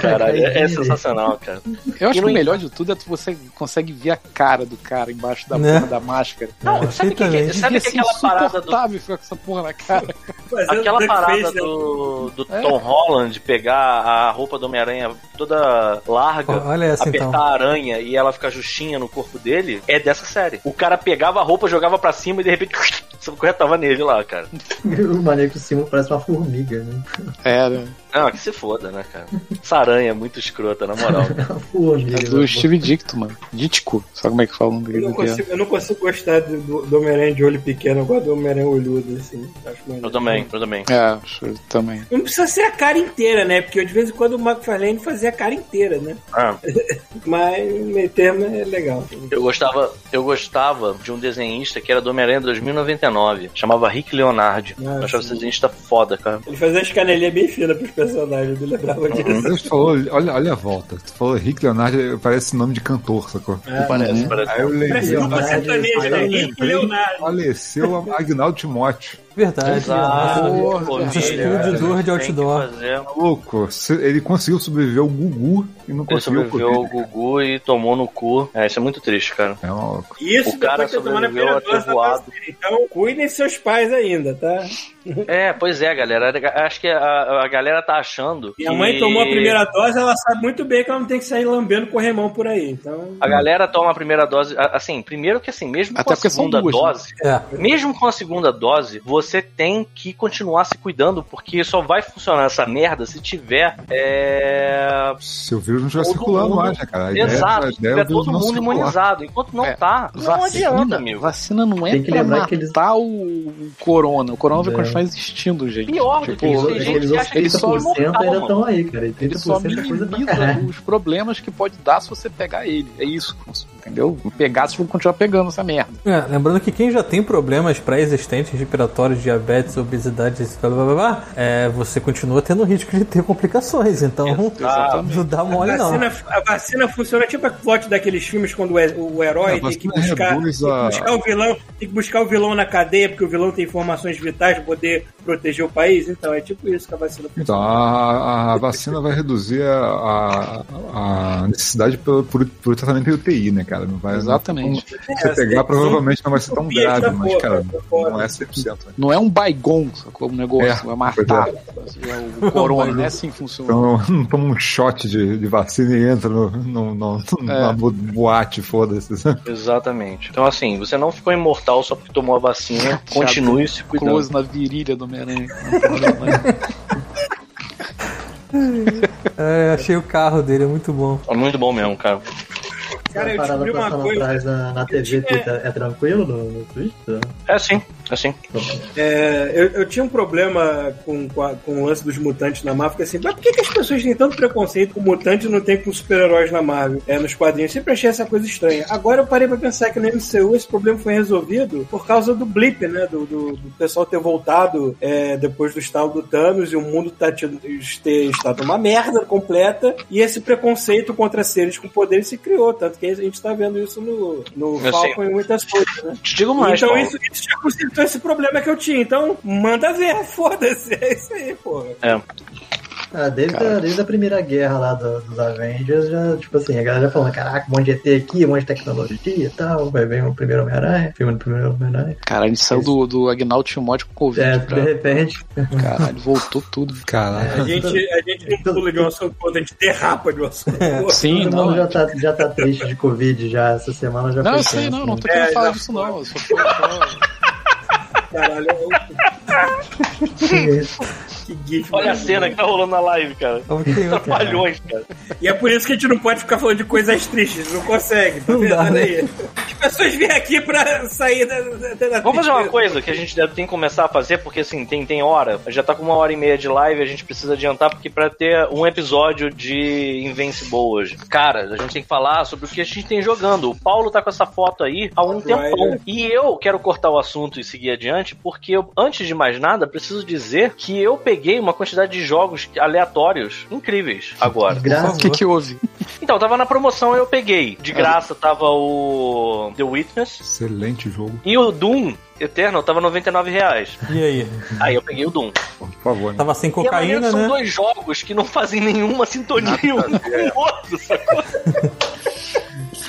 Caralho, é, é sensacional, cara.
Eu acho
E
que
no-
o melhor de tudo é que você consegue ver a cara do cara embaixo da
Né?
porra da máscara.
Não, sabe o que, que,
Perfeitamente.
sabe
Devia
que é
ser
aquela parada do.
insuportável ficar com essa porra na <laughs> cara.
fazendo
Aquela
duckface,
parada
né?
do, do
É.
Tom Holland pegar a roupa do Homem-Aranha toda larga,
Olha essa
apertar
então.
a aranha e ela ficar justinha no corpo dele, é dessa série. O cara pegava a roupa, jogava pra cima e de repente. <laughs> Você corretava nele lá, cara.
o maneiro que o Simon parece uma formiga, né?
Era.
Ah, que se foda, né, cara? Essa aranha é muito escrota, na moral.
Uma formiga. né?
É do Steve Dicto, mano. Dítico. Sabe como é que fala o nome
Eu não,
dele?
consigo, eu não consigo gostar do, do- do Homem-Aranha de olho pequeno, eu gosto do Homem-Aranha olhudo, assim. Acho maneiro.
Eu também, eu também.
É, acho que também.
Não precisa ser a cara inteira, né? Porque de vez em quando o McFarlane fazia a cara inteira, né?
Ah.
Mas o meio termo é legal.
Eu gostava, eu gostava de um desenhista que era do Homem-Aranha 2099. Chamava Rick Leonardi. eu achava esse desenhista foda, cara.
Ele fazia as canelinhas bem finas pros personagens, eu me
Uhum.
lembrava disso.
Você falou, olha, olha a volta. Tu falou Rick Leonardo, parece nome de cantor, sacou?
Parece, parece.
É. Aí eu
Parece
lembrei.
dupla sertaneja, né? Henrique e Leonardo.
Faleceu Agnaldo Timóteo.
Verdade. Nossa,
Porra,
Esse
velho.
estúdio de dor de
Tem
outdoor.
que fazer.
Tá Louco, se- ele conseguiu sobreviver ao Gugu e não
Ele
conseguiu
sobreviveu ao
correr.
Gugu e tomou no cu. É, isso é muito triste, cara.
É uma louca.
Isso
O cara
depois que tomando a
sobreviveu
primeira dose da
atevoado.
vacina. Então, cuidem seus pais ainda, tá?
É, pois é, galera. Acho que a, a galera tá achando.
Minha
que-
mãe tomou a primeira dose, ela sabe muito bem que ela não tem que sair lambendo corremão por aí. Então,
A galera toma a primeira dose. a- Assim, primeiro que assim, mesmo
Até
com a
porque são
segunda
duas, né?
dose.
É.
Mesmo com a segunda dose, você tem que continuar se cuidando, porque só vai funcionar essa merda se tiver. É...
Se o vírus não estiver
Todo
circulando
mundo.
mais, né, cara? A ideia-
Exato,
a
se
ideia é o
tiver
vírus
todo
não
mundo
circular.
imunizado. Enquanto não
É,
tá, não adianta, amigo.
Vacina não é
Tem que
pra
lembrar
matar
que eles-
o corona. O corona vai
É.
continuar existindo, gente.
Pior do
tipo,
que isso, tem
Aqueles,
gente que acha que
ele
aqueles
isso é
80% ainda
imortal, mano.
estão aí, cara. E
Ele só né?
30% é coisa pra
minimiza
caralho.
os problemas que pode dar se você pegar ele. É isso, entendeu? Pegar, vocês vão continuar pegando essa merda.
É, lembrando que quem já tem problemas pré-existentes, respiratórios, diabetes, obesidade, isso, blá blá blá, blá é, você continua tendo risco de ter complicações. Então, não dá mole
A
não.
vacina, a vacina funciona tipo a plot daqueles filmes quando o, he- o
É, a
herói tem que
vacina
buscar,
reduz
tem que
a-
buscar o vilão, tem que buscar o vilão na cadeia porque o vilão tem informações vitais para poder proteger o país. Então é tipo isso que a vacina funciona.
Então, a, a- a vacina vai reduzir a, a- a necessidade pelo, por, por tratamento de UTI, né, cara? Não vai,
É, Exatamente.
não- se você pegar, provavelmente não vai ser tão
Utopia,
grave,
tá
mas,
fora,
cara,
tá fora.
não é 100%. Né?
Não é um baigon, sacou? Um negócio
É,
vai matar. <laughs> É o corona, não é assim que funciona.
Então, <laughs> não toma um shot de, de vacina e entra no, no, no,
É.
na bo- boate,
<laughs>
foda-se.
Exatamente. Então, assim, você não ficou imortal só porque tomou a vacina. continue se cuidando.
Close na virilha do Homem-Aranha.
É, achei o carro dele, é muito bom.
É muito bom mesmo, cara.
Cara, eu
Essa parada
descobri
pra
uma
falar
coisa.
atrás na, na TV é... é tranquilo no, no Twitter?
É assim, é assim.
É, eu, eu tinha um problema com, com, a- com o lance dos mutantes na Marvel, porque assim, mas por que, que as pessoas têm tanto preconceito com mutantes e não tem com super-heróis na Marvel? É, nos quadrinhos. Sempre achei essa coisa estranha. Agora eu parei pra pensar que no MCU esse problema foi resolvido por causa do blip, né? Do, do- do pessoal ter voltado é, depois do estalo do Thanos e o mundo tá tido- ter estado uma merda completa e esse preconceito contra seres com poder se criou. Tanto que a gente tá vendo isso no, no
Eu
Falcon e muitas coisas, né?
Te digo mais,
então
Paulo.
isso, isso já consertou esse problema que eu tinha. Então, manda ver, <laughs> foda-se. É isso aí, porra.
Ah, desde, a, desde a primeira guerra lá do- dos Avengers, já, tipo assim, a galera já falando, caraca, um monte de ET aqui, um monte de tecnologia e tal, vai ver o primeiro Homem-Aranha, filme do primeiro Homem-Aranha.
<laughs> Cara, ele saiu do, do Agnaldo Timóteo com Covid.
É, de
pra...
repente,
Caralho, voltou tudo.
A
Caralho.
gente, a gente
Então,
não pula de um assunto pro outro, a gente derrapa de um assunto. pro
<laughs>
outro.
Sim,
todo
não.
mundo já tá, já tá triste de Covid já, essa semana já
Não,
foi
eu sei,
tenso,
não, não
né?
tô querendo
É,
falar
já
disso, não. Eu <laughs> só fui- só-
Caralho, eu- que gif. né?
Olha a
maravilhoso.
cena que tá rolando na live, cara.
Então, tem outro.
Trapalhões, cara.
E é por isso que a gente não pode ficar falando de coisas tristes, não consegue, tá
Não
vendo?
dá,
Olha
né?
aí. As pessoas vêm aqui pra sair da. da, da- da
Vamos fazer uma
tristeza.
coisa que a gente deve ter que começar a fazer, porque assim, tem, tem hora. Já tá com uma hora e meia de live, a gente precisa adiantar, porque pra ter um episódio de Invincible hoje. Cara, a gente tem que falar sobre o que a gente tem jogando. O Paulo tá com essa foto aí há um tempão. E eu quero cortar o assunto e seguir adiante, porque eu, antes de mais nada, preciso dizer que eu peguei uma quantidade de jogos aleatórios incríveis agora.
Graças
O que que houve?
Então, tava na promoção eu peguei. De graça tava o The Witness
Excelente jogo,
e o Doom Eternal tava R$ 99 reais.
E aí?
Aí eu peguei o Doom.
por favor.
Tá
Né?
Tava sem
E a maneira
cocaína,
são
né?
dois jogos que não fazem nenhuma sintonia um com o outro, sacou?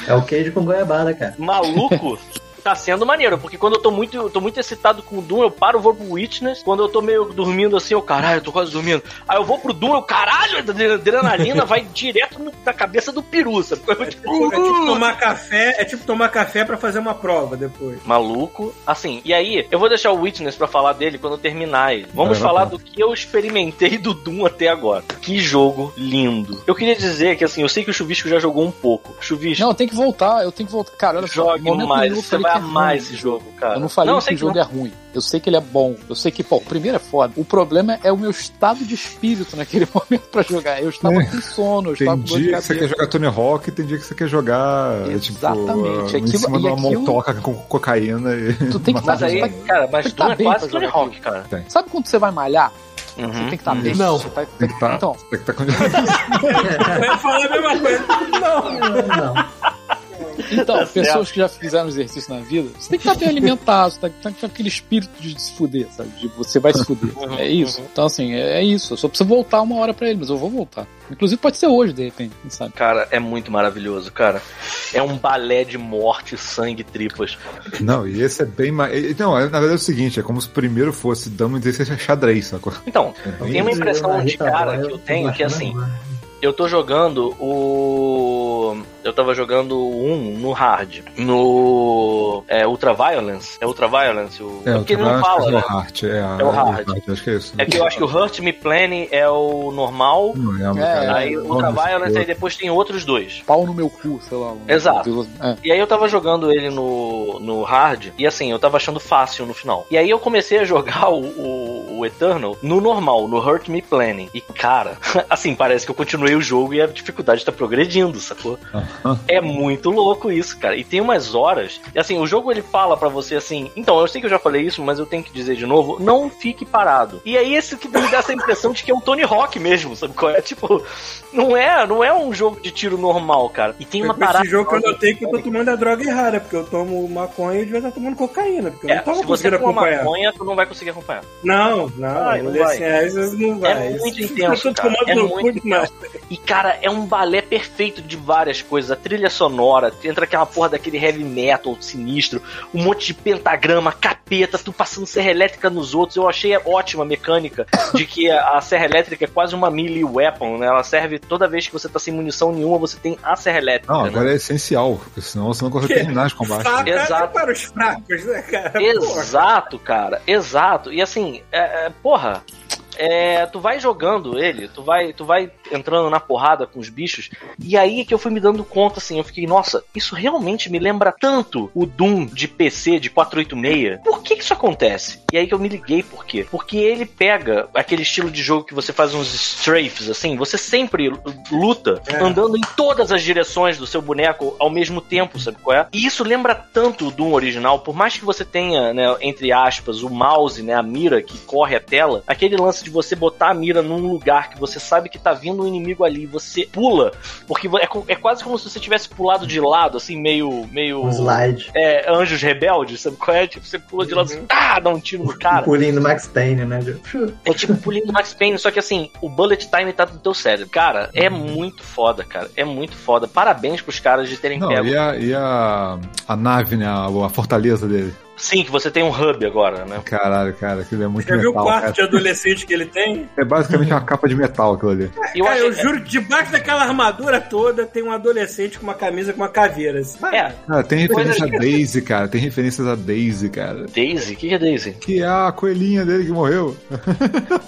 É o queijo com goiabada, cara.
Maluco. Tá sendo maneiro, porque quando eu tô muito, eu tô muito excitado com o Doom, eu paro, vou pro Witness. Quando eu tô meio dormindo assim, eu, caralho, eu tô quase dormindo. Aí eu vou pro Doom, eu, caralho, a adrenalina vai direto no- na cabeça do peru, sabe? <laughs> Eu, tipo,
É tipo tomar café, é tipo tomar café pra fazer uma prova depois.
Maluco. Assim, e aí, eu vou deixar o Witness pra falar dele quando eu terminar ele. Vamos
Vai, vai,
falar
vai.
do que eu experimentei do Doom até agora. Que jogo lindo. Eu queria dizer que, assim, eu sei que o Chuvisco já jogou um pouco. Chuvisco,
Não, tem que voltar, eu tenho que voltar. Cara, olha só.
jogue
momento
mais.
nenhum eu
Você
falei
vai
que é ruim.
amar esse jogo, cara.
Eu não falei
eu
que
sei
o jogo é ruim. Eu sei que ele é bom. Eu sei que, pô, o primeiro é foda. O problema é o meu estado de espírito naquele <laughs> momento pra jogar. Eu estava com sono, eu estava
Tem
com dor de
dia que você quer
cabeça.
jogar Tony Hawk, tem dia que você quer jogar tipo,
Exatamente.
ah, em
Aquilo-
cima
e
de uma
aquilo-
montoca com cocaína e <laughs>
Tu tem que
Mas
fazer
aí,
isso.
cara, mas
Tá
Doom é
bem
quase
pra
Tony
jogar
Rock, cara.
Sabe quando você vai malhar? Você
Uhum.
tem que estar bem.
Não.
Você tá- tem
tem
que-
que tá,
Então,
tem que tá com... <laughs>
Eu ia falar a mesma coisa.
Não,
Então,
Tá
pessoas que já fizeram exercício na vida, você tem que estar bem alimentado, você tem que estar com aquele espírito de se fuder, sabe? De você vai se fuder.
Uhum,
É isso. Então, assim, é é isso. Eu só preciso voltar uma hora pra ele, mas eu vou voltar. Inclusive, pode ser hoje, de repente, quem sabe?
Cara, é muito maravilhoso, cara. É um balé de morte, sangue, tripas.
Não, e esse é bem mais. Não, na verdade é o seguinte: é como se o primeiro fosse dama e esse é xadrez, sacou?
Então,
É
não.
Tem uma assim, impressão de cara que eu tenho que, assim, Eu tô jogando o Eu tava jogando um no hard. No. É Ultraviolence? É Ultraviolence? O... É, porque ele não fala.
É o
né?
Hart, é, a-
É o Hart.
Hart, acho que é isso.
É que eu acho que o Hurt Me Plane é o normal.
Não lembro,
É,
cara.
Aí o
Nossa,
Ultraviolence, aí
pô.
depois tem outros dois.
Pau no meu cu, sei lá. um-
Exato.
É.
E aí eu tava jogando ele no, no hard, e assim, eu tava achando fácil no final. E aí eu comecei a jogar <laughs> o, o, o Eternal no normal, no Hurt Me Planning. E cara, <laughs> assim, parece que eu continuei o jogo e a dificuldade tá progredindo, sacou? É muito louco isso, cara. E tem umas horas. E assim, o jogo ele fala pra você assim: então, eu sei que eu já falei isso, mas eu tenho que dizer de novo: não fique parado. E é esse que me dá essa impressão de que é um Tony Hawk mesmo, sabe qual é? Tipo, não é, não é um jogo de tiro normal, cara. E tem
Foi
uma
com
parada.
esse jogo que eu notei que eu tô tomando a droga errada, porque eu tomo maconha e devia estar tomando cocaína, porque eu
É,
não tava
se você
conseguindo
for uma
acompanhar.
maconha, tu não vai conseguir acompanhar.
Não, não,
Vai,
não
não vai. É
assim, às vezes não vai.
muito
Isso-
intenso,
Eu tô
cara,
tomando
é
no
muito
cu demais.
E, cara, é um balé perfeito de várias coisas. A trilha sonora, entra aquela porra daquele heavy metal sinistro, um monte de pentagrama, capeta, tu passando serra elétrica nos outros. Eu achei ótima a mecânica de que a a serra elétrica é quase uma melee weapon, né? Ela serve toda vez que você tá sem munição nenhuma, você tem a serra elétrica,
Não,
né?
agora é essencial, porque senão você não consegue terminar os combates.
Faca é
Exato.
para os fracos, né, cara?
é
Porra.
Exato, cara, exato. E assim, é, é, porra, é, tu vai jogando ele, tu vai, tu vai entrando na porrada com os bichos, e aí é que eu fui me dando conta, assim, eu fiquei, nossa, isso realmente me lembra tanto o Doom de PC de 486. Por que que isso acontece? E aí que eu me liguei, por quê? Porque ele pega aquele estilo de jogo que você faz uns strafes, assim, você sempre luta andando em todas as direções do seu boneco ao mesmo tempo, sabe qual é? E isso lembra tanto o Doom original, por mais que você tenha, né, entre aspas, o mouse, né, a mira que corre a tela, aquele lance de você botar a mira num lugar que você sabe que tá vindo um inimigo ali, você pula, porque é, co- é quase como se você tivesse pulado de lado, assim, meio. meio
Um slide.
é, anjos rebeldes, sabe qual é? Tipo, você pula de lado
Uhum.
assim, ah, dá um tiro
<laughs>
no cara.
Um pulinho do Max Payne, né? de-
É tipo o pulinho do Max Payne, só que assim, o bullet time tá no teu cérebro. Cara, é
Uhum.
muito foda, cara. É muito foda. Parabéns pros caras de terem
Não,
pego.
e a, e a, a nave, né? A, a fortaleza dele.
Sim, que você tem um hub agora, né?
Caralho, cara, aquilo é muito
Já viu o
metal.
quarto
Cara.
de adolescente que ele tem?
É basicamente uma capa de metal aquilo ali.
E eu é.
cara, eu
achei.
juro, debaixo daquela armadura toda tem um adolescente com uma camisa com uma caveira. assim.
É,
Cara, tem
Coisa
referência a Daisy, cara. Tem referências a Daisy, cara.
Daisy? O que que é Daisy?
Que é a coelhinha dele que morreu.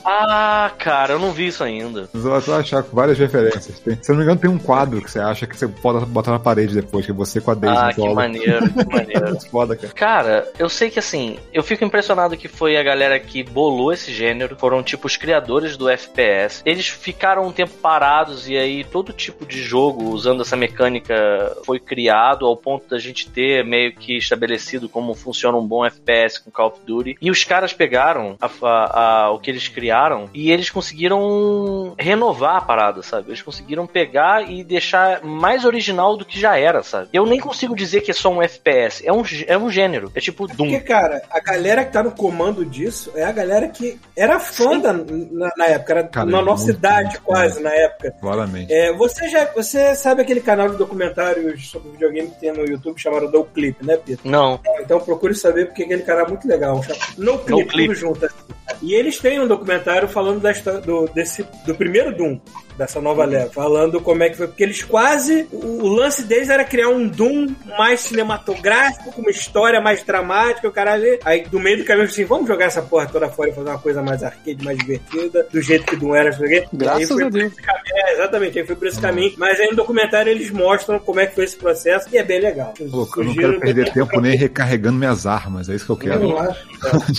Ah, cara, eu não vi isso ainda.
Você vai só achar várias referências. Tem- se eu não me engano, tem um quadro que você acha que você pode botar na parede depois, que é você com a Daisy
Ah,
no
que
colo.
maneiro, que
<laughs>
maneiro.
Muito foda, cara.
Cara, eu sei que assim, eu fico impressionado que foi a galera que bolou esse gênero, foram tipo os criadores do FPS. Eles ficaram um tempo parados e aí todo tipo de jogo usando essa mecânica foi criado ao ponto da gente ter meio que estabelecido como funciona um bom FPS com Call of Duty. E os caras pegaram a- a- a- o que eles criaram e eles conseguiram renovar a parada, sabe? Eles conseguiram pegar e deixar mais original do que já era, sabe? Eu nem consigo dizer que é só um FPS, é um, gê- é um gênero, é tipo
Porque,
Doom.
cara, a galera que tá no comando disso é a galera que era fã da- na, na época, era
Cara,
na
é
nossa
muito,
idade
muito,
quase, na época.
Claramente.
É, você já você sabe aquele canal de documentários sobre videogame que tem no YouTube chamado No Clip, né, Pedro?
Não,
Então procure saber porque aquele canal é muito legal. chama No Clip,
Clip.
tudo junto. assim. E eles têm um documentário falando da histó- do, desse, do primeiro Doom, dessa nova leva, falando como é que foi. Porque eles quase. O o lance deles era criar um Doom mais cinematográfico, com uma história mais dramática, o caralho. Aí do meio do caminho assim, vamos jogar essa porra toda fora e fazer uma coisa mais arcade, mais divertida, do jeito que Doom era, não sei o quê. E aí
Graças
foi
a Deus.
é, exatamente, aí foi por esse caminho. Mas aí no documentário eles mostram como é que foi esse processo e é bem legal.
Louco, eu não
Sugiro-
quero perder tempo nem recarregando minhas armas, é isso que eu
Eu
quero.
não acho.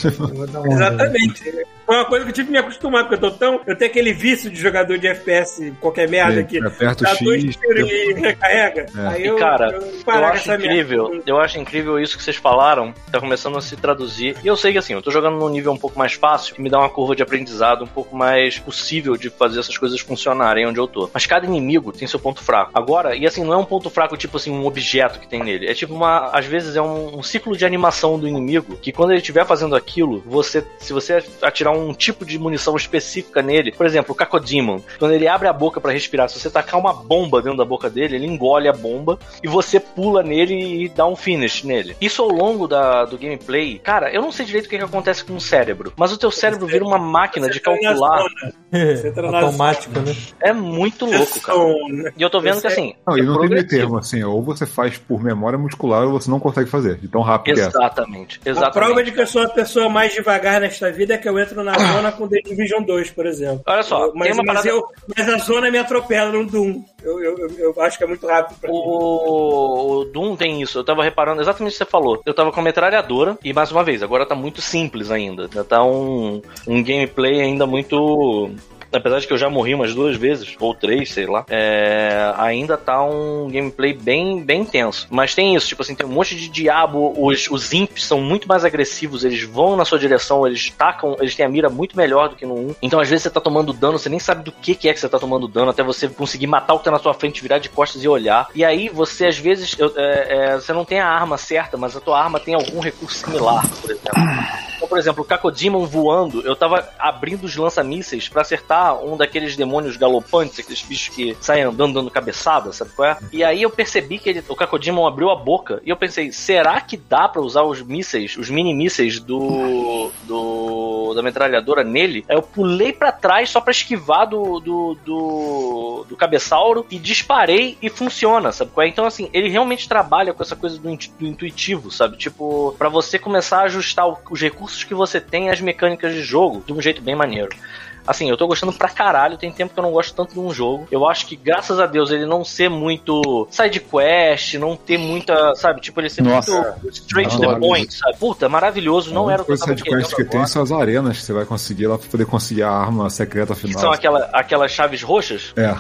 Eu vou dar uma olhada.
Exatamente. Foi uma coisa que eu tive que me acostumar, porque eu tô tão. Eu tenho aquele vício de jogador de FPS, qualquer merda aqui.
Você Aperta o
Dá dois
X. É.
tiros e recarrega. Aí
E,
eu,
cara,
eu
eu
parar com
acho
essa
incrível,
merda.
eu acho incrível isso que vocês falaram, tá começando a se traduzir. E eu sei que assim, eu tô jogando num nível um pouco mais fácil, que me dá uma curva de aprendizado um pouco mais possível de fazer essas coisas funcionarem onde eu tô. Mas cada inimigo tem seu ponto fraco. Agora, e assim, não é um ponto fraco tipo assim, um objeto que tem nele. É tipo uma, às vezes é um, um ciclo de animação do inimigo, que quando ele estiver fazendo aquilo, você, se você atirar um um tipo de munição específica nele. Por exemplo, o Kakodimon. Quando ele abre a boca para respirar, se você tacar uma bomba dentro da boca dele, ele engole a bomba e você pula nele e dá um finish nele. Isso ao longo da, do gameplay, cara, eu não sei direito o que, que acontece com o cérebro, mas o teu cérebro vira uma máquina de
tá
calcular.
<laughs>
né?
Automático, né?
É muito louco, cara.
né?
E eu tô vendo que assim.
Não,
é
e não tem meio
progressivo.
termo, assim, ou você faz por memória muscular ou você não consegue fazer, de tão rápido que é.
Exatamente,
A prova
exatamente.
de que eu sou a pessoa mais devagar nesta vida é que eu entro na zona com The Division 2, por exemplo.
Olha só,
Eu- mas,
tem uma
mas
parada-
eu, mas a zona me atropela no Doom. Eu, eu, eu- eu acho que é muito rápido pra mim.
O, o Doom tem isso, eu tava reparando exatamente o que você falou. Eu tava com a metralhadora, e mais uma vez, agora tá muito simples ainda. Ainda Tá um, um gameplay ainda muito. Apesar de que eu já morri umas duas vezes, ou três, sei lá, é, ainda tá um gameplay bem, bem tenso. Mas tem isso, tipo assim, tem um monte de diabo, os, os imps são muito mais agressivos, eles vão na sua direção, eles tacam, eles têm a mira muito melhor do que no 1. Então, às vezes, você tá tomando dano, você nem sabe do que, que é que você tá tomando dano, até você conseguir matar o que tá na sua frente, virar de costas e olhar. E aí, você, às vezes, eu- é, é, você não tem a arma certa, mas a tua arma tem algum recurso similar, por exemplo. Então, por exemplo, o Kakodimon voando, eu tava abrindo os lança-mísseis pra acertar um daqueles demônios galopantes, aqueles bichos que saem andando dando cabeçada, sabe qual é? E aí eu percebi que ele- o Kakodimon abriu a boca e eu pensei, será que dá pra usar os mísseis, os mini-mísseis do, do- da metralhadora nele? Aí eu pulei pra trás só pra esquivar do, do, do, do cabeçauro e disparei e funciona, sabe qual é? Então, assim, ele realmente trabalha com essa coisa do, intu- do intuitivo, sabe? Tipo, pra você começar a ajustar o- os recursos que você tem às mecânicas de jogo de um jeito bem maneiro. Assim, eu tô gostando pra caralho, tem tempo que eu não gosto tanto de um jogo. Eu acho que, graças a Deus, ele não ser muito side quest, não ter muita, sabe? Tipo, ele ser
Nossa.
muito straight to the
Maravilhoso.
point, sabe? Puta, maravilhoso, não
Então, a
era o que eu
coisa
tava querendo
sidequest que tem
agora.
são as arenas que você vai conseguir lá pra poder conseguir a arma secreta
Que
final.
são aquela, aquelas chaves roxas.
É.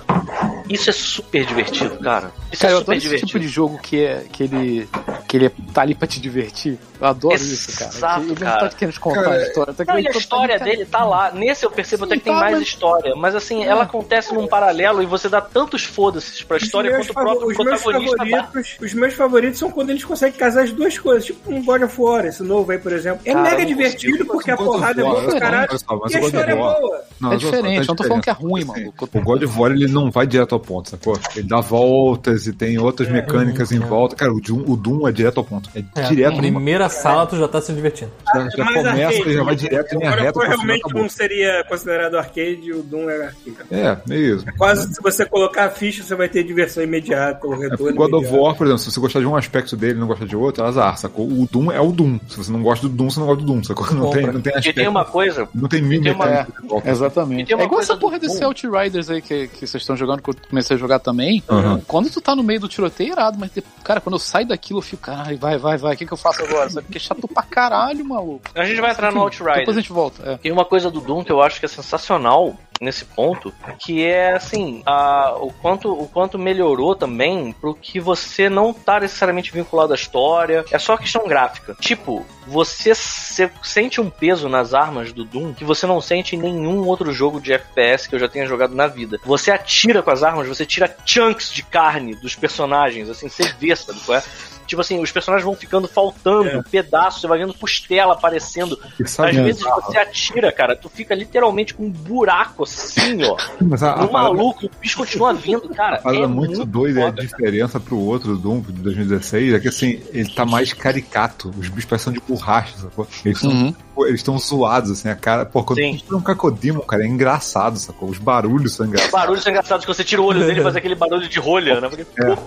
Isso é super divertido, cara. Isso
Cara,
é
eu
super
adoro esse
divertido.
tipo de jogo que, é, que, ele, que ele tá ali pra te divertir. Eu adoro isso, cara.
Exato,
Que ele não
cara.
tá querendo te contar
Cara,
a história. Tá
Não,
querendo
e a
contar-
história
cara,
dele tá lá. Nesse eu percebo
Sim,
até que tem
tá,
mais
mas- É.
história, mas assim, ela acontece num paralelo e você dá tantos foda-se pra história
Os meus
quanto o
favor-
próprio
os meus
protagonista dá.
favoritos, os meus favoritos são quando eles conseguem casar as duas coisas, tipo um God of War, esse novo aí, por exemplo. É
Cara, eu
mega
não
divertido porque a porrada é boa pra caralho e a história é boa.
É diferente, eu não tô falando que é ruim, maluco.
Assim, O God of War ele não vai direto ao ponto, sacou? Ele dá voltas e tem outras
É,
mecânicas em volta. Cara, o Doom, o Doom é direto ao ponto. É,
É,
direto, mesmo.
primeira sala tu já tá se divertindo.
já, já
mais
começa
arcade,
e já vai
né?
direto em linha
é, Agora
reta.
foi
pro final,
realmente um
acabou.
não seria considerado arcade e o Doom era arcade.
É, é isso.
Quase se você colocar a ficha, você vai ter diversão imediata, o
É, o
retorno.
God of
imediato.
War, por exemplo, se você gostar de um aspecto dele e não gostar de outro, é azar, sacou? O Doom é o Doom. Se você não gosta do Doom, você não gosta do Doom, sacou? Não
Compra.
tem, não tem
E tem
aspecto,
uma coisa.
não tem mil
tem uma-
mecânicas de volta.
E
Exatamente.
tem
É
uma
igual
coisa
essa porra
do
desse
bom.
Outriders aí que, que vocês estão jogando, que eu comecei a jogar também.
Aham.
Quando tu tá no meio do tiroteio, é irado, mas, de- cara, quando eu saio daquilo, eu fico, caralho, vai, vai, vai, o que, que eu faço agora? Sabe? Porque é chato pra caralho, maluco.
A gente vai entrar no Outriders.
Depois a gente volta. É.
E uma coisa do Doom que eu acho que é sensacional nesse ponto, que é assim, a- o, quanto, o quanto melhorou também pro que você não tá necessariamente vinculado à história. É só questão gráfica. Tipo, você se- sente um peso nas armas do Doom que você não sente em nenhum outro jogo de FPS que eu já tenha jogado na vida. Você atira com as armas, você tira chunks de carne dos personagens, assim, você vê, sabe qual é? Tipo assim, os personagens vão ficando faltando, pedaços, você vai vendo costela aparecendo.
E sabe,
Às
né?
vezes você atira, cara, tu fica literalmente com um buraco assim, <laughs> ó.
Mas a, a
No
parada-
maluco, o bicho continua vindo, cara.
A parada
é
muito, doida é a
foda, cara.
diferença pro outro Doom de 2016 é que assim, ele tá mais caricato. Os bichos parecem de borracha, sacou? Eles estão
Uhum.
eles estão zoados, assim, a cara. Pô, quando
Sim.
tu tira um cacodimo, cara, é engraçado, sacou? Os barulhos são engraçados.
Barulhos engraçados que você tira o olho dele e faz aquele barulho de rolha, né? Porque
É, é,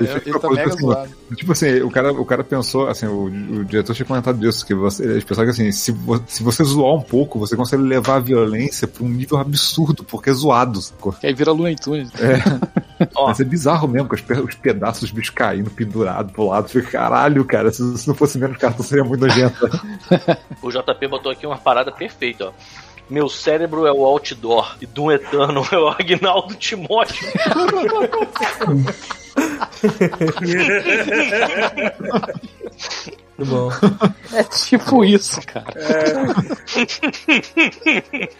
ele- ele tá mega zoado.
Tipo assim, o cara, o cara pensou, assim, o, o diretor tinha comentado disso, que você, eles pensaram que assim, se, vo- se você zoar um pouco, você consegue levar a violência pra um nível absurdo, porque é zoado, sacou?
Que aí vira Lua em Tunes.
Ó.
Mas é bizarro mesmo, com os, pe- os pedaços dos bichos caindo, pendurado pro lado. Falei, Caralho, cara, se, se não fosse menos cartão seria muito nojento.
o JP botou aqui uma parada perfeita, ó. Meu cérebro é o outdoor e Doom Eternal é o Agnaldo Timóteo.
Muito bom.
É tipo isso, cara.
É.
<laughs>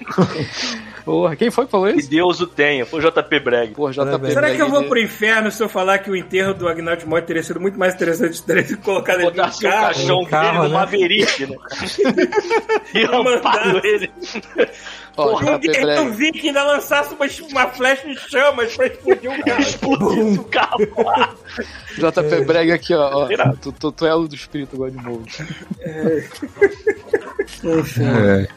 Porra, quem foi que falou
Que
isso?
Deus o tenha. Foi o JP Breg.
Porra, JP.
Parabéns.
Será que eu vou
Bragg,
pro inferno se eu falar que o enterro do Agnaldo Mó teria sido muito mais interessante ter colocado ele
Botar
no
seu
carro?
um caixão
no carro,
dele no
né?
Maverick, né? <laughs> e rampado ele.
né? Ó,
tá
JP
Ninguém eu
Breg.
vi que ainda lançasse uma, uma flecha de chamas pra explodir o carro.
Explodiu o carro lá.
JP Breg aqui, ó. ó.
Irado.
Tu, tu, tu é o do espírito agora de novo.
É.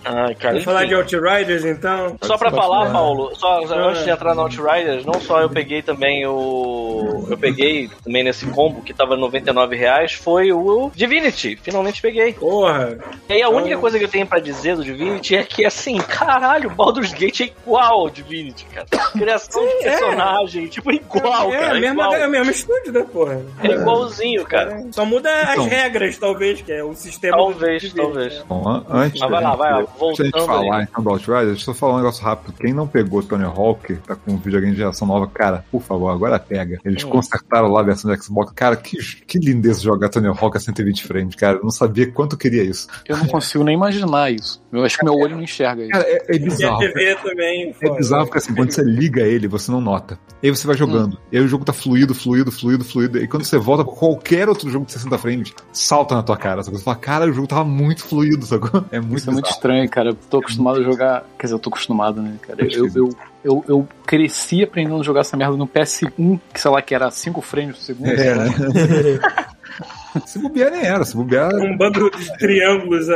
Ai, cara.
Vamos falar
enfim.
de Outriders, então?
Só pra falar, Paulo, só só antes de
é.
entrar no Outriders, não só eu peguei também o. Eu peguei também nesse combo que tava R$ 99 reais, foi o Divinity. Finalmente peguei.
Porra.
E aí a única coisa que eu tenho pra dizer do Divinity é que assim, caralho, Baldur's Gate é igual ao Divinity, cara. Criação de personagem, tipo, igual,
é,
cara.
é, mesmo,
igual.
é o mesmo estúdio, né, porra?
É igualzinho, cara.
Só muda
Então.
as regras, talvez, que é o sistema.
Talvez,
do- né?
talvez.
Bom, an- antes
Mas Ah, vai lá, vai lá,
antes da gente
voltando
falar
aí.
então do Outriders, deixa eu só falar um negócio rápido. Quem não pegou Tony Hawk, tá com um videogame de geração nova, cara, por favor, agora pega.
Hum.
Eles consertaram lá a versão do Xbox. Cara, que, que lindeza jogar Tony Hawk a 120 frames, cara. Eu não sabia quanto eu queria isso.
Eu não consigo nem imaginar isso. Eu acho que meu olho não enxerga isso.
Cara, é, é
E a
bizarro.
TV também.
É
foda.
bizarro porque assim, quando você liga ele, você não nota. E aí você vai
Hum.
jogando. E aí o jogo tá fluido, fluido, fluido, fluido. E quando você volta pra qualquer outro jogo de 60 frames, salta na tua cara. sacou? Você fala, cara, o jogo tava muito fluido, sacou? É muito,
Isso é muito
bizarro.
estranho, cara. Eu tô acostumado a jogar. Quer dizer, eu tô acostumado, né, cara? Eu, eu, eu, eu cresci aprendendo a jogar essa merda no PS1, que sei lá, que era 5 frames por segundo. Tipo,
É, né? se bobear nem era, se bobear.
Um bando de triângulos.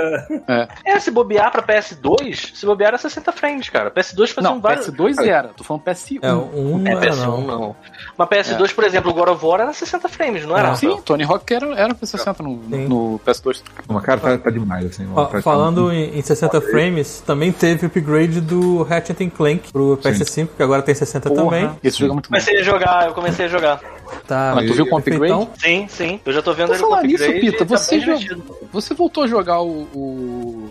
ah.
É, se bobear pra PS2, se bobear era 60 frames, cara. PS2 fazia
Não,
um vários.
PS2 era. Tô falando PS1.
É, um não
É,
era,
PS1
não. É.
não. Mas PS2, por exemplo, o God of War era 60 frames, não era?
Sim,
Rafael?
Tony Hawk era, era P60 no,
Sim.
no PS2.
Uma cara tá, tá demais, assim. uma
Ó,
cara tá
falando em, em 60 frames, também teve o upgrade do Ratchet and Clank pro PS5, que agora tem 60 também.
Esse jogo é muito bom.
Comecei a jogar, eu comecei a jogar.
Tá,
Mas tu viu com upgrade?
Então,
Sim, sim. Eu já tô vendo
Por
ele com
falar Então nisso,
upgrade
Pita,
e tá
você
bem
já-
divertido.
Você voltou a jogar o, o-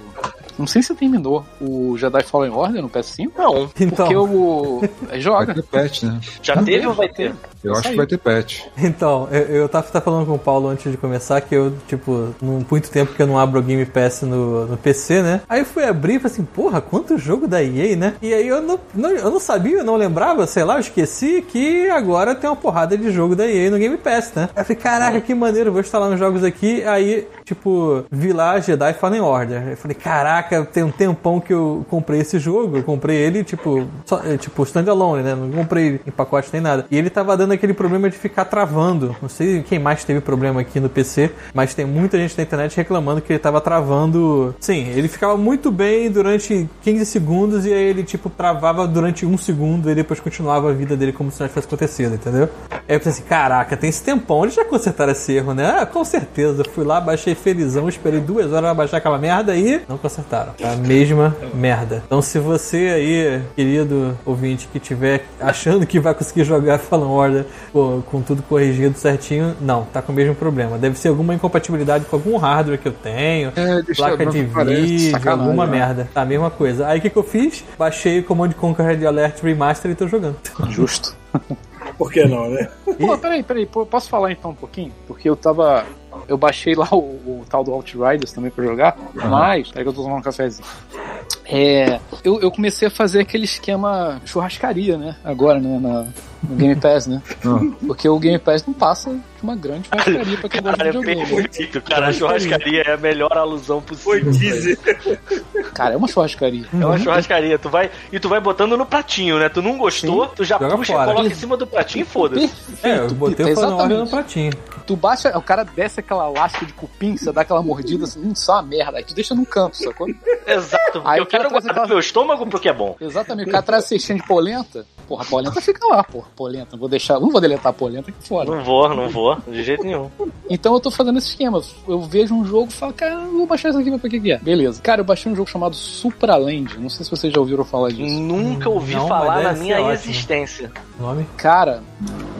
Não sei se você terminou o Jedi Fallen Order no PS5?
Não,
então,
Porque o. é,
Vai <laughs>
Joga.
ter patch, né?
já teve ou vai ter?
Eu acho que vai ter patch.
<laughs> então eu, eu tava, tava falando com o Paulo antes de começar que eu, tipo, não, muito tempo que eu não abro o Game Pass no, no PC, né? Aí eu fui abrir e falei assim, porra, quanto jogo da EA, né? E aí eu não, não- eu não sabia, eu não lembrava, sei lá, eu esqueci que agora tem uma porrada de jogo da EA no Game Pass, né? Aí eu falei, caraca, que maneiro, vou instalar uns jogos aqui. Aí, tipo, vi lá Jedi Fallen Order. Eu falei, caraca, tem um tempão que eu comprei esse jogo. Eu comprei ele, tipo, só, é, tipo standalone, né? Não comprei em pacote nem nada. E ele tava dando aquele problema de ficar travando. Não sei quem mais teve problema aqui no PC, mas tem muita gente na internet reclamando que ele tava travando. Sim, ele ficava muito bem durante 15 segundos e aí ele, tipo, travava durante um segundo e depois continuava a vida dele como se nada tivesse acontecido, entendeu? Aí eu pensei assim, caraca, tem esse tempão, eles já consertaram esse erro, né? Ah, com certeza. Eu Fui lá, baixei felizão, esperei duas horas pra baixar aquela merda e não consertaram. Tá a mesma merda. Então se você aí, querido ouvinte, que tiver achando que vai conseguir jogar Fallen Order pô, com tudo corrigido certinho, não, tá com o mesmo problema. Deve ser alguma incompatibilidade com algum hardware que eu tenho.
É, deixa
Placa
eu-
de
parece
vídeo,
sacanagem,
alguma
né?
merda. Tá a mesma coisa. Aí o que, que eu fiz? Baixei o Command Conquer Red Alert Remaster e tô jogando.
Justo.
Por que não, né?
Pô, peraí, peraí, pô, posso falar então um pouquinho? Porque eu tava. Eu baixei lá o, o tal do Outriders também pra jogar, mas. Peraí que eu tô tomando um cafezinho. É. Eu, eu comecei a fazer aquele esquema churrascaria, né? Agora, né? Na, no Game Pass, né? Porque o Game Pass não passa de uma grande churrascaria pra quem gosta de
Caralho,
videogame. né?
perfeito, é cara. A churrascaria é a melhor alusão possível.
Dizem.
Cara, é uma churrascaria.
É uma churrascaria, tu vai e tu vai botando no pratinho, né? Tu não gostou, tu já
joga
puxa,
fora.
coloca em cima do pratinho e foda-se.
É, eu botei o
Pita,
Fallen Order no
exatamente.
pratinho.
Tu baixa, o cara desce aquela lasca de cupim, você dá aquela mordida assim, hum, só uma merda. Aí tu deixa num canto, sacou?
Exato, porque
Aí
eu
o cara
quero
traz
guardar
aquela-
meu estômago pro que é bom.
Exatamente. O cara traz a cestinha de polenta. Porra, a polenta fica lá, porra. Polenta. Não vou deixar, não vou deletar a polenta aqui fora.
Não vou, não vou, de jeito nenhum.
Então eu tô fazendo esse esquema. Eu vejo um jogo e falo, cara, eu vou baixar isso aqui pra ver o que que é. Beleza. Cara, eu baixei um jogo chamado Supraland. Não sei se vocês já ouviram falar
Hum.
disso.
Nunca ouvi
Não,
falar
mas
na
deve
é
minha
ser ótimo.
existência.
Nome?
Cara,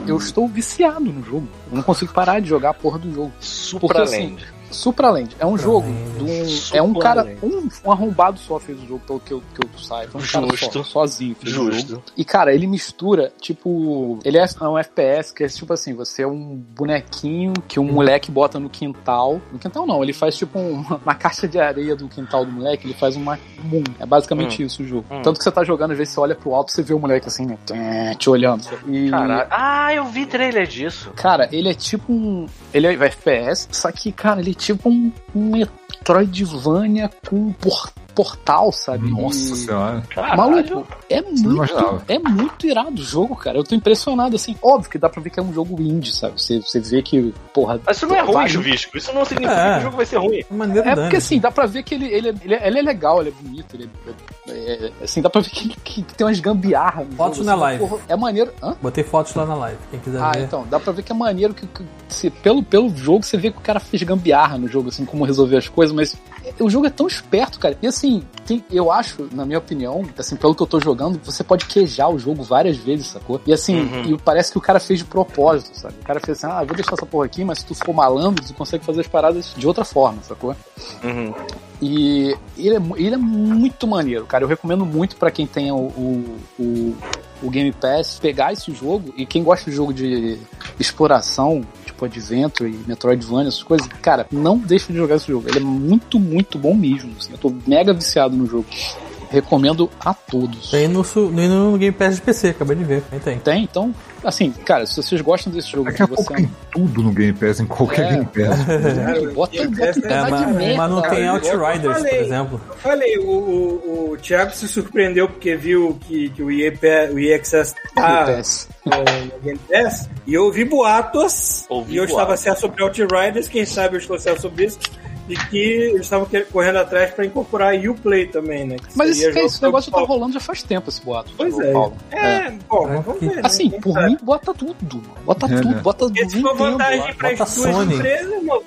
eu estou viciado no jogo. Eu não consigo parar de jogar a porra do jogo.
Supralém.
assim, Supraland é um jogo de um- é um cara, um, um arrombado só fez o jogo, pelo que eu, que eu saiba. Um
Justo.
Cara só, sozinho fez o jogo.
Justo.
E, cara, ele mistura, tipo. Ele é um FPS que é tipo assim: você é um bonequinho que um moleque bota no quintal. No quintal não, ele faz tipo <laughs> uma, uma caixa de areia do quintal do moleque, ele faz uma. um. É basicamente isso o jogo.
Hum.
Tanto que você tá jogando, às vezes você olha pro alto você vê o moleque assim, né? tã, Te olhando. E,
Caralho. Ah, eu vi trailer disso.
Cara, ele é tipo um. Ele é FPS, só que, cara, ele é tipo um, um Metroidvania com por- portal, sabe?
Nossa
E-
senhora.
Caralho.
Maluco, é
imaginava.
muito, é muito irado o jogo, cara. Eu tô impressionado, assim. Óbvio que dá pra ver que é um jogo indie, sabe? Você, você vê que, porra.
Mas isso não é
vai-
ruim, Juvisco. Isso não significa
É.
que o jogo vai ser ruim.
Maneiro
É
dane.
porque assim, dá pra ver que ele, ele, ele, é- ele é legal, ele é bonito, ele é- é- é- assim, dá pra ver que, ele- que tem umas gambiarras. no
Fotos
jogo,
na
assim,
live.
porra, é maneiro. Hã?
Botei fotos lá na live, quem quiser
Ah,
ver.
então, dá pra ver que é maneiro que, que- se- pelo, pelo jogo você vê que o cara fez gambiarra no jogo, assim, como resolver as coisas, mas o jogo é tão esperto, cara. E assim, tem- eu acho, na minha opinião, assim, pelo que eu tô jogando, você pode queijar o jogo várias vezes, sacou? E assim, e parece que o cara fez de propósito, sabe? O cara fez assim, ah, vou deixar essa porra aqui, mas se tu for malandro, tu consegue fazer as paradas de outra forma, sacou? E ele é, mu- ele é muito maneiro, cara. Eu recomendo muito pra quem tem o, o, o- o Game Pass pegar esse jogo. E quem gosta de jogo de exploração, tipo Adventure e Metroidvania, essas coisas, cara, não deixa de jogar esse jogo. Ele é muito, muito bom mesmo. assim. Eu tô mega viciado no jogo. Recomendo a todos.
Tem no, su- no, no Game Pass de PC, acabei de ver. Aí tem.
Tem? Então, assim, cara, se vocês gostam desse jogo,
Daqui a
que você
pouco
<laughs>
tem tudo no Game Pass, em qualquer
É.
Game
<laughs>
Pass.
bota, bota,
Game Pass
bota
é
É,
pedaço de
mas,
merda.
mas não tem
igual que eu
Outriders, por
falei.
exemplo.
Eu falei, o, o, o Thiago se surpreendeu porque viu que, que o, EA, Pe- o EA Access tá
Game Pass.
no Game Pass, e eu ouvi boatos,
Ouvi
e eu
boatos.
estava certo sobre Outriders, quem sabe eu estou certo sobre isso, e que eles estavam que- correndo atrás para incorporar a Uplay também, né? que
Mas
seria
esse,
jogo
esse negócio tá
do Paulo.
rolando já faz tempo, esse boato.
Pois
do
é.
Paulo.
É, bom, mas vamos ver, né?
Assim,
Quem
por
sabe?
mim, bota tudo. mano. Bota
É,
tudo.
né?
Bota
Porque Se for
Nintendo.
vantagem
mano.
para as
bota
duas
Sony.
empresas, mano,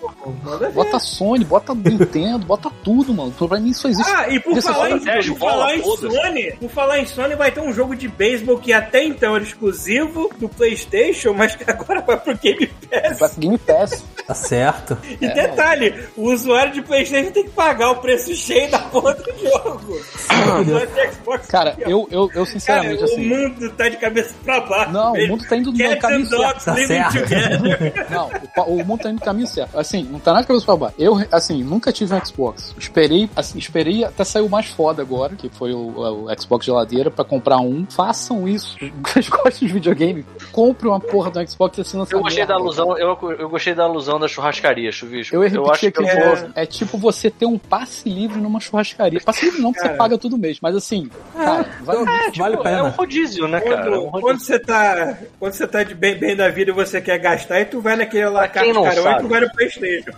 manda ver.
Bota Sony, bota Nintendo, bota tudo, mano. Pra mim só existe.
Ah, e por
Dessa
falar, em,
estratégia,
por falar
É, bola,
em
foda-se.
Sony, por falar em Sony, vai ter um jogo de beisebol que até então era exclusivo do PlayStation, mas que agora vai pro Game Pass.
Vai pro Game Pass.
Tá certo.
E
É,
detalhe, o usuário de PlayStation tem que pagar o preço cheio da porra do jogo. O usuário de Xbox
Ah, Cara,
tem que-
eu, eu, eu
Cara,
sinceramente,
o
assim.
mundo tá de cabeça pra baixo.
Não, o
velho.
mundo tá indo no
Cats
caminho
and
certo.
dogs
Tá
living
certo.
together.
Não, o, pa- o mundo tá indo no caminho certo. Assim, não tá nada cabeça pra baixo. Eu, assim, nunca tive um Xbox. Esperei, assim, esperei até sair o mais foda agora, que foi o, o Xbox geladeira, pra comprar um. Façam isso. <laughs> Vocês gostam de videogame? Compre uma porra do Xbox e assina essa
Eu gostei
merda.
da alusão, eu, eu gostei da alusão da churrascaria, Chuvisco.
Eu ia repetir
acho que
aqui
eu
de
vou-
novo. É tipo você ter um passe livre numa churrascaria. Passe livre não, porque você
Cara.
paga tudo mês. Mas assim, cara, vai...
É,
<laughs> vale a
tipo, é um
pena.
rodízio, né, cara? É um
Quando,
rodízio.
quando você tá, quando você tá de bem, bem da vida e você quer gastar, e tu vai naquele lá
Pra quem
carro
não
carão e
sabe.
tu vai no PlayStation.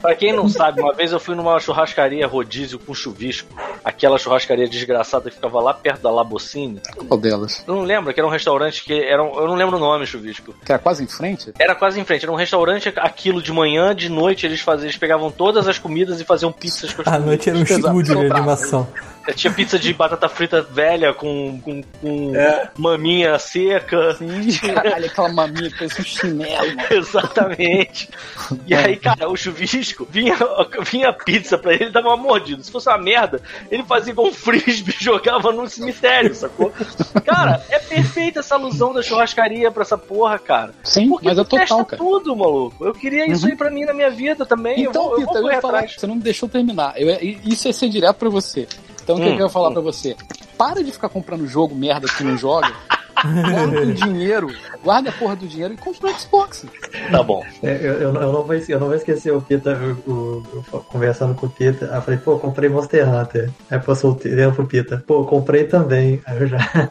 Pra quem não sabe, uma vez eu fui numa churrascaria rodízio com chuvisco, aquela churrascaria desgraçada que ficava lá perto da Labocine.
qual delas?
Eu não lembro, que era um restaurante que era um- eu não lembro o nome, chuvisco.
Que é quase em frente?
Era quase em frente, era um restaurante aquilo de manhã, de noite eles faziam, eles pegavam todas as comidas e faziam pizzas com as
A noite era um
Pesado,
estúdio de
sobrado.
animação.
Tinha pizza de batata frita velha com, com, com
É.
maminha seca.
Ih, Caralho, aquela maminha que parece um chinelo,
<laughs>
mano.
Exatamente. E aí, cara, o chuvisco vinha, vinha pizza pra ele, ele dava uma mordida. Se fosse uma merda, ele fazia igual um frisbee <laughs> e jogava num cemitério, sacou? Cara, é perfeita essa alusão da churrascaria pra essa porra, cara.
Sim,
Porque
mas é
tu testa
total, cara. Uhum.
tudo, maluco. Eu queria isso aí pra mim na minha vida também. eu
Então,
vou, eu vou
Pita, eu
correr
ia falar,
atrás.
você não me deixou terminar. Eu- isso ia ser direto pra você. Então, o que
Hum,
que eu ia falar pra você? Para de ficar comprando jogo merda que
<laughs>
não joga. Guarda o dinheiro, guarda a porra do dinheiro e compra o Xbox.
Tá bom.
É, eu, eu não- eu não vou, esque- eu não vou esquecer o Pita, o- o- eu conversando com o Pita. Aí eu falei, pô, comprei Monster Hunter. Aí passou o tempo um pro Pita. Pô, comprei também. Aí eu já.
<laughs>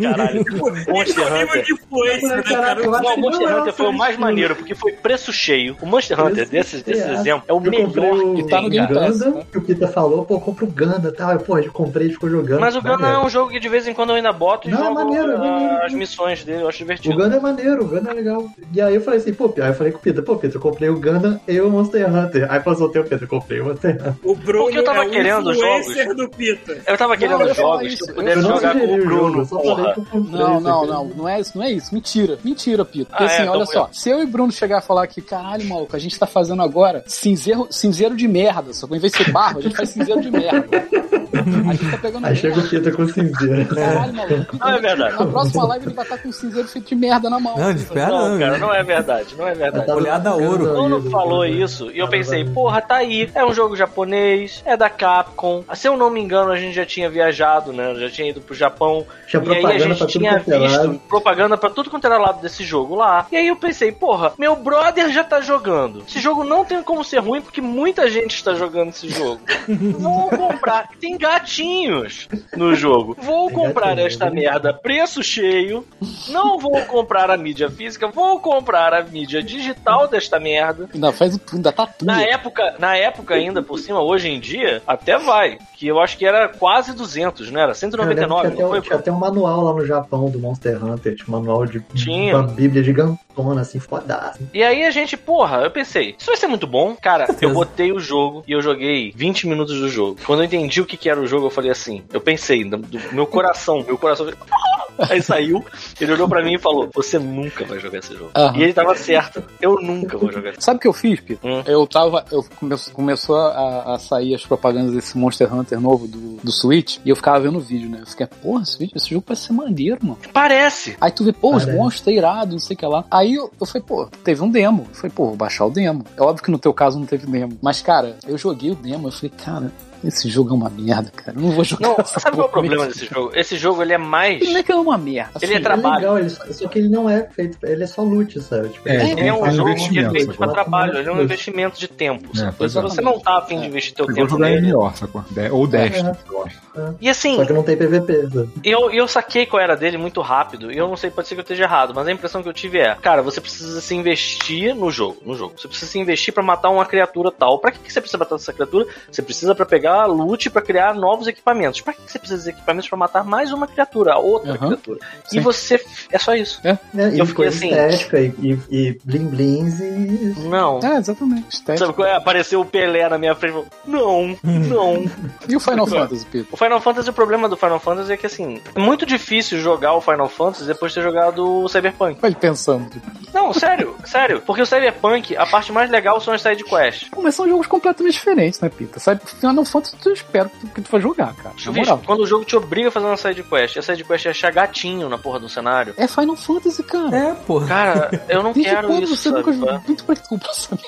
Caralho. Monster
Nível
Hunter.
de influência, né, cara?
eu é
Não, o Monster
não,
Hunter foi o mais
eu-
maneiro, porque foi preço cheio. O Monster Hunter,
Esse-
desses, desses
é,
exemplos, é o
eu comprei
melhor que
o-
tá
tem,
no Game
cara.
Pass,
Gundam,
né?
que o Pita falou, pô, compra o Ganda e tal. Eu, pô, eu comprei e ficou jogando.
Mas o Gundam é um jogo que de vez em quando eu ainda boto e
Não, é
jogo
maneiro, é
ah,
maneiro.
as missões dele, eu acho divertido.
O Ganda é maneiro, o Ganda é legal. E aí eu falei assim, pô, Pita- aí eu falei com o Pita, pô, Pita, eu comprei o Ganda e o Monster Hunter. Aí passou o tempo, Pita, eu comprei o Monster Hunter.
O Bruno
Porque eu tava
é o
querendo
influencer
jogos.
do Pita.
Eu tava
Não,
querendo
eu ia falar
jogos que
isso.
eu pudesse
Eu não
jogar com
sugeri
o
o jogo,
Bruno,
eu só falei que eu comprei.
Não, não,
você
não.
acredita?
Não é isso, não é isso. Mentira, mentira, Pito. Porque
Ah,
assim,
é,
olha
então
só. Se eu e Bruno chegar a falar que, caralho, maluco, a gente tá fazendo agora cinzeiro, cinzeiro de merda. Só que ao invés de ser barro, a gente faz cinzeiro de merda. A gente tá pegando.
Aí chega o né? Pita com cinzeiro.
Caralho, maluco.
Não é verdade.
Na próxima live ele vai estar com um cinzeiro feito de merda na mão.
Não, de pé
Não,
não,
cara,
velho.
não é verdade, não é verdade.
Olhada ouro.
O
né?
Bruno falou isso e eu pensei, porra, tá aí. É um jogo japonês, é da Capcom. Se eu não me engano, a gente já tinha viajado, né? Já tinha ido pro Japão.
Tinha
e aí a
propaganda pra
gente
tudo
tinha
quanto é
visto
lado.
propaganda pra tudo quanto era lado desse jogo lá. E aí eu pensei, porra, meu brother já tá jogando. Esse jogo não tem como ser ruim porque muita gente está jogando esse jogo. Vou comprar. Tem gatinhos no jogo. Vou
Tem
comprar
gatinho,
esta
né?
merda preço cheio. Não vou comprar a mídia física, vou comprar a mídia digital desta merda.
Ainda faz o ainda tá tatua.
Na época, na época ainda por cima, hoje em dia, até vai. Que eu acho que era quase 200, né? Era
Eu lembro
199,
que até,
não foi?
tinha até um manual lá no Japão do Monster Hunter, tinha um manual de
Tinha.
uma bíblia gigantona, assim, fodaça.
E aí a gente, porra, eu pensei, isso vai ser muito bom. Cara, eu
certeza.
botei o jogo e eu joguei 20 minutos do jogo. Quando eu entendi o que, que era o jogo, eu falei assim, eu pensei, do, do meu coração, meu coração... fez, "Ah!" <laughs> Aí saiu, ele olhou pra mim e falou: Você nunca vai jogar esse jogo.
Aham.
E ele tava certo, eu nunca vou jogar esse
Sabe o que eu fiz, Pito?
Hum.
Eu tava. Eu come- começou a, a sair as propagandas desse Monster Hunter novo do, do Switch. E eu ficava vendo o vídeo, né? Eu fiquei, porra, esse, vídeo, esse jogo parece ser maneiro, mano.
jogo. Parece!
Aí tu vê, pô, os
Parece.
monstros é irado, não sei o que lá. Aí eu, eu falei, pô, teve um demo. Eu falei, pô, vou baixar o demo. É óbvio que no teu caso não teve demo. Mas, cara, eu joguei o demo. Eu falei, cara, esse jogo é uma merda, cara. Eu não vou jogar. <laughs>
Não,
essa
sabe qual é o
porra.
problema desse jogo? Esse jogo ele é mais.
Ele não é que é uma merda.
Ele é
Assim,
trabalho.
É legal, ele só, só que ele não é feito, ele é só loot, sabe? Tipo,
É,
Ele é um
faz
jogo que é
investimento,
feito
sacou?
pra trabalho, ele é um
Isso.
investimento de tempo.
É,
sacou?
pois
Se
é.
você não tá afim de
É.
investir teu
Igual
tempo
jogar
nele.
MMO, sacou? De- Ou Destiny.
E assim,
Só que não tem PVP, sabe?
eu, eu saquei qual era dele muito rápido. E eu não sei, pode ser que eu esteja errado, mas a impressão que eu tive é: cara, você precisa se investir no jogo. No jogo. Você precisa se investir pra matar uma criatura tal. Pra que, que você precisa matar essa criatura? Você precisa pra pegar loot pra criar novos equipamentos. Pra que, que você precisa desses equipamentos pra matar mais uma criatura, outra
Aham.
criatura? E
Sim.
você. É só isso.
Né? E
Eu fiquei
coisa
assim-
estética e, e, e bling blings e.
Não.
É, exatamente. Estética.
Sabe qual é? Apareceu o Pelé na minha frente e falou:
<laughs>
Não, não.
E o Final Fantasy, Pito?
O Final Fantasy, o problema do Final Fantasy é que assim, é muito difícil jogar o Final Fantasy depois de ter jogado o Cyberpunk.
Olha ele pensando. Tipo,
Não, sério, sério. Porque o Cyberpunk, a parte mais legal são as side quests.
Pô, mas são jogos completamente diferentes, né, Pita? Sabe, Final Fantasy eu espero que tu, que tu vai jogar, cara.
Bicho,
Na moral.
quando o jogo te obriga a fazer uma side quest, e a side quest é achar gatinho na porra do cenário.
É Final Fantasy, cara.
É, porra.
Cara, eu não
Desde
quero
quando
isso,
você
sabe?
nunca
pá?
jogou? Muito preocupa, sabe?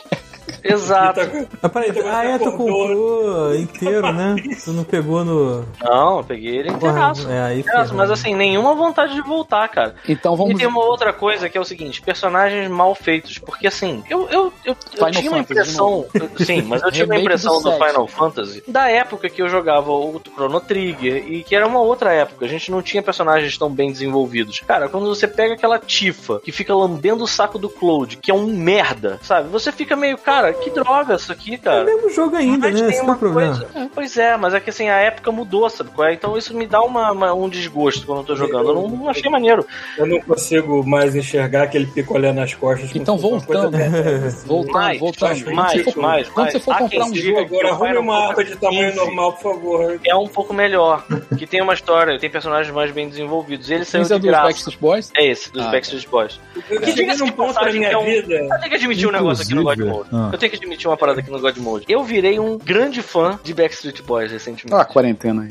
Exato.
Mas peraí, ah, é, tu comprou inteiro, né? Tu não pegou no.
Não, eu peguei ele
Porra,
né?
inteiraço.
é, aí
Inteiraço,
ferrou.
Mas assim, nenhuma vontade de voltar, cara.
Então
E
vamos.
tem uma outra coisa que é o seguinte: personagens mal feitos. Porque assim, eu, eu, eu, eu
Final
tinha uma
Fantasy, de
impressão. Sim, mas eu tinha uma
Remake
impressão
do
do,
sete.
Final Fantasy da época que eu jogava o Chrono Trigger e que era uma outra época. A gente não tinha personagens tão bem desenvolvidos. Cara, quando você pega aquela Tifa que fica lambendo o saco do Cloud, que é um merda, sabe? Você fica meio, cara, que droga isso aqui,
É o
cara.
mesmo jogo ainda,
Mas
né?
tem
Esse que é
uma
o problema.
coisa. Pois é, mas é que assim, a época mudou, sabe? qual é? Então isso me dá uma, uma- um desgosto quando eu tô jogando. Eu não, não achei maneiro.
Eu não consigo mais enxergar aquele picolé nas costas.
Então
como se fosse uma
voltando.
coisa
<laughs>
dessa.
Voltando,
mais,
voltando.
mais,
Quando você for-
mais,
Quando você for
mais. Há
comprar
quem
um
diga
jogo.
Agora arrume
Final
uma arma de tamanho
Fantasy.
normal, por favor.
é um pouco melhor. Que tem uma história, tem personagens mais bem desenvolvidos. Ele saiu
Esse é
de
dos
graça.
Backstreet Boys?
É esse, dos
Ah,
Backstreet Boys.
Eu
Que
cheguei
diga-se
num
de
ponto da
passagem
minha
que é um- <laughs>
vida.
Eu tenho que admitir um negócio aqui no God
Inclusive,
Mode.
ah.
Eu tenho que admitir uma parada aqui no God Mode. Eu virei um grande fã de Backstreet Boys recentemente.
Olha a quarentena aí.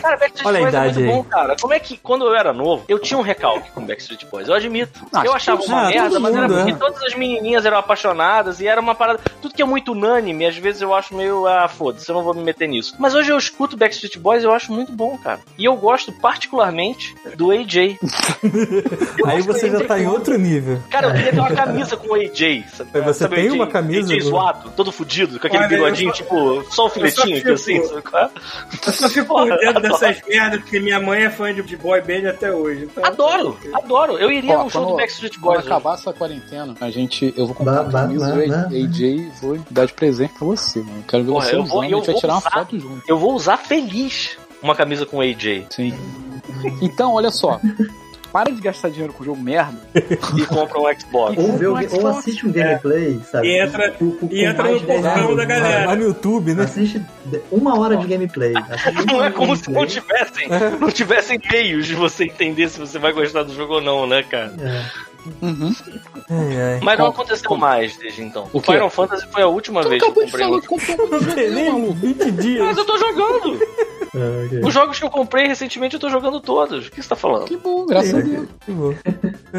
Cara, Backstreet
Olha a
Boys é muito
idade aí.
bom, cara. Como é que, quando eu era novo, eu tinha um recalque com Backstreet Boys, eu admito.
Ah,
eu achava uma
ah,
merda,
todo
mas era
mundo,
porque
é.
todas as menininhas eram apaixonadas e era uma parada... Tudo que é muito unânime, às vezes eu acho meio, ah, foda-se, eu não vou me meter nisso. Mas hoje eu escuto Backstreet Boys e eu acho muito bom, cara. E eu gosto particularmente do AJ. Eu
Aí
acho que
você
ele
já tá em outro nível.
Cara, eu queria ter uma camisa com o AJ. Sabe?
Mas você
Sabe o
tem
AJ?
uma camisa,
AJ
Bruno?
zoado, todo fudido, com aquele
Olha,
bigodinho,
eu só-
tipo, só o filetinho aqui
fico-
assim. Sabe? qual é?
Eu só fico por dentro dessas merdas, porque minha mãe é fã de de boy band até hoje. Então,
Adoro, adoro. Eu iria
Ó,
num show
quando-
é um do Backstreet Boys. né?
Quando
hoje.
acabar essa quarentena, a gente. Eu vou comprar um
Bah, bah,
uma camisa
bah,
e
bah.
AJ vou dar de presente pra você, mano. Quero ver
Porra,
você
eu vou-
usando. A
eu
gente vai
vou
tirar uma
usar.
foto junto.
Eu vou usar feliz uma camisa com o AJ.
Sim. Então, olha só. para de gastar dinheiro com jogo merda
e compra um Xbox.
<laughs>
Ou, vê, alguém- ou assiste um gameplay, sabe?
É. E entra-
Com- com-
e
com
entra
mais
no
de 10
portão da
minutos.
galera.
Vai no YouTube, né?
Assiste de- uma hora
<laughs>
de gameplay. Assiste uma
Não é
hora de
como se não
gameplay.
tivessem,
É.
não tivessem meios de você entender se você vai gostar do jogo ou não, né, cara?
É.
Uhum.
Ai, ai.
Mas não
Qual-
aconteceu
qual-
mais desde então.
O quê?
Final Fantasy foi a última
Tu
vez que eu
acabou de
comprei
falar
um
que comprou um jogo,
Tem
né,
nem
maluco?
20 dias.
Mas eu tô jogando!
Ah, ok.
Os jogos que eu comprei recentemente eu tô jogando todos. O que você tá falando?
Que bom, graças a
<laughs>
Deus.
Que bom.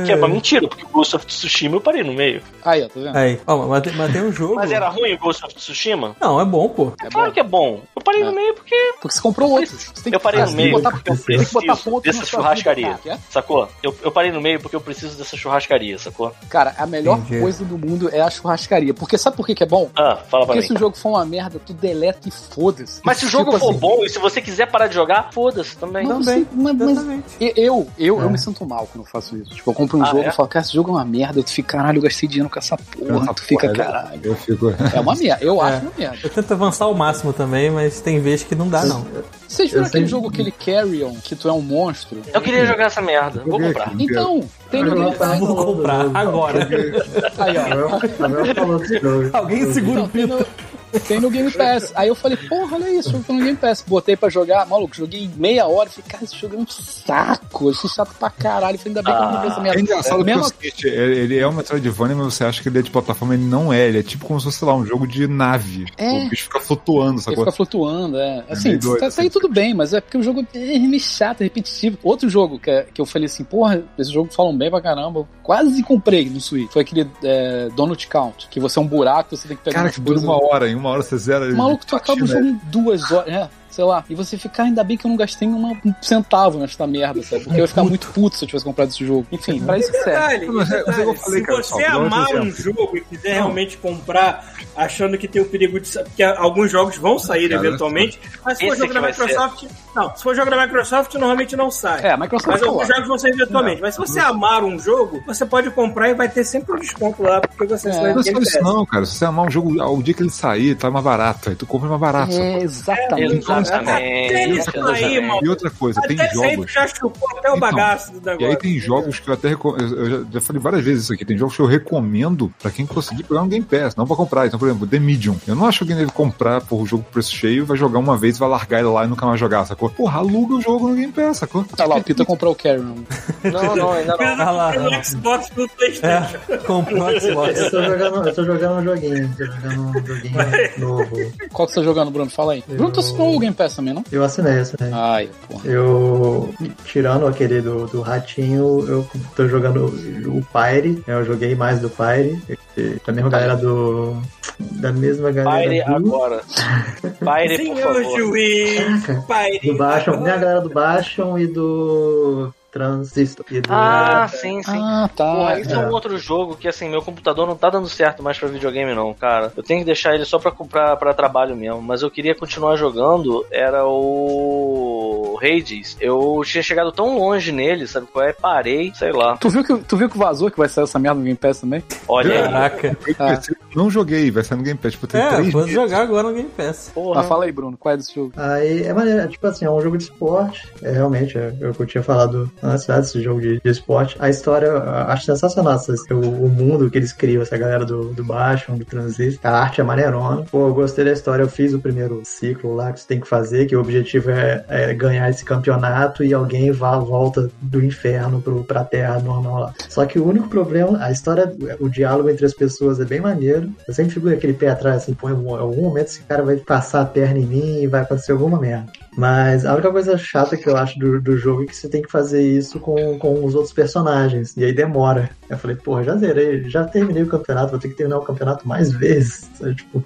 Que é uma mentira, porque o Ghost of Tsushima eu parei no meio.
Aí, ó, tá vendo?
Aí, ó, mas, tem- mas tem um jogo.
Mas era ruim o Ghost of Tsushima?
Não, é bom, pô.
Uhum. É
Claro
bom.
que é bom. Eu parei no
É.
meio porque
Porque você comprou outros. Você tem que-
Eu parei
ah,
no
você tem que
meio
botar-
porque eu
tem que botar
preciso
ponto na
dessa
sua vida, tá?
churrascaria.
cara.
Sacou? Eu, eu parei no meio porque eu preciso dessa churrascaria, sacou?
Cara, a melhor
Entendi.
coisa do mundo é a churrascaria. Porque sabe por que, que é bom?
Ah, fala pra
Porque
mim.
se o jogo for uma merda, tu deleta e foda-se.
Mas se o
Tipo
jogo for
assim,
bom né? e se você quiser parar de jogar, foda-se também.
Não,
Também,
sei, mas, mas
exatamente.
e- eu, eu,
É.
eu me sinto mal quando eu faço isso. Tipo, eu compro um
Ah,
jogo
é?
e falo, cara, esse jogo é uma merda. Eu tu fica, caralho, eu gastei dinheiro com essa porra.
Essa
tu fica,
porra,
caralho.
Eu fico. <laughs>
É uma merda. Eu
É.
acho uma merda.
Eu tento avançar ao máximo também, mas tem vezes que não dá, não.
Vocês viram
Eu
aquele
sei-
jogo, aquele Carrion, que tu é um monstro?
Eu queria jogar essa merda. Vou
Joguei
comprar.
aqui.
Então, tem no Game Pass.
Vou comprar agora.
Aí, ó.
Samuel- Samuel falou desse jogo.
Alguém segura
Não,
o
tem
pito.
no, tem no Game Pass. Aí eu falei, porra, olha isso, eu tô no Game Pass. Botei pra jogar, maluco, joguei meia hora. Falei, cara, esse jogo é um saco. Eu sou chato pra caralho. Falei, ainda bem que eu não comprei essa merda.
É
assim,
engraçado porque é o
Mesma-
seguinte, ele, ele é uma Metroidvania, mas você acha que ele é de plataforma, ele não é. Ele é tipo como se fosse, sei lá, um jogo de nave.
É.
O bicho fica flutuando,
Ele
sacou?
fica flutuando, é. Assim,
meio doido,
tá, tá aí
assim.
tudo bem, mas é porque o jogo é meio chato, é repetitivo. Outro jogo que, é- que eu falei assim, porra, esse jogo falam bem pra caramba. eu Quase comprei no Switch. Foi aquele é, Donut Count, que você é um buraco, você tem que pegar
Cara,
umas
que dura
coisas-
uma hora, em uma hora você zera. ele
Maluco, tu acaba o
patina,
jogo em duas horas, é, sei lá. E você fica, "Ah, ainda bem que eu não gastei uma- um centavo nesta merda, sabe? Porque eu ia ficar muito puto se eu tivesse comprado esse jogo. Enfim, pra isso que serve.
Detalhe,
Mas é- mas é o que eu
detalhe,
falei,
se
cara,
você
só dá um
amar um
exemplo.
jogo e quiser realmente comprar, achando que tem o perigo de. sa- Porque alguns jogos vão sair
Cara,
eventualmente, mas se for
esse
jogo da
que vai ser.
Microsoft. Não, se for jogo da Microsoft, normalmente não sai.
É, a Microsoft
Mas alguns
coloca.
jogos vão sair eventualmente. Mas se você amar um jogo, você pode comprar e vai ter sempre um desconto lá, porque você
É.
sai
Não é
do
só
Game
isso
Pass.
não, cara. Se você amar um jogo, ao dia que ele sair, tá mais barato. Aí tu compra mais barato. sacou?
É, exatamente.
Até ele
Exatamente.
sair,
exatamente.
mano.
E outra coisa, tem
Até isso aí tu
jogos.
já chupou até o
Então,
bagaço do
E
negócio.
aí tem jogos que eu até reco- eu- eu já- já falei várias vezes isso aqui, tem jogos que eu recomendo pra quem conseguir pegar um Game Pass, não pra comprar. Então, por exemplo, The Medium. Eu não acho que alguém deve comprar por o jogo preço cheio, vai jogar uma vez, vai largar ele lá e nunca mais jogar, sacou? Porra, aluga o jogo no Game Pass, sacou?
Tá lá, o Pita comprou o Carrion.
Não, não, ainda não.
Ah lá,
Pelo
não.
Xbox pelo Playstation.
<laughs> É, comprou o Xbox.
Eu tô jogando, eu tô jogando um joguinho, tô jogando um joguinho novo.
Qual que você tá jogando, Bruno? Fala aí. Bruno, tu assinou o Game Pass também, não?
Eu assinei, assinei.
Ai, porra.
Eu, tirando aquele do, do ratinho, eu tô jogando o Pyre, né? eu joguei mais do Pyre, e da mesma galera do... da mesma
Paire
galera
Uhum.
do...
agora. Paire, por
Senhor
favor.
juiz, pai.
do Bastion, tem a
é.
galera do Bastion e do Transistor. E do...
Ah, sim, sim.
Ah, tá.
Porra, isso é.
é.
um outro jogo que, assim, meu computador não tá dando certo mais pra videogame, não, cara. Eu tenho que deixar ele só pra comprar pra trabalho mesmo. Mas eu queria continuar jogando, era o. Hades. Eu tinha chegado tão longe nele, sabe qual é? Parei, sei lá.
Tu viu, que, tu viu que vazou que vai sair essa merda no Game Pass também?
Olha aí.
Caraca.
Eu
Ah.
pensei, não joguei, vai sair no Game Pass. Tipo, tem
É,
três
vou
meses.
jogar agora no Game Pass.
Mas
Porra.
fala aí, Bruno, qual é desse jogo?
Aí é maneiro, é tipo assim, é um jogo de esporte. É realmente, é, eu que eu tinha falado antes né, desse jogo de, de esporte. A história, eu acho sensacional essa- o, o mundo que eles criam, essa galera do, do baixo, do transistor. A arte é maneirona. Pô, eu gostei da história. Eu fiz o primeiro ciclo lá que você tem que fazer, que o objetivo é, é ganhar esse campeonato e alguém vá à volta do inferno pro, pra terra normal lá. Só que o único problema, a história, o diálogo entre as pessoas é bem maneiro. Eu sempre fico com aquele pé atrás, assim, pô, em algum momento esse cara vai passar a perna em mim e vai acontecer alguma merda. Mas a única coisa chata que eu acho do, do jogo é que você tem que fazer isso com, com os outros personagens. E aí demora. Eu falei, porra, já zerei, já terminei o campeonato, vou ter que terminar o campeonato mais vezes.
<laughs>
Sabe, tipo,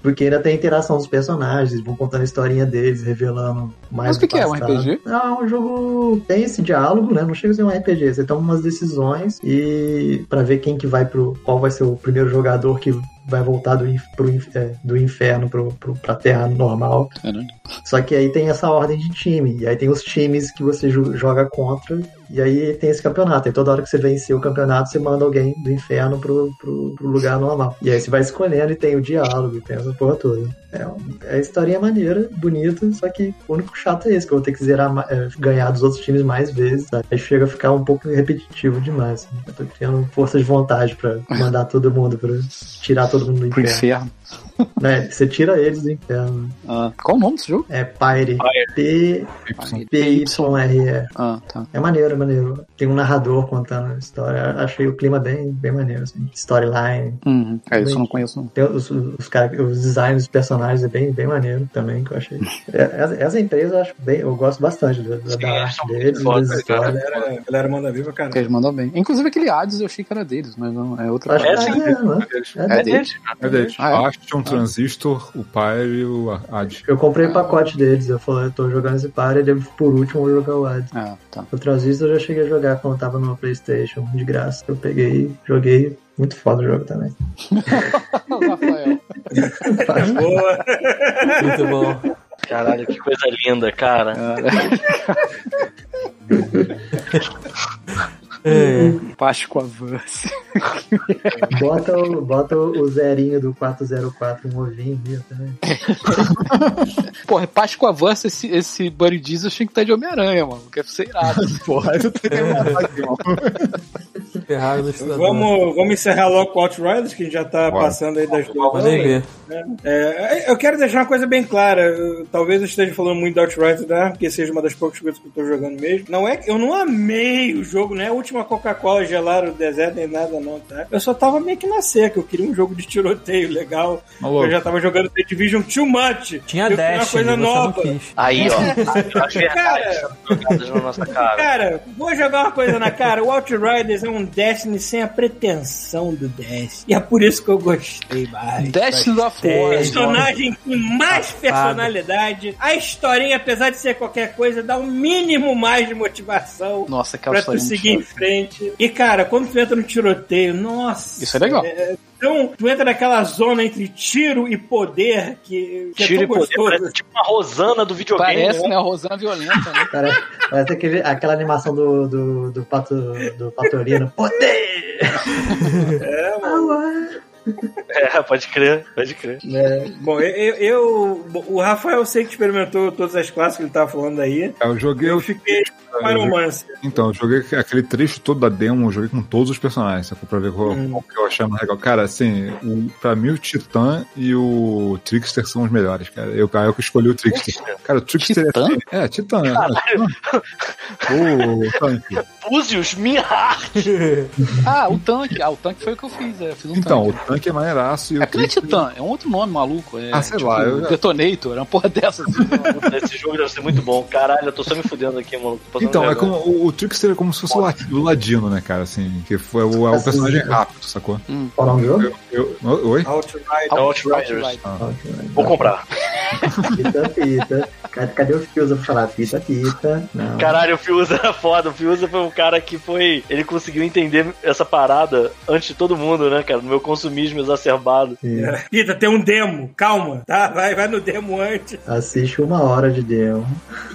porque ainda tem a interação dos personagens, vão contando a historinha deles, revelando mais.
Mas o que
do
que é, um
passado.
RPG?
Não, é um jogo. Tem esse diálogo, né? Não chega a ser um RPG. Você toma umas decisões e. para ver quem que vai pro. qual vai ser o primeiro jogador que vai voltar do, inf- pro inf- é, do inferno pro, pro, pra terra normal.
Caralho.
Só que aí tem essa ordem de time, e aí tem os times que você jo- joga contra, E aí tem esse campeonato. E toda hora que você vencer o campeonato, você manda alguém do inferno pro, pro, pro lugar normal. E aí você vai escolhendo e tem o diálogo, e tem essa porra toda. É, um- é a historinha maneira, bonita, só que o único chato é esse, que eu vou ter que zerar, ma- é, ganhar dos outros times mais vezes. sabe? Aí chega a ficar um pouco repetitivo demais. assim. Eu tô criando força de vontade pra mandar todo mundo, pra tirar todo mundo do
Pro
inferno.
inferno.
né? Você tira eles do inferno.
Ah, qual o nome desse jogo?
É Pyre. P- P-Y-R-E.
Ah, tá.
É maneiro, é maneiro. Tem um narrador contando a história. Achei o clima bem, bem maneiro, assim. Storyline.
Uhum. É, isso eu não conheço, não.
Tem os, os, cara- os designs dos personagens é bem, bem maneiro também, que eu achei. É, essa, essa empresa eu acho bem. Eu gosto bastante da, da-
Sim,
da
são
arte deles,
foda, né,
das
cara.
histórias.
Galera, galera manda viva, cara.
Eles mandam bem. Inclusive aquele Hades eu achei que era deles, mas não, é outra
Acho que
coisa.
é, é, né? É
É
deles.
deles.
É deles.
Ah, é?
Bastion, Transistor, o Pyre e o Ad.
Eu comprei o pacote deles. Eu falei, eu tô jogando esse Pyre, e por último eu vou jogar o Hades.
Ah, tá.
O Transistor eu já cheguei a jogar quando tava no Playstation, de graça. Eu peguei, joguei. Muito foda o jogo também.
Rafael.
Boa.
Muito bom.
Caralho, que coisa linda, cara.
É,
Páscoa Avance.
Bota o, bota o zerinho do 404 um ovinho viu, também.
Porra, Páscoa Avance, esse, esse Buddy Jesus tinha que estar de Homem-Aranha, mano. Que é ser irado.
Porra, eu tenho vontade, mano.
ferrado do cidadão.
Vamos, vamos encerrar logo com Outriders, que já tá
Bora.
passando aí das duas horas.
Podem ver.
É, eu quero deixar uma coisa bem clara. Eu- talvez eu esteja falando muito do Outriders, né? Porque seja uma das poucas coisas que eu tô jogando mesmo. Não é que eu não amei o jogo, não é a última Coca-Cola gelada no deserto nem nada, não, tá? Eu só tava meio que na seca. Eu queria um jogo de tiroteio legal.
Maluco.
Eu já tava jogando The Division too much.
Tinha
eu queria
10,
uma coisa
você
nova.
não quis. <laughs>
Aí, ó. As verdades sendo jogadas na nossa cara.
Cara, vou jogar uma coisa na cara. O Outriders é um Destiny sem a pretensão do Destiny. E é por isso que eu gostei mais.
Destiny of War.
personagem com mais personalidade. A historinha, apesar de ser qualquer coisa, dá um mínimo mais de motivação
Nossa, aquela
pra tu
história. é
seguir em
muito
frente. E, cara, quando tu entra no tiroteio, nossa.
Isso é legal.
Então, tu entra naquela zona entre tiro e poder que, que
Tiro
é
e
tão
poder.
gostoso.
Parece tipo uma Rosana do
foda.
videogame.
Parece,
né?
né? A Rosana violenta, né?
Parece, parece aquele, aquela animação do, do, do, pato, do Patorino. Poder! É, mano.
É, pode crer, pode crer.
É.
Bom, eu, eu- eu- O Rafael, eu sei que experimentou todas as classes que ele tava falando aí.
Eu joguei.
Eu fiquei com Pyromancer.
Então, eu joguei aquele trecho todo da demo, eu joguei com todos os personagens, sacou? Pra ver qual, qual que eu achei mais legal. Cara, assim, o, pra mim o Titã e o Trickster são os melhores, cara. Eu, eu que escolhi o Trickster. Cara, o Trickster
Titã?
é. É, Titã, né? <laughs> O, o tanque.
Búzios, minha arte.
Ah, o tanque. Ah, o tanque foi o que eu fiz. É, eu fiz um
Então,
tanque.
o tanque é maneiraço e o
É que não é
Trickster-
Titã, é um outro nome maluco. É,
Ah, sei lá, eu já-
Detonator, é uma porra dessa.
<laughs>
Assim,
Esse jogo deve ser muito bom. Caralho, eu tô só me fudendo aqui, mano. Tô
né?
passando
Então, é
vergonha.
como, o, o Trickster é como se fosse o la- o Ladino, né, cara? Assim, que foi o, é o personagem rápido, sacou?
Qual o nome do um jogo?
Eu, oi?
Outriders.
É Outriders.
né?
Vou comprar.
Pita, pita. Cadê, cadê os fios? Eu vou falar pita, pita. Não.
Caralho, o Fiuza era foda. O Fiuza foi um cara que foi. Ele conseguiu entender essa parada antes de todo mundo, né, cara? No meu consumismo exacerbado.
assim,
Pita, tem um demo, calma, tá? Vai, vai no demo antes.
Assiste uma hora de demo.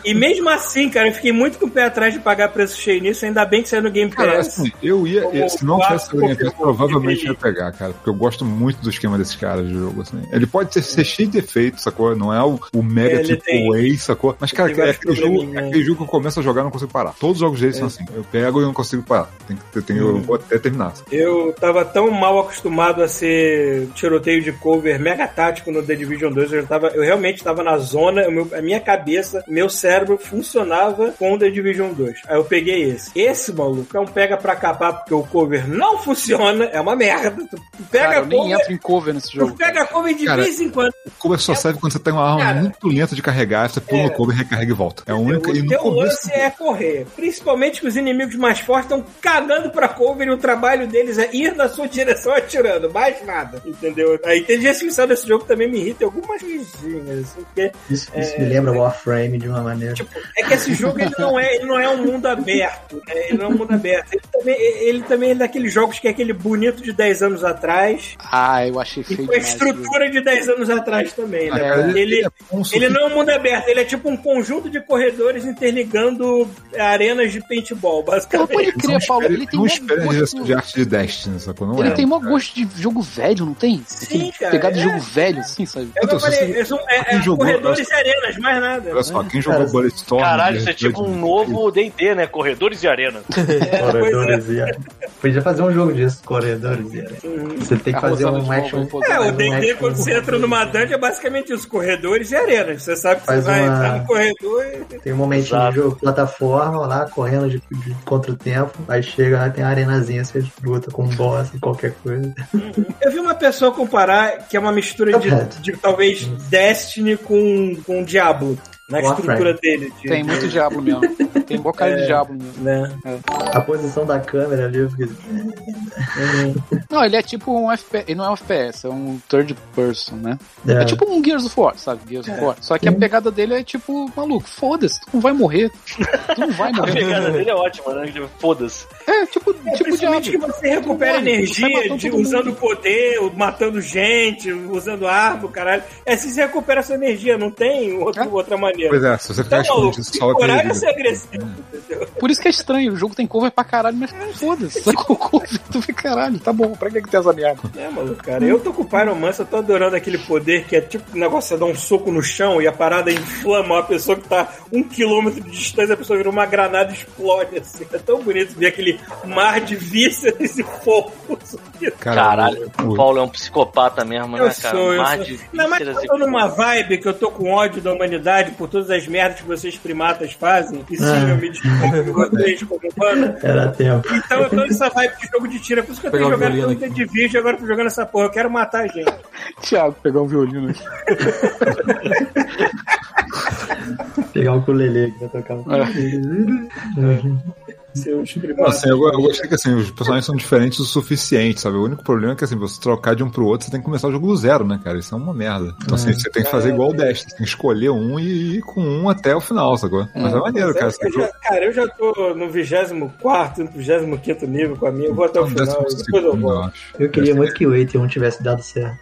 E mesmo assim, cara, eu fiquei muito com o pé atrás de pagar preço cheio nisso, ainda bem que saiu no Game
Cara,
Pass.
assim, eu ia.
Como
se não tivesse
quatro
o Game Pass,
Pokémon
provavelmente
que-
ia pegar, cara. Porque eu gosto muito do esquema desses caras de jogo, assim. Ele pode ter, ser cheio de defeito, sacou? Não é o, o mega
Ele
tipo
tem-
Way, sacou? Mas, cara,
tem
é
vários
aquele jogo,
probleminhas. É.
é aquele jogo que eu começo a jogar e não consigo parar. Todos os jogos deles são assim. Eu pego e não consigo parar. Tem que, eu, tenho,
Uhum.
eu vou até terminar. sacou?
Eu tava tão mal acostumado a ser tiroteio de cover mega tático no The Division 2, eu, já tava, eu realmente tava na zona, o meu- a minha cabeça, meu cérebro funcionava com o The Division 2. Aí eu peguei esse. Esse maluco é um pega pra acabar porque o cover não funciona, é uma merda. Tu tu pega
cara, eu nem
cover,
entro em cover nesse
tu
jogo. cara.
pega cover de
Cara,
vez em quando.
O cover é só serve quando você tem uma arma
É Cara.
muito lenta de carregar, você pula no cover, recarrega e volta. É a única. E
O
no
teu
começo.
lance é correr. Principalmente que os inimigos mais fortes estão cagando pra cover e o trabalho deles é ir na sua direção atirando. Mais nada. Entendeu? A interjeição desse jogo também me irrita em algumas coisinhas. assim, Porque
Isso, isso me lembra Warframe de uma maneira.
é que esse jogo ele não é, ele não é um mundo aberto. né? Ele não é um mundo aberto. Ele também, ele também é daqueles jogos que é aquele bonito de 10 anos atrás.
Ah, eu achei
E
feio
com a
demais.
estrutura de 10 anos atrás também, né?
cara,
Porque ele, ele, é ele não é um mundo aberto, ele é tipo um conjunto de corredores interligando é, arenas de paintball,
Cara,
basicamente.
pode crer, Paulo. Ele tem
não
um
espera direção
gosto...
de arte de Destiny, sacou? Não
Ele
é.
tem mó gosto de jogo velho, não tem? Aquele
cara,
Pegado de
é.
jogo velho, assim, sabe?
É o que
Então,
eu
se
falei,
você-
são é,
quem
é,
jogou-
corredores e arenas, mais nada.
Olha só, quem jogou
Cara,
Bulletstorm...
Caralho,
de-
isso é tipo
de-
um novo D&D, né? Corredores e arena.
É,
Corredores e Arenas. Podia fazer um jogo disso, Corredores e Arenas. Você
Tá
tem que
A
fazer
Rosana de
um action.
Paulo,
É,
Paulo.
o
Faz um
D&D,
action.
quando você entra numa dungeon, é basicamente os corredores e arenas. Você sabe que
Faz
você vai
uma-
entrar no corredor e...
Tem um momentinho de jogo, plataforma lá, correndo de, de- contra o tempo. Aí chega lá, tem uma arenazinha, você luta com um boss, qualquer coisa.
Eu vi uma pessoa comparar que é uma mistura de, de talvez Destiny com, com Diablo. Na
Warframe.
estrutura dele. de-
Tem muito diabo mesmo. Tem boa cara de diabo mesmo.
né?
A posição da câmera ali, eu fiquei assim,
Não, ele é tipo um FPS. Ele não é um FPS, é um third person, né? É,
é,
tipo um Gears of War, sabe? Gears of War. Só que a pegada dele é tipo, maluco, foda-se, tu não vai morrer. Tu não vai
A
<laughs>
morrer.
pegada dele é ótima, né? Tipo, Foda-se.
É, tipo, tipo
Principalmente que
diabo.
você recupera
Tu morre, tu vai
energia
matando
de,
todo mundo.
usando poder, matando gente, usando arma, caralho. É assim que você recupera essa energia, não tem outro-
É.
outra maneira.
Pois é, se você
Então,
ficar escondido,
maluco,
só vai
coragem é ser
perder.
agressivo, entendeu?
Por isso que é estranho, o jogo tem cover pra caralho, mas foda-se. <laughs> Sacou cover, tu fica caralho, tá bom, pra que que tem essa merda?
É, maluco, cara. Eu tô com o Pyromancer, eu tô adorando aquele poder que é tipo o negócio é dar um soco no chão e a parada inflama a pessoa que tá um quilômetro de distância, a pessoa vira uma granada e explode, assim. É tão bonito ver aquele mar de vísceras e <laughs> fogo.
Caralho, o
o-
Paulo é um psicopata mesmo,
Eu
né, cara?
sou, eu
Mar
sou.
de
Ainda mais que
vísceras
eu
e
tô numa vibe que eu tô com ódio da humanidade por todas as merdas que vocês primatas fazem. E sim, eu me desculpo de vocês como humano.
era tempo.
Então eu tô nessa vibe de jogo de tiro. É por isso que eu tô
Pegar o
jogando
violino
tanto The Division e agora eu tô jogando essa porra. Eu quero matar a gente.
Thiago, pegar um violino aqui.
Pegar um ukulele aqui pra tocar um
É.
ukulele.
Seus
Não,
primatas.
assim, eu, eu gostei que assim, os personagens são diferentes o suficiente, sabe? O único problema é que assim, você trocar de um pro outro, você tem que começar o jogo do zero, né, cara? Isso é uma merda. Então assim, você tem que fazer igual o Dash, você tem que escolher um e ir com um até o final, sacou? Mas é maneiro, cara. Você
Eu já- cara, eu já tô no 24, no 25 nível com a minha. Eu
é
vou até
um
o final. Depois eu
eu
volto.
acho.
Eu queria muito que o 81 tivesse dado certo.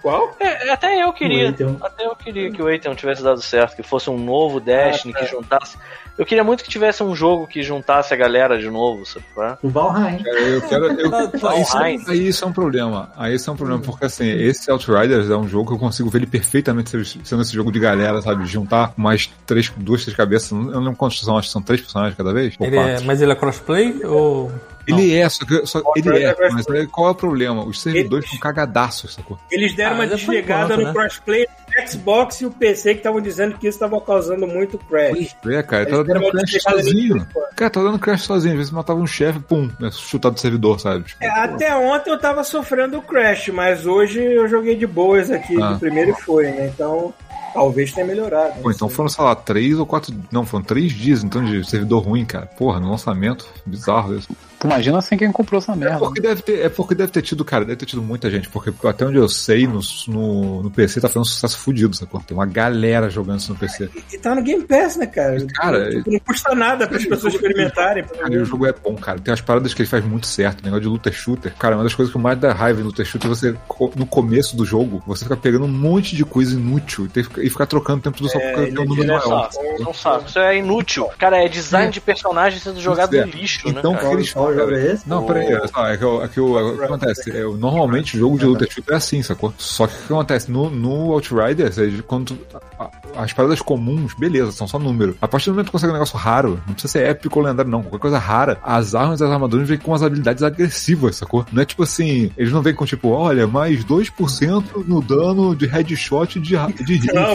Qual?
É, até eu
O
queria.
81.
Até eu queria que o Eitan tivesse dado certo, que fosse um novo Destiny,
Ah, tá.
que juntasse. Eu queria muito que tivesse um jogo que juntasse a galera de novo, sabe? qual é?
O Valheim.
Cara, Eu quero. Eu,
Tá
aí, isso,
online.
aí isso é um problema. Aí isso é um problema, porque assim, esse Outriders é um jogo que eu consigo ver ele perfeitamente ser- sendo esse jogo de galera, sabe? Juntar mais três, duas, três cabeças. Eu não lembro quantos são, acho que são três personagens cada vez. Ou
Ele
quatro.
é, mas ele é crossplay ou.
Ele é, só que só, ele
Outriders
é,
é best
mas aí qual é o problema? Os servidores são cagadaços, sacou?
Eles deram
Ah,
uma
mas é por
desligada
enquanto,
no
né?
crossplay do Xbox e o PC que estavam dizendo que isso estava causando muito crash.
É, cara,
Eles
tava
deram
dando
uma
crash
desligada
sozinho.
no-
Cara, tava dando crash sozinho. Às vezes matava um chefe, pum, é chutado do servidor, sabe? Tipo,
É, Até ontem eu tava sofrendo o crash, mas hoje eu joguei de boas aqui
Ah.
de primeiro e foi, né? Então talvez tenha melhorado.
pô, então foram, sei lá, três ou quatro. Não, foram três dias então de servidor ruim, cara. Porra, no lançamento, bizarro né? isso.
Tu imagina assim quem comprou essa
É
merda. né?
porque deve ter, é porque deve ter tido, cara, deve ter tido muita gente, porque até onde eu sei, no, no, no PC tá fazendo um sucesso fudido, sacou? Tem uma galera jogando isso no PC.
E tá no Game Pass, né, cara?
Cara,
Tipo, não custa nada para as pessoas experimentarem. pelo
Cara, e o
menos.
jogo é bom, cara. Tem umas paradas que ele faz muito certo. O negócio de luta shooter. Cara, é uma das coisas que mais dá raiva em luta shooter é você, co- no começo do jogo, você fica pegando um monte de coisa inútil e, ter- e ficar trocando o tempo do só porque tem um número
Não é
maior.
saco, não saco. Isso é inútil. Cara, é design de personagem sendo jogado
é.
no lixo,
Então,
né? Cara?
o que
Qual,
eles
qual jogo é esse?
Não, peraí, olha só, é que, o- é que o é o que acontece? É, o- normalmente o jogo de luta shooter é assim, sacou? Só que o que acontece? No, no Outriders, eles- quando tu- a- a- as paradas comuns, beleza, são só número. A partir do momento que tu consegue um negócio raro, não precisa ser épico ou lendário, não. Qualquer coisa rara, as armas e as armaduras vêm com as habilidades agressivas, sacou? Não é tipo assim, eles não vêm com tipo, olha, mais 2% no dano de headshot de, ra-
<laughs>
de hit.
Não,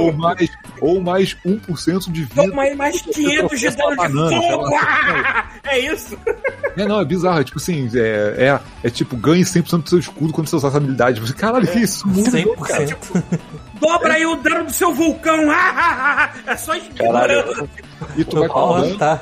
Ou
não.
mais, ou mais 1% de vida.
Toma aí mais 500 de dano de
Banana, sei lá.
fogo! Ah! <laughs> É isso?
É, não, é bizarro. É tipo assim, é, é, é tipo, ganhe 100% do seu escudo quando você usar essa habilidade. Você, caralho, que isso? Mundo,
100%.
<laughs> Dobra aí o dano do seu vulcão! Ah, ah, ah, ah. É só ignorando.
E tu Tipo, vai
Qual
combando.
tá?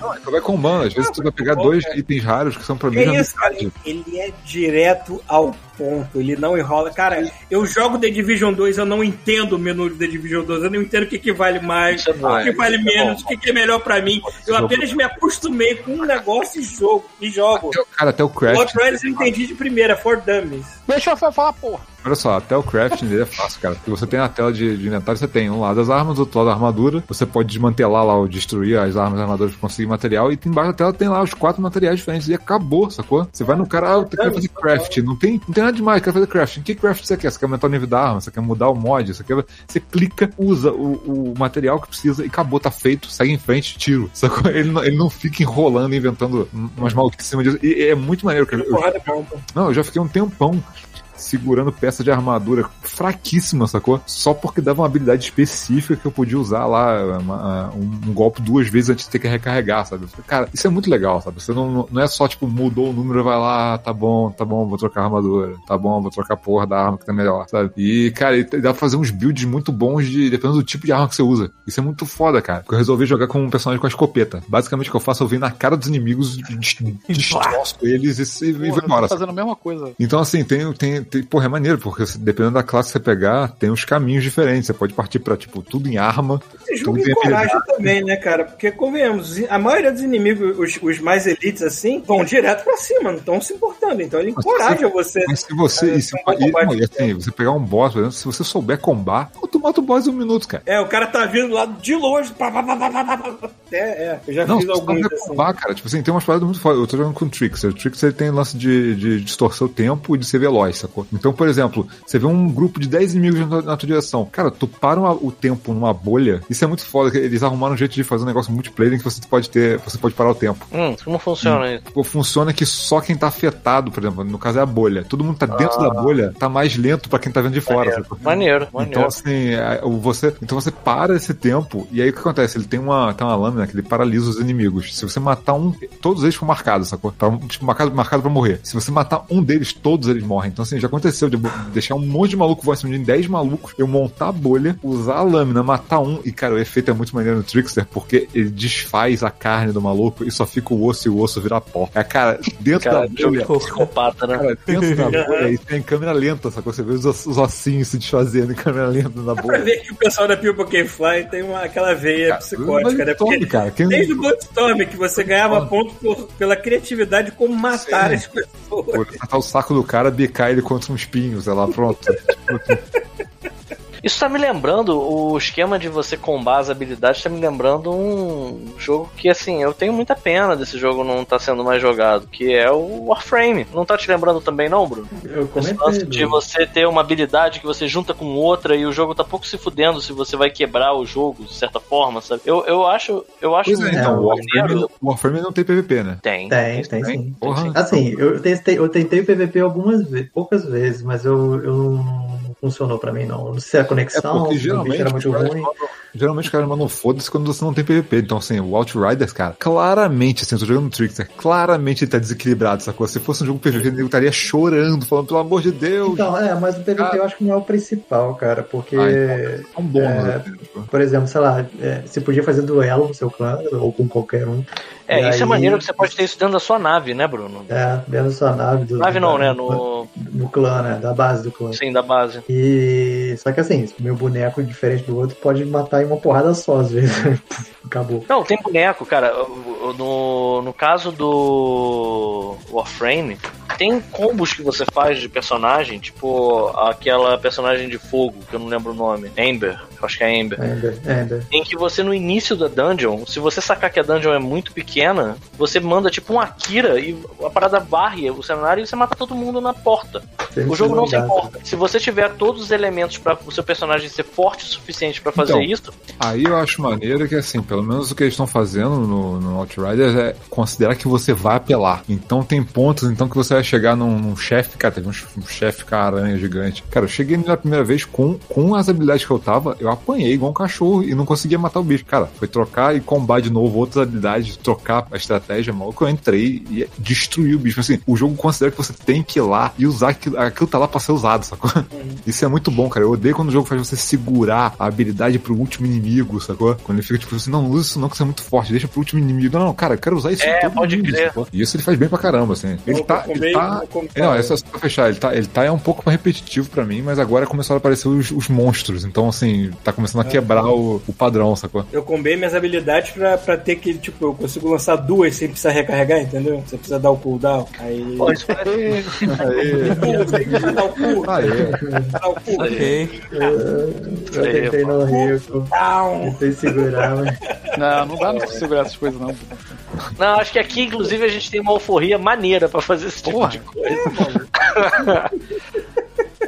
Não, tu vai combando. Às vezes tu vai pegar dois itens raros que são pra mim.
É isso, cara. Ele é direto ao ponto, ele não enrola. Cara, eu jogo The Division 2, eu não entendo o menu do The Division 2, eu não entendo o que, que vale mais,
Isso é bom. é
o que vale
Isso é
menos, o que, que é melhor pra mim. Eu apenas me acostumei com um negócio e jogo, e jogo.
Até o- Cara, até o
O
craft.
Outriders eu entendi de primeira, for dummies.
Deixa eu fa- falar, porra.
Olha só, até o crafting dele é fácil, cara. Porque você tem na tela de, de inventário, você tem um lado as armas, do outro lado a armadura. Você pode desmantelar lá ou destruir as armas e armaduras pra conseguir material. E tem embaixo da tela tem lá os quatro materiais diferentes. E acabou, sacou? Você vai no cara, ah, eu quero fazer crafting. Não tem, não tem nada demais, eu quero fazer crafting. Que crafting você quer? Você quer aumentar o nível da arma? Você quer mudar o mod? Você quer. Você clica, usa o, o material que precisa e acabou, tá feito. Segue em frente, tiro. Sacou? Ele não, ele não fica enrolando, inventando umas maluquices em cima disso. E é muito maneiro, cara. Eu-
Porrada bomba.
não, eu já fiquei um tempão segurando peça de armadura fraquíssima, sacou? Só porque dava uma habilidade específica que eu podia usar lá uma- um, um golpe duas vezes antes de ter que recarregar, sabe? Eu falei, Cara, isso é muito legal, sabe? Você não, não é só, tipo, mudou o número, vai lá, tá bom, tá bom, vou trocar a armadura, tá bom, vou trocar a porra da arma que tá melhor, sabe? E, cara, e dá pra fazer uns builds muito bons de, dependendo do tipo de arma que você usa. Isso é muito foda, cara. Porque eu resolvi jogar com um personagem com a escopeta. Basicamente o que eu faço, é eu venho na cara dos inimigos, des- destroço eles e, se- e vou
Porra,
embora,
eu tô fazendo a mesma coisa.
então, assim, tem, tem, tem. Porra, é maneiro, porque se- dependendo da classe que você pegar, tem uns caminhos diferentes. Você pode partir pra, tipo, tudo em arma.
Esse
Então,
jogo
tudo em habilidade.
encoraja também, né, cara? Porque, convenhamos, a maioria dos inimigos, os, os mais elites, assim, vão direto pra cima, não estão se importando. Então ele encoraja você.
Mas se você.
É,
e se-
tem um
e-
combate
não, e assim, você pegar um boss, por exemplo, se você souber combar, tu mata o boss em um minuto, cara.
É, o cara tá vindo lá de longe. Pá, pá, pá, pá, pá, pá, pá. É, é. Eu já
Não,
fiz
você
alguns
souber
assim.
combar, cara. Tipo assim, tem umas paradas muito foda. Eu tô jogando com o Trix. O Trix ele tem lance de, de distorcer o tempo e de ser veloz, sacou? Então, por exemplo, você vê um grupo de 10 inimigos na, na tua direção. Cara, tu para uma- o tempo numa bolha. Isso é muito foda. que Eles arrumaram um jeito de fazer um negócio multiplayer em que você pode ter. Você pode parar o tempo.
Hum, como funciona isso?
Pô, funciona que só quem tá afetado, por exemplo, no caso é a bolha. Todo mundo tá dentro da bolha, tá mais lento pra quem tá vendo de fora. sacou?
Maneiro,
Então
maneiro.
assim, é, o- você, então você para esse tempo e aí o que acontece? Ele tem uma, tem uma lâmina que ele paralisa os inimigos. Se você matar um, todos eles ficam marcados, sacou? Tá, tipo, marcado, marcado pra morrer. Se você matar um deles, todos eles morrem. Então assim, já aconteceu de eu bo- deixar um monte de maluco voar em cima de mim, 10 malucos, eu montar a bolha, usar a lâmina, matar um e cara, o efeito é muito maneiro no Trickster porque ele desfaz a carne do maluco e só fica o osso e o osso vira pó. É, cara, dentro
Cara,
da bolha...
Psicopata, né?
Cara, dentro da bolha e tem câmera lenta, sacou? Você vê os, os ossinhos se desfazendo em câmera lenta na
Pra
bolha.
ver que o pessoal da People Can Fly tem uma, aquela veia psicótica,
mas
né?
tome,
Porque
cara. Quem-
desde o Goldstorm que você ganhava ponto por- pela criatividade de como matar
Sim.
as pessoas.
Pô, Acertar o saco do cara, bicar ele contra um espinho, sei lá, pronto.
Isso tá me lembrando, o esquema de você combar as habilidades tá me lembrando um jogo que, assim, eu tenho muita pena desse jogo não tá sendo mais jogado, que é o Warframe. Não tá te lembrando também, não, Bruno?
Eu
Esse lance de
comentei.
você ter uma habilidade que você junta com outra e o jogo tá pouco se fudendo se você vai quebrar o jogo, de certa forma, sabe? Eu, eu acho. Eu acho
Pois é, então, o
muito
Warframe,
maneiro.
o Warframe não tem PVP, né?
Tem.
Tem, tem sim.
Porra.
Assim, eu tentei, eu tentei o PVP algumas vezes, poucas vezes, mas eu, eu não, não funcionou pra mim, não. Não sei a
É
conexão,
porque
o um bicho
geralmente
era
os,
muito
caras
ruim.
mandam, geralmente os caras mandam foda-se quando você não tem PVP. Então, assim, o Outriders, cara, claramente, assim, eu tô jogando no Trickster, claramente ele tá desequilibrado, sacou? Se fosse um jogo PVP, ele estaria chorando, falando, pelo amor de Deus,
Então, é, mas o PVP
Cara.
eu acho que não é o principal, cara, porque,
Ah, é um bom,
É.
né? Tipo,
por exemplo, sei lá, é, você podia fazer duelo no seu clã, ou com qualquer um.
É,
E
isso é
aí-
maneiro que você pode ter isso dentro da sua nave, né, Bruno?
É, dentro da sua nave. Do,
Nave não,
da-
né? No.
No clã, né? Da base do clã.
Sim, da base.
E. Só que assim, meu boneco diferente do outro pode matar em uma porrada só, às vezes. <laughs> Acabou.
Não, tem boneco, cara. No, no caso do Warframe, tem combos que você faz de personagem, tipo aquela personagem de fogo, que eu não lembro o nome. Amber, eu acho que é Amber.
Ainda, ainda.
Em que você, no início da dungeon, se você sacar que a dungeon é muito pequena, você manda tipo um Akira e a parada varre o cenário e você mata todo mundo na porta. O jogo não se importa. Se você tiver todos os elementos para o seu personagem ser forte o suficiente pra fazer
Então,
isso,
Aí eu acho maneiro que, assim, pelo menos o que eles estão fazendo no, no Outriders é considerar que você vai apelar. Então tem pontos então que você você vai chegar num, num chefe, cara, teve um, um chefe com aranha gigante. Cara, eu cheguei nele a primeira vez com, com as habilidades que eu tava, eu apanhei igual um cachorro e não conseguia matar o bicho. Cara, foi trocar e combar de novo outras habilidades, trocar a estratégia, maluco. Eu entrei e destruí o bicho. Assim, o jogo considera que você tem que ir lá e usar aquilo, aquilo tá lá pra ser usado, sacou?
Uhum.
Isso é muito bom, cara. Eu odeio quando o jogo faz você segurar a habilidade pro último inimigo, sacou? Quando ele fica tipo assim, não, usa isso não, que você é muito forte, deixa pro último inimigo. Não, não, cara, eu quero usar isso
É,
em todo
pode
mundo,
crer.
sacou? E isso ele faz bem pra caramba, assim. Ele
Eu
tá.
vou comer,
Ele tá...
vou comer.
Não, é só só pra fechar, ele tá, ele tá é um pouco repetitivo pra mim, mas agora começaram a aparecer os, os monstros. Então, assim, tá começando
É.
a quebrar o, o padrão, sacou?
Eu combei minhas habilidades pra, pra ter que, tipo, eu consigo lançar duas sem precisar recarregar, entendeu? Você precisa dar o cooldown. Aí. <laughs>
Pô, isso parece-
Você precisa dar o cooldown.
Ah, é.
Dar o cooldown.
Ok.
<laughs> Eu tentei não rir, eu tentei segurar, mas. <laughs>
Não, não dá pra segurar essas coisas, não.
Não, acho que aqui, inclusive, a gente tem uma alforria maneira pra fazer esse tipo
Porra.
de coisa.
<laughs>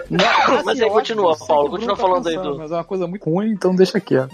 Não,
assim,
mas aí continua, Paulo, continua falando aí do.
Mas é uma coisa muito ruim, então deixa quieto.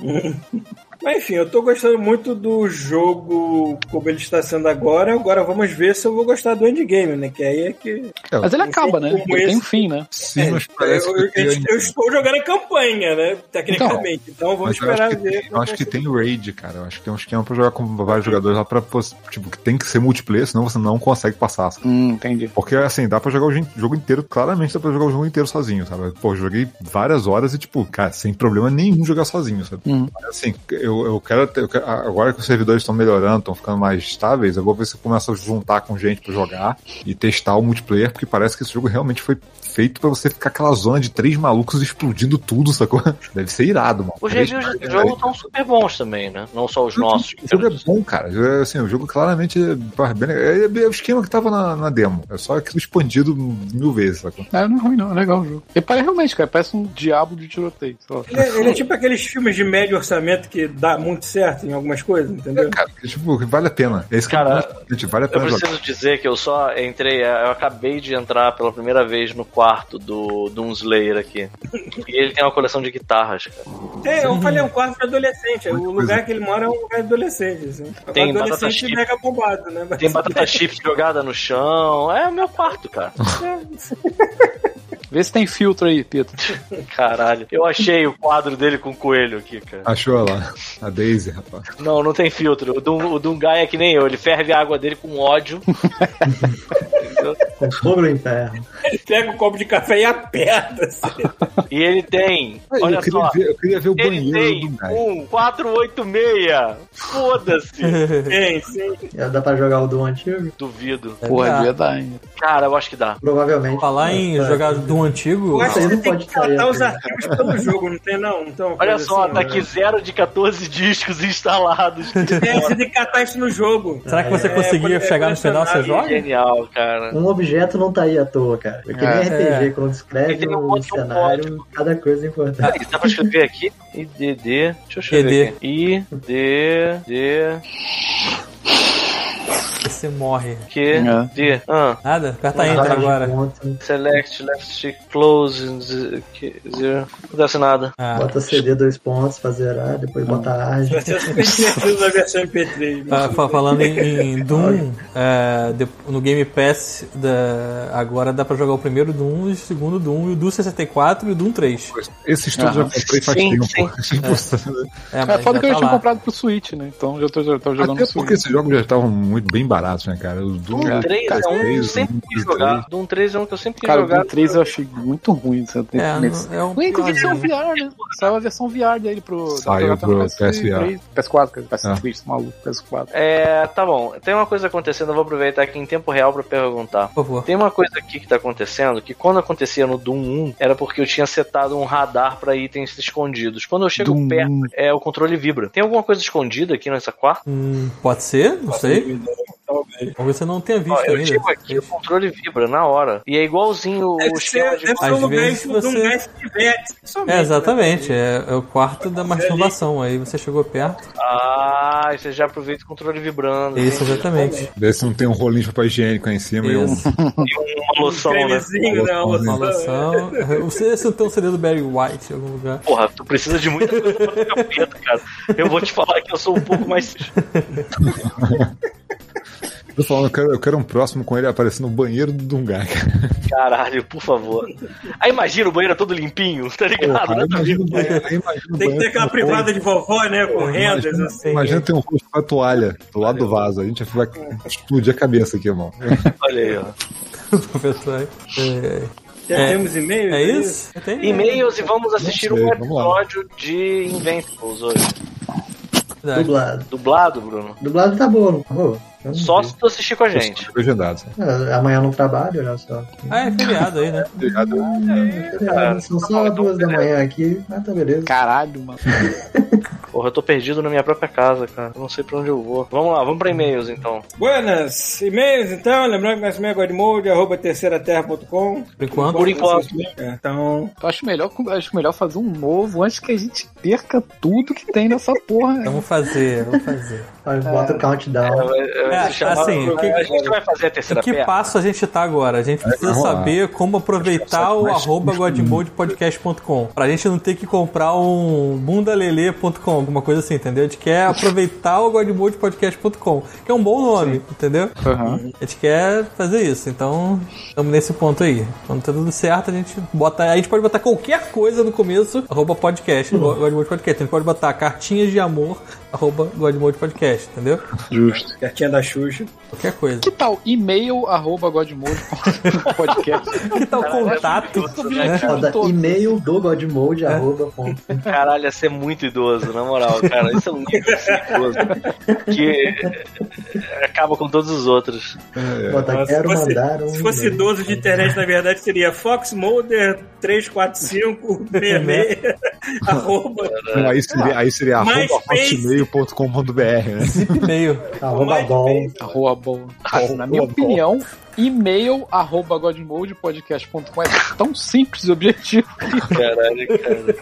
Mas enfim, eu tô gostando muito do jogo como ele está sendo agora. Agora vamos ver se eu vou gostar do endgame, né? Que aí é que.
Mas ele acaba, né?
como
Ele tem um
esse-
fim, né?
Sim, mas
É, Eu,
parece
eu-
que tem. um
eu- eu estou jogando a campanha, né? Tecnicamente. Então, vamos
Mas eu acho
esperar
que,
ver.
tem, eu acho que
né?
tem raid, cara. Eu acho que tem um esquema pra jogar com vários jogadores lá pra. pos- Tipo, que tem que ser multiplayer, senão você não consegue passar. saca?
Hum, entendi.
Porque, assim, dá pra jogar o gen- jogo inteiro, claramente dá pra jogar o jogo inteiro sozinho, sabe? Pô, eu joguei várias horas e, tipo, cara, sem problema nenhum jogar sozinho, sabe?
Uhum.
Mas, assim, eu, eu, quero ter- eu quero- Agora que os servidores estão melhorando, estão ficando mais estáveis, eu vou ver se eu começo a juntar com gente pra jogar e testar o multiplayer, porque parece que esse jogo realmente foi feito pra você ficar aquela zona de três malucos explodindo tudo, sacou? <laughs> Deve ser irado, mano.
Os
Três
reviews do
caras,
jogo estão super bons também, né? Não só os nossos.
o jogo é bom, cara. O jogo é, Assim, o jogo claramente é bem legal. É, é o esquema que tava na, na demo. É só aquilo expandido mil vezes, sacou?
Não, não é ruim, não. É legal o jogo. E parece realmente, cara. Parece um diabo de tiroteio. sei lá.
Ele é, ele é tipo aqueles filmes de médio orçamento que dá muito certo em algumas coisas, entendeu?
Cara, que, tipo, que vale a pena. É isso que
Cara,
é muito importante, vale a
Eu
pena jogar.
preciso dizer que eu só entrei, é, eu acabei de entrar pela primeira vez no quarto do Doomslayer aqui. E ele tem uma coleção de guitarras, cara.
É, eu falei, é um quarto de adolescente. O
Muita coisa.
lugar que ele mora é um lugar de adolescente, assim. Agora,
Tem batata
adolescente
chip.
mega bombado, né? Mas-
Tem batata chips jogada no chão. É o meu quarto,
<laughs>
cara.
Vê se tem filtro aí, Pedro.
Caralho. Eu achei o quadro dele com o coelho aqui, cara.
Achou lá. A Daisy, rapaz.
Não, não tem filtro. O Doom, o Doomguy é que nem eu. Ele ferve a água dele com ódio.
Com é fogo no inferno.
Ele pega um copo de café e aperta,
<laughs>
assim.
E ele tem.
Aí,
Olha
<laughs> eu, queria
só.
ver, eu queria ver o
Ele
banheiro
tem
do Dungai.
um 486. Foda-se.
<laughs>
Sim, sim.
Já dá pra jogar o do antigo?
Duvido.
Porra, é
dá.
devia dar, hein?
Cara, eu acho que dá.
Provavelmente.
Tá. Falar em
É.
jogar do antigo.
Eu acho que
não
você né? tem
pode
que tratar
sair
os
aqui.
arquivos pelo jogo, não tem não? Então,
Olha só, tá
tá
aqui zero de 14 <laughs> discos instalados.
É, você tem que catar isso no jogo.
Será que você
É,
conseguia
quando- é
chegar no final você
colecionável,
joga?
Genial, cara.
Um objeto não tá aí à toa, cara. É que nem
É.
RPG, quando
E
escreve
tem um
um,
monte de
cenário, cada coisa é
Tá,
importante.
Dá pra escrever aqui? IDD. Deixa eu escrever.
ED.
aqui. IDD.
Você morre.
Q. D. Ah.
Nada?
tá
Aperta
Não
enter
dá pra
agora.
conta,
Select, left stick, close, z- que- zero. Não acontece nada.
Ah,
Bota CD dois pontos pra zerar, depois bota ágil.
Ah. Vai ser assim. super divertido na versão MP3.
tá fa- falando em, em Doom, é, de- no Game Pass da- agora dá pra jogar o primeiro Doom, o segundo Doom, e o Doom 64 e o Doom 3.
Esse estudo
Aham.
já comprei faz
Sim,
tempo.
sim.
<laughs> Tipo, sabe?
É,
É,
mas
foda
já
que eu
tá
já tinha
lá.
comprado pro Switch, né? Então já tô, já tô jogando
Até
no
porque
Switch.
esses jogos já estavam muito bem baratos, né, cara? O Doom,
Cara,
Doom 3 é um que eu
três,
sempre
Doom
quis
3.
jogar. Doom 3 é um que eu sempre quis
Cara, o
jogar.
Doom 3 eu achei muito ruim. Sabe?
É,
Nesse-
não- é um
Ué, Inclusive saiu
piorzinho.
um VR, né? Saiu a versão VR dele pro. dá pra
Saiu
jogar até
pro
no
PSVR.
PS4, cara.
Ah.
PS3, isso é maluco, PS4.
É, tá bom. Tem uma coisa acontecendo, eu vou aproveitar aqui em tempo real pra perguntar.
Por favor.
Tem uma coisa aqui que tá acontecendo, que quando acontecia no Doom 1, era porque eu tinha setado um radar pra itens escondidos. Quando eu chego
um.
Doom
perto,
1.
é, o controle vibra. Tem alguma coisa escondida aqui nessa quarta?
Hum, pode ser? Não sei. Talvez você não tenha visto
Ó, eu
né?
ainda.
chego aqui, o controle vibra na hora. E é igualzinho o
Deve
esquema
ser,
de...
deve ser
Às
um lugar
vezes
em que um
você-
lugar se diverte,
É,
somente. né? Um
exatamente. É, é o quarto da masturbação. Aí você chegou perto.
Ah, e você já aproveita o controle vibrando.
Isso,
entendi.
exatamente.
Daí você não tem um rolinho de papel higiênico aí em cima e um.
Isso.
Uma loção, né?
Cremezinho, né? Uma
É.
Uma
loção.
loção. <laughs> Você se tem um CD do Barry White em algum lugar. <laughs>
Porra, tu precisa de muita coisa pra ficar
<laughs>
preto, cara. Eu vou te falar que eu sou um pouco mais.
Tô falando, eu quero, eu quero um próximo com ele aparecendo no banheiro do Dungar, cara.
Caralho, por favor. Aí imagina o banheiro todo limpinho, tá ligado?
Porra, né? eu imagino o banheiro, eu imagino o
Tem que ter
banheiro
aquela
com o
privada de vovó, né? Correndo,
Imagina,
assim.
imagina ter um rosto com a toalha do lado do vaso. A gente vai explodir a cabeça aqui, irmão. É
Olha aí, ó.
Professor. É,
Já temos e-mail?
é isso? Tem
E-mails e vamos assistir um
sei, vamos lá.
episódio de Invincibles hoje.
verdade.
Dublado.
Dublado, Bruno.
Dublado tá bom, não tá bom? Eu não
Só
vi.
se tu assistir com a gente.
Legendado.
Ah, Amanhã eu não trabalho, olha só.
Ah, é feriado aí, né?
Obrigado.
É,
Ah, São só duas
né?
da manhã aqui, mas tá beleza.
Caralho, mano.
Porra, eu tô perdido na minha própria casa, cara. Eu não sei pra onde eu vou. Vamos lá, vamos pra e-mails então.
Buenas, e-mails então, lembrando que nosso e-mail é godmode, arroba terceiraterra.com.
Por enquanto.
Por enquanto.
É, Então,
Eu acho melhor, acho melhor fazer um novo antes que a gente perca tudo que tem nessa porra. né?
Então vou fazer, vou fazer.
Olha, Bota o countdown.
É, assim, o que-
a gente vai fazer a terceira
Em que
perna?
passo a gente tá agora? A gente precisa
É, vamos lá.
saber como aproveitar o
Mas-
arroba godmodepodcast.com pra gente não ter que comprar um bundalele.com, alguma coisa assim, entendeu? A gente quer aproveitar o godmodepodcast.com, que é um bom nome, entendeu?
Aham.
A gente quer fazer isso, então estamos nesse ponto aí. Quando tá tudo certo, a gente bota. A gente pode botar qualquer coisa no começo, arroba
Hum.
podcast, go- Godmode Podcast. Então, A gente pode botar cartinhas de amor, arroba Godmode Podcast, entendeu?
Justo.
cartinha da Xuxa.
Qualquer coisa.
Que tal e-mail arroba godmode <laughs> podcast?
Que tal tá
é
contato? né?
Foda,
é,
e-mail do
É.
godmode, arroba, ponto.
Caralho, ia ser muito idoso, na moral, cara. Isso é um nível assim, idoso. Que eh, acaba com todos os outros.
Bota,
Nossa,
quero
se fosse-
mandar um.
Se fosse
e-mail.
idoso de internet, na verdade, seria <laughs> foxmolder34566 arroba
Aí seria, aí seria
Mais
arroba
face.
hotmail.com.br, né? <laughs>
Zip e-mail.
Arroba
mais
bom. <laughs>
Arroba bom.
Arroba
Na minha
bom.
opinião, e-mail arroba godmodepodcast.com é tão simples e objetivo.
Caralho, cara.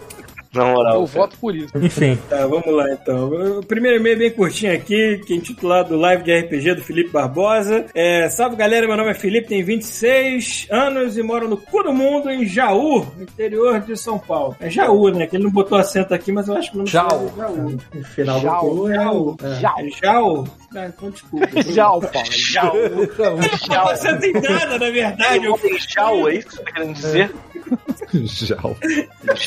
Na
Eu
moral.
voto por
<laughs>
isso.
Enfim.
Tá, vamos lá então. O primeiro e-mail é bem curtinho aqui, que é intitulado Live de RPG do Felipe Barbosa. É, Salve galera, meu nome é Felipe, tenho 26 anos e moro no cu do mundo, em Jaú, no interior de São Paulo. É Jaú, né? Que ele não botou acento aqui, mas eu acho que não
Jaú.
Jaú.
No final do
Tchau,
cu é o.
Tchau.
É Jaú? Ah, então desculpa.
Tchau, Paulo.
Jau.
Não botou acento em nada, na verdade. Eu fui
Jau, é isso que você tá querendo dizer?
Jal.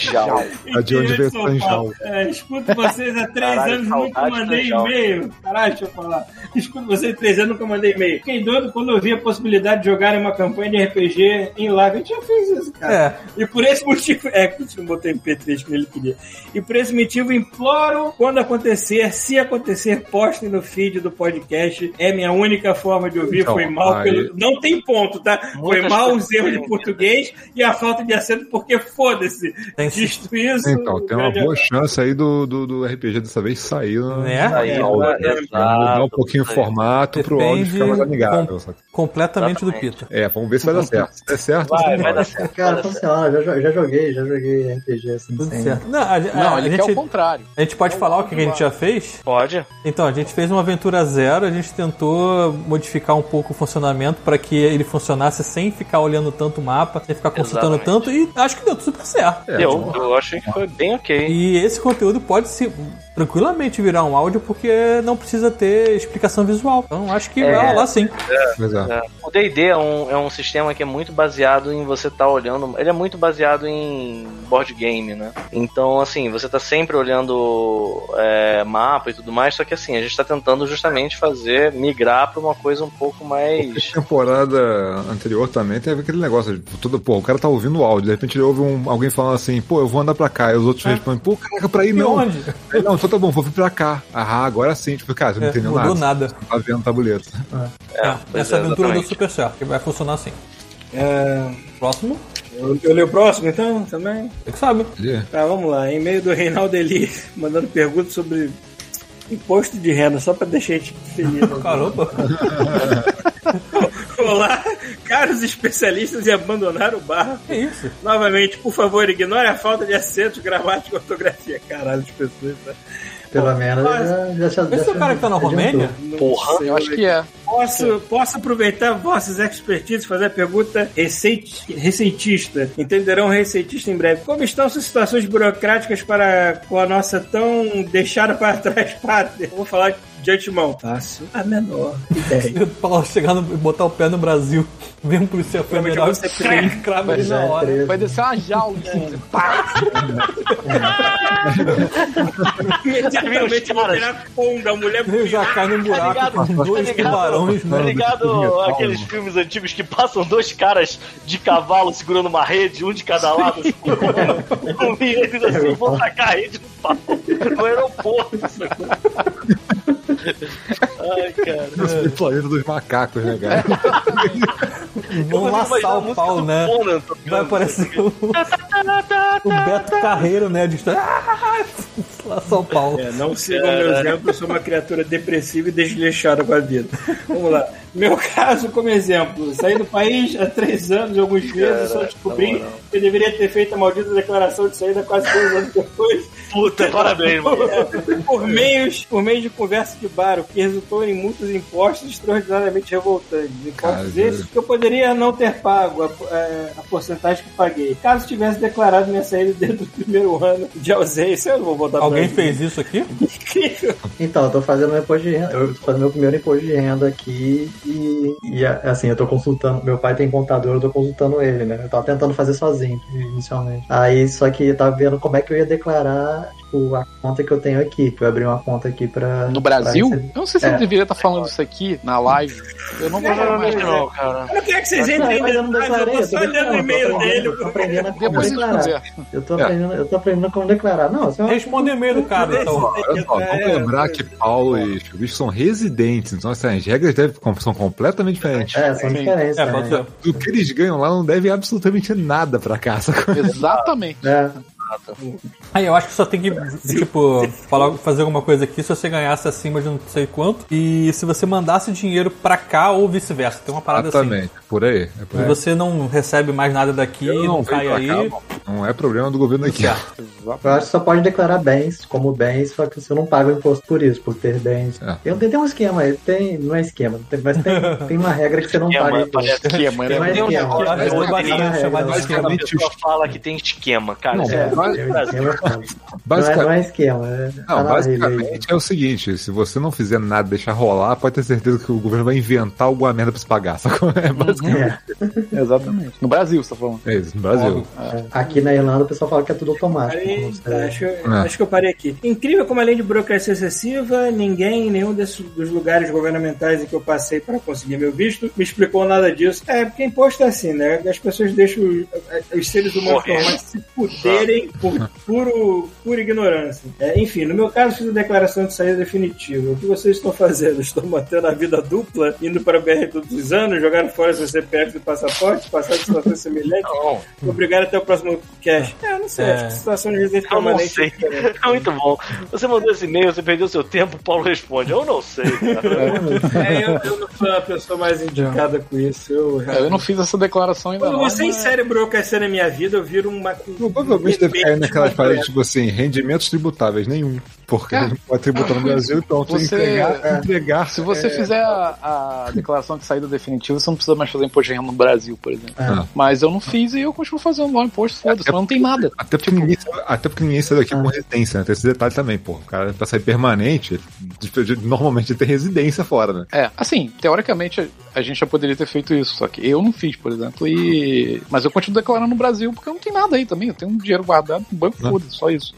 Jau.
É de onde veio São Jal.
É, escuto vocês há três
Caralho,
anos, nunca
saudade
mandei
do Jal.
e-mail. Caralho, deixa eu falar. Escuto vocês há três anos, nunca mandei e-mail. Fiquei doido quando eu vi a possibilidade de jogar uma campanha de RPG em live. A gente já fez isso, cara.
É.
E por esse motivo. É, por isso que eu botei MP3 que ele queria. E por esse motivo, imploro quando acontecer, se acontecer, postem no feed do podcast. É minha única forma de ouvir.
Então,
Foi mal
aí-
pelo. Não tem ponto, tá? Foi
Muitas
mal os
pessoas
erros de
né?
ouviram.
português e a falta de acento, porque foda-se.
Tem sim.
Visto isso.
Então, tem uma
grande
boa chance aí do, do, do RPG dessa vez sair. Né?
Né?
Aí,
É,
ó,
vai-
exato.
Mudar um pouquinho o formato pro áudio ficar mais
Depende
amigável. saca?
Completamente do Pita.
É, vamos ver se vai dar certo. Se der certo,
Vai,
vamos
vai
embora.
dar certo.
Cara, fala assim, ó, já, jo- já joguei, já joguei RPG assim,
Tudo
sem.
certo. Não, a, a-
Não,
a
É, ele quer o
gente,
contrário.
a gente pode falar o que, que a gente já fez?
Pode?
Então, a gente fez uma aventura zero, a gente tentou modificar um pouco o funcionamento para que ele funcionasse sem ficar olhando tanto o mapa, sem ficar consultando tanto, e acho que deu super certo.
É,
eu, eu achei que foi bem ok.
E esse conteúdo pode se tranquilamente virar um áudio porque não precisa ter explicação visual. Então acho
É,
que vai rolar sim.
Mas é.
O D&D é um, é um sistema que é muito baseado em você estar olhando... Ele é muito baseado em board game, né? Então, assim, você tá sempre olhando é, mapa e tudo mais, só que assim, a gente tá tentando justamente fazer, migrar pra uma coisa um pouco mais...
temporada anterior também teve aquele negócio, tipo, tudo, pô, o cara tá ouvindo o áudio, de repente ele ouve um, alguém falando assim, pô, eu vou andar pra cá, e os
É.
outros respondem, pô, caraca, pra aí
E
não.
onde?
Aí, não, então tá bom, vou vir pra cá. Ah, agora sim, tipo, cara, você não
É,
entendeu
mudou
nada.
nada.
Você Tá vendo o tabuleiro.
É,
pois
essa
é,
aventura deu
exatamente.
super certo, que vai funcionar assim. Próximo,
É, Eu, eu leio o próximo então também?
você que sabe.
Entendi.
Tá, vamos lá. E-mail do Reinaldo Eli <laughs> mandando perguntas sobre imposto de renda, só pra deixar a gente feliz.
Caramba.
<laughs>
<laughs>
Olá, caros especialistas e abandonar o bar.
Que isso?
Novamente, por favor, ignore a falta de acentos, gramática e ortografia. Caralho, as pessoas. né?
Pelo menos já, já, já,
Esse é o cara que tá na Romênia?
<laughs> Porra!
Eu acho que é.
Posso, posso aproveitar vossas expertises e fazer a pergunta receit- receitista. Entenderão receitista em breve. Como estão suas situações burocráticas para com a nossa tão deixada para trás <laughs> pátria? Vou falar de antemão? Faço a menor ideia.
Eu falar, chegar no, botar o pé no Brasil, <laughs> vem um policial foi melhor, <laughs>
você
você crava ele
é,
na hora.
Vai descer uma jaula. assim.
Imediatamente vou virar pomba, a mulher
Ele já cai num buraco com dois tubarões,
Tá
mano.
ligado aqueles filmes antigos que passam dois caras de cavalo segurando uma rede, um de cada lado, <laughs> assim, eu vi eles assim, vão tacar a rede no pau no aeroporto. sacou? Ai, cara.
É.
O planeta dos macacos, né, cara?
Vão laçar o pau, né? Vai aparecer
Tá
o, <laughs> o Beto Carreiro, né? De... Ah, <laughs> laçar o pau.
É, não sigam o meu exemplo, eu sou uma criatura depressiva e desleixada com a vida. Vamos lá. Meu caso, como exemplo, saí do país há três anos, e alguns meses, só descobri que eu deveria ter feito a maldita declaração de saída quase dois anos depois.
Puta,
<laughs>
parabéns, mano.
por meios, por meio de conversa de bar, o que resultou em muitos impostos extraordinariamente revoltantes. Impostos
Cara,
esses que eu poderia não ter pago a, é, a porcentagem que paguei. Caso tivesse declarado minha saída dentro do primeiro ano de ausência, eu não vou
tá
voltar pra
Alguém
mim.
fez isso aqui?
Incrível.
Então, eu tô fazendo meu imposto de renda, eu tô fazendo meu primeiro imposto de renda aqui e, e, assim, eu tô consultando, meu pai tem contador, eu tô consultando ele, né? Eu tava tentando fazer sozinho inicialmente. Aí, só que eu tava vendo como é que eu ia declarar, tipo, a conta que eu tenho aqui, que eu abri uma conta aqui pra...
No Brasil?
pra
Eu
receber.
não sei se
É.
eu deveria estar falando isso aqui na live. Eu não vou falar mais. não.
Não, cara.
Eu não quero que vocês
Não,
entrem em
mas eu não
detalhes, eu tô
declarei, eu tô
só olhando o e-mail
aprendendo,
dele.
eu tô aprendendo a como
Depois vocês
declarar.
quiserem.
Eu tô, aprendendo, eu tô aprendendo como declarar. Não, isso é uma
Responde o e-mail do cara, então.
Olha só, vamos
é.
lembrar que Paulo e Chubicho são residentes, então assim, as regras devem- são completamente diferentes.
É, são diferentes.
É, pode
né?
ser.
O que eles ganham lá não deve absolutamente nada pra cá, sacou?
Exatamente.
É.
Aí eu acho que só tem que, tipo, falar, fazer alguma coisa aqui se você ganhasse acima de não sei quanto. E se você mandasse dinheiro pra cá ou vice-versa. Tem uma parada assim.
Exatamente, é por aí. É por
Se
aí.
você não recebe mais nada daqui,
Eu
não
venho
cai
pra
aí.
cá, mano. não é problema do governo aqui.
Eu acho que só pode declarar bens como bens, só que você não paga o imposto por isso, por ter bens.
É.
Eu tenho, tem um esquema, aí, tem, não é esquema, tem- mas
<laughs>
tem, tem uma regra que você não paga
Esquema,
imposto.
parece
Esquema,
Tem
né?
um
Tem um
é
esquema.
negócio
mas
que eu
não
odeio
tá
chamar
na
de
regra,
esquema.
Quando a pessoa fala que tem esquema, cara.
Não,
isso
É,
é
não
mais
é
Brasil.
esquema, não. Não é,
Basicamente,
não é esquema, é, tá
Não,
na regra aí.
basicamente é o seguinte: se você não fizer nada, deixar rolar, pode ter certeza que o governo vai inventar alguma merda pra se pagar. <laughs> Sacou? É basicamente
É.
Exatamente. No Brasil, você tá falando.
isso, no Brasil.
É, Aqui na Irlanda o pessoal fala que é tudo automático.
Parei,
não sei.
tá, acho, acho que eu parei aqui. Incrível como, além de burocracia excessiva, ninguém em nenhum desses, dos lugares governamentais em que eu passei para conseguir meu visto me explicou nada disso. É, porque imposto é assim, né? As pessoas deixam os, eh, os seres humanos
Morrer.
normais se puderem por puro, pura ignorância. É, enfim, no meu caso, fiz a declaração de saída definitiva. O que vocês estão fazendo? Estão mantendo a vida dupla, indo para a BR todos os anos, jogaram fora seu CPF do passaporte, passaram de situação semelhante. Obrigado, até o próximo cast. É, não sei,
É.
acho que situação de residente
Eu não
permanente.
sei. <laughs> É muito bom. Você mandou esse e-mail, você perdeu seu tempo, o Paulo responde. Eu não sei, cara.
É, eu, eu não sou a pessoa mais indicada com isso. Eu,
É, Eu não fiz essa declaração ainda.
Quando
Não,
você
mas-
insere burocracia na minha vida, eu viro uma. um
Provavelmente deve cair naquelas paradas, tipo assim, rendimentos tributáveis, nenhum. Porque
É.
não pode tributar no Brasil, então tem que
Você-
entregar, entregar.
Se você fizer a, a declaração de saída definitiva, você não precisa mais fazer imposto de renda no Brasil, por exemplo.
Ah.
Mas eu não fiz e eu continuo fazendo lá imposto, foda-se, mas não tem nada.
Até porque, ninguém, até porque ninguém sai daqui com residência, né? Tem esse detalhe também, pô. O cara, pra sair permanente, ele- normalmente ele tem residência fora, né?
É, assim, teoricamente a- a gente já poderia ter feito isso, só que eu não fiz, por exemplo, e. Mas eu continuo declarando no Brasil porque eu não tenho nada aí também, eu tenho um dinheiro guardado no banco, foda-se, só isso.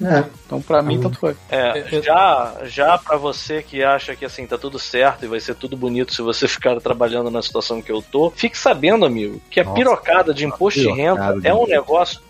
né?
É,
Então pra mim, tanto faz.
É, já, já pra você que acha que assim, tá tudo certo e vai ser tudo bonito se você <laughs> ficar trabalhando na situação que eu tô, fique sabendo, amigo, que a
Nossa,
pirocada de imposto de
pirocada
renda
de
é um
imposto.
negócio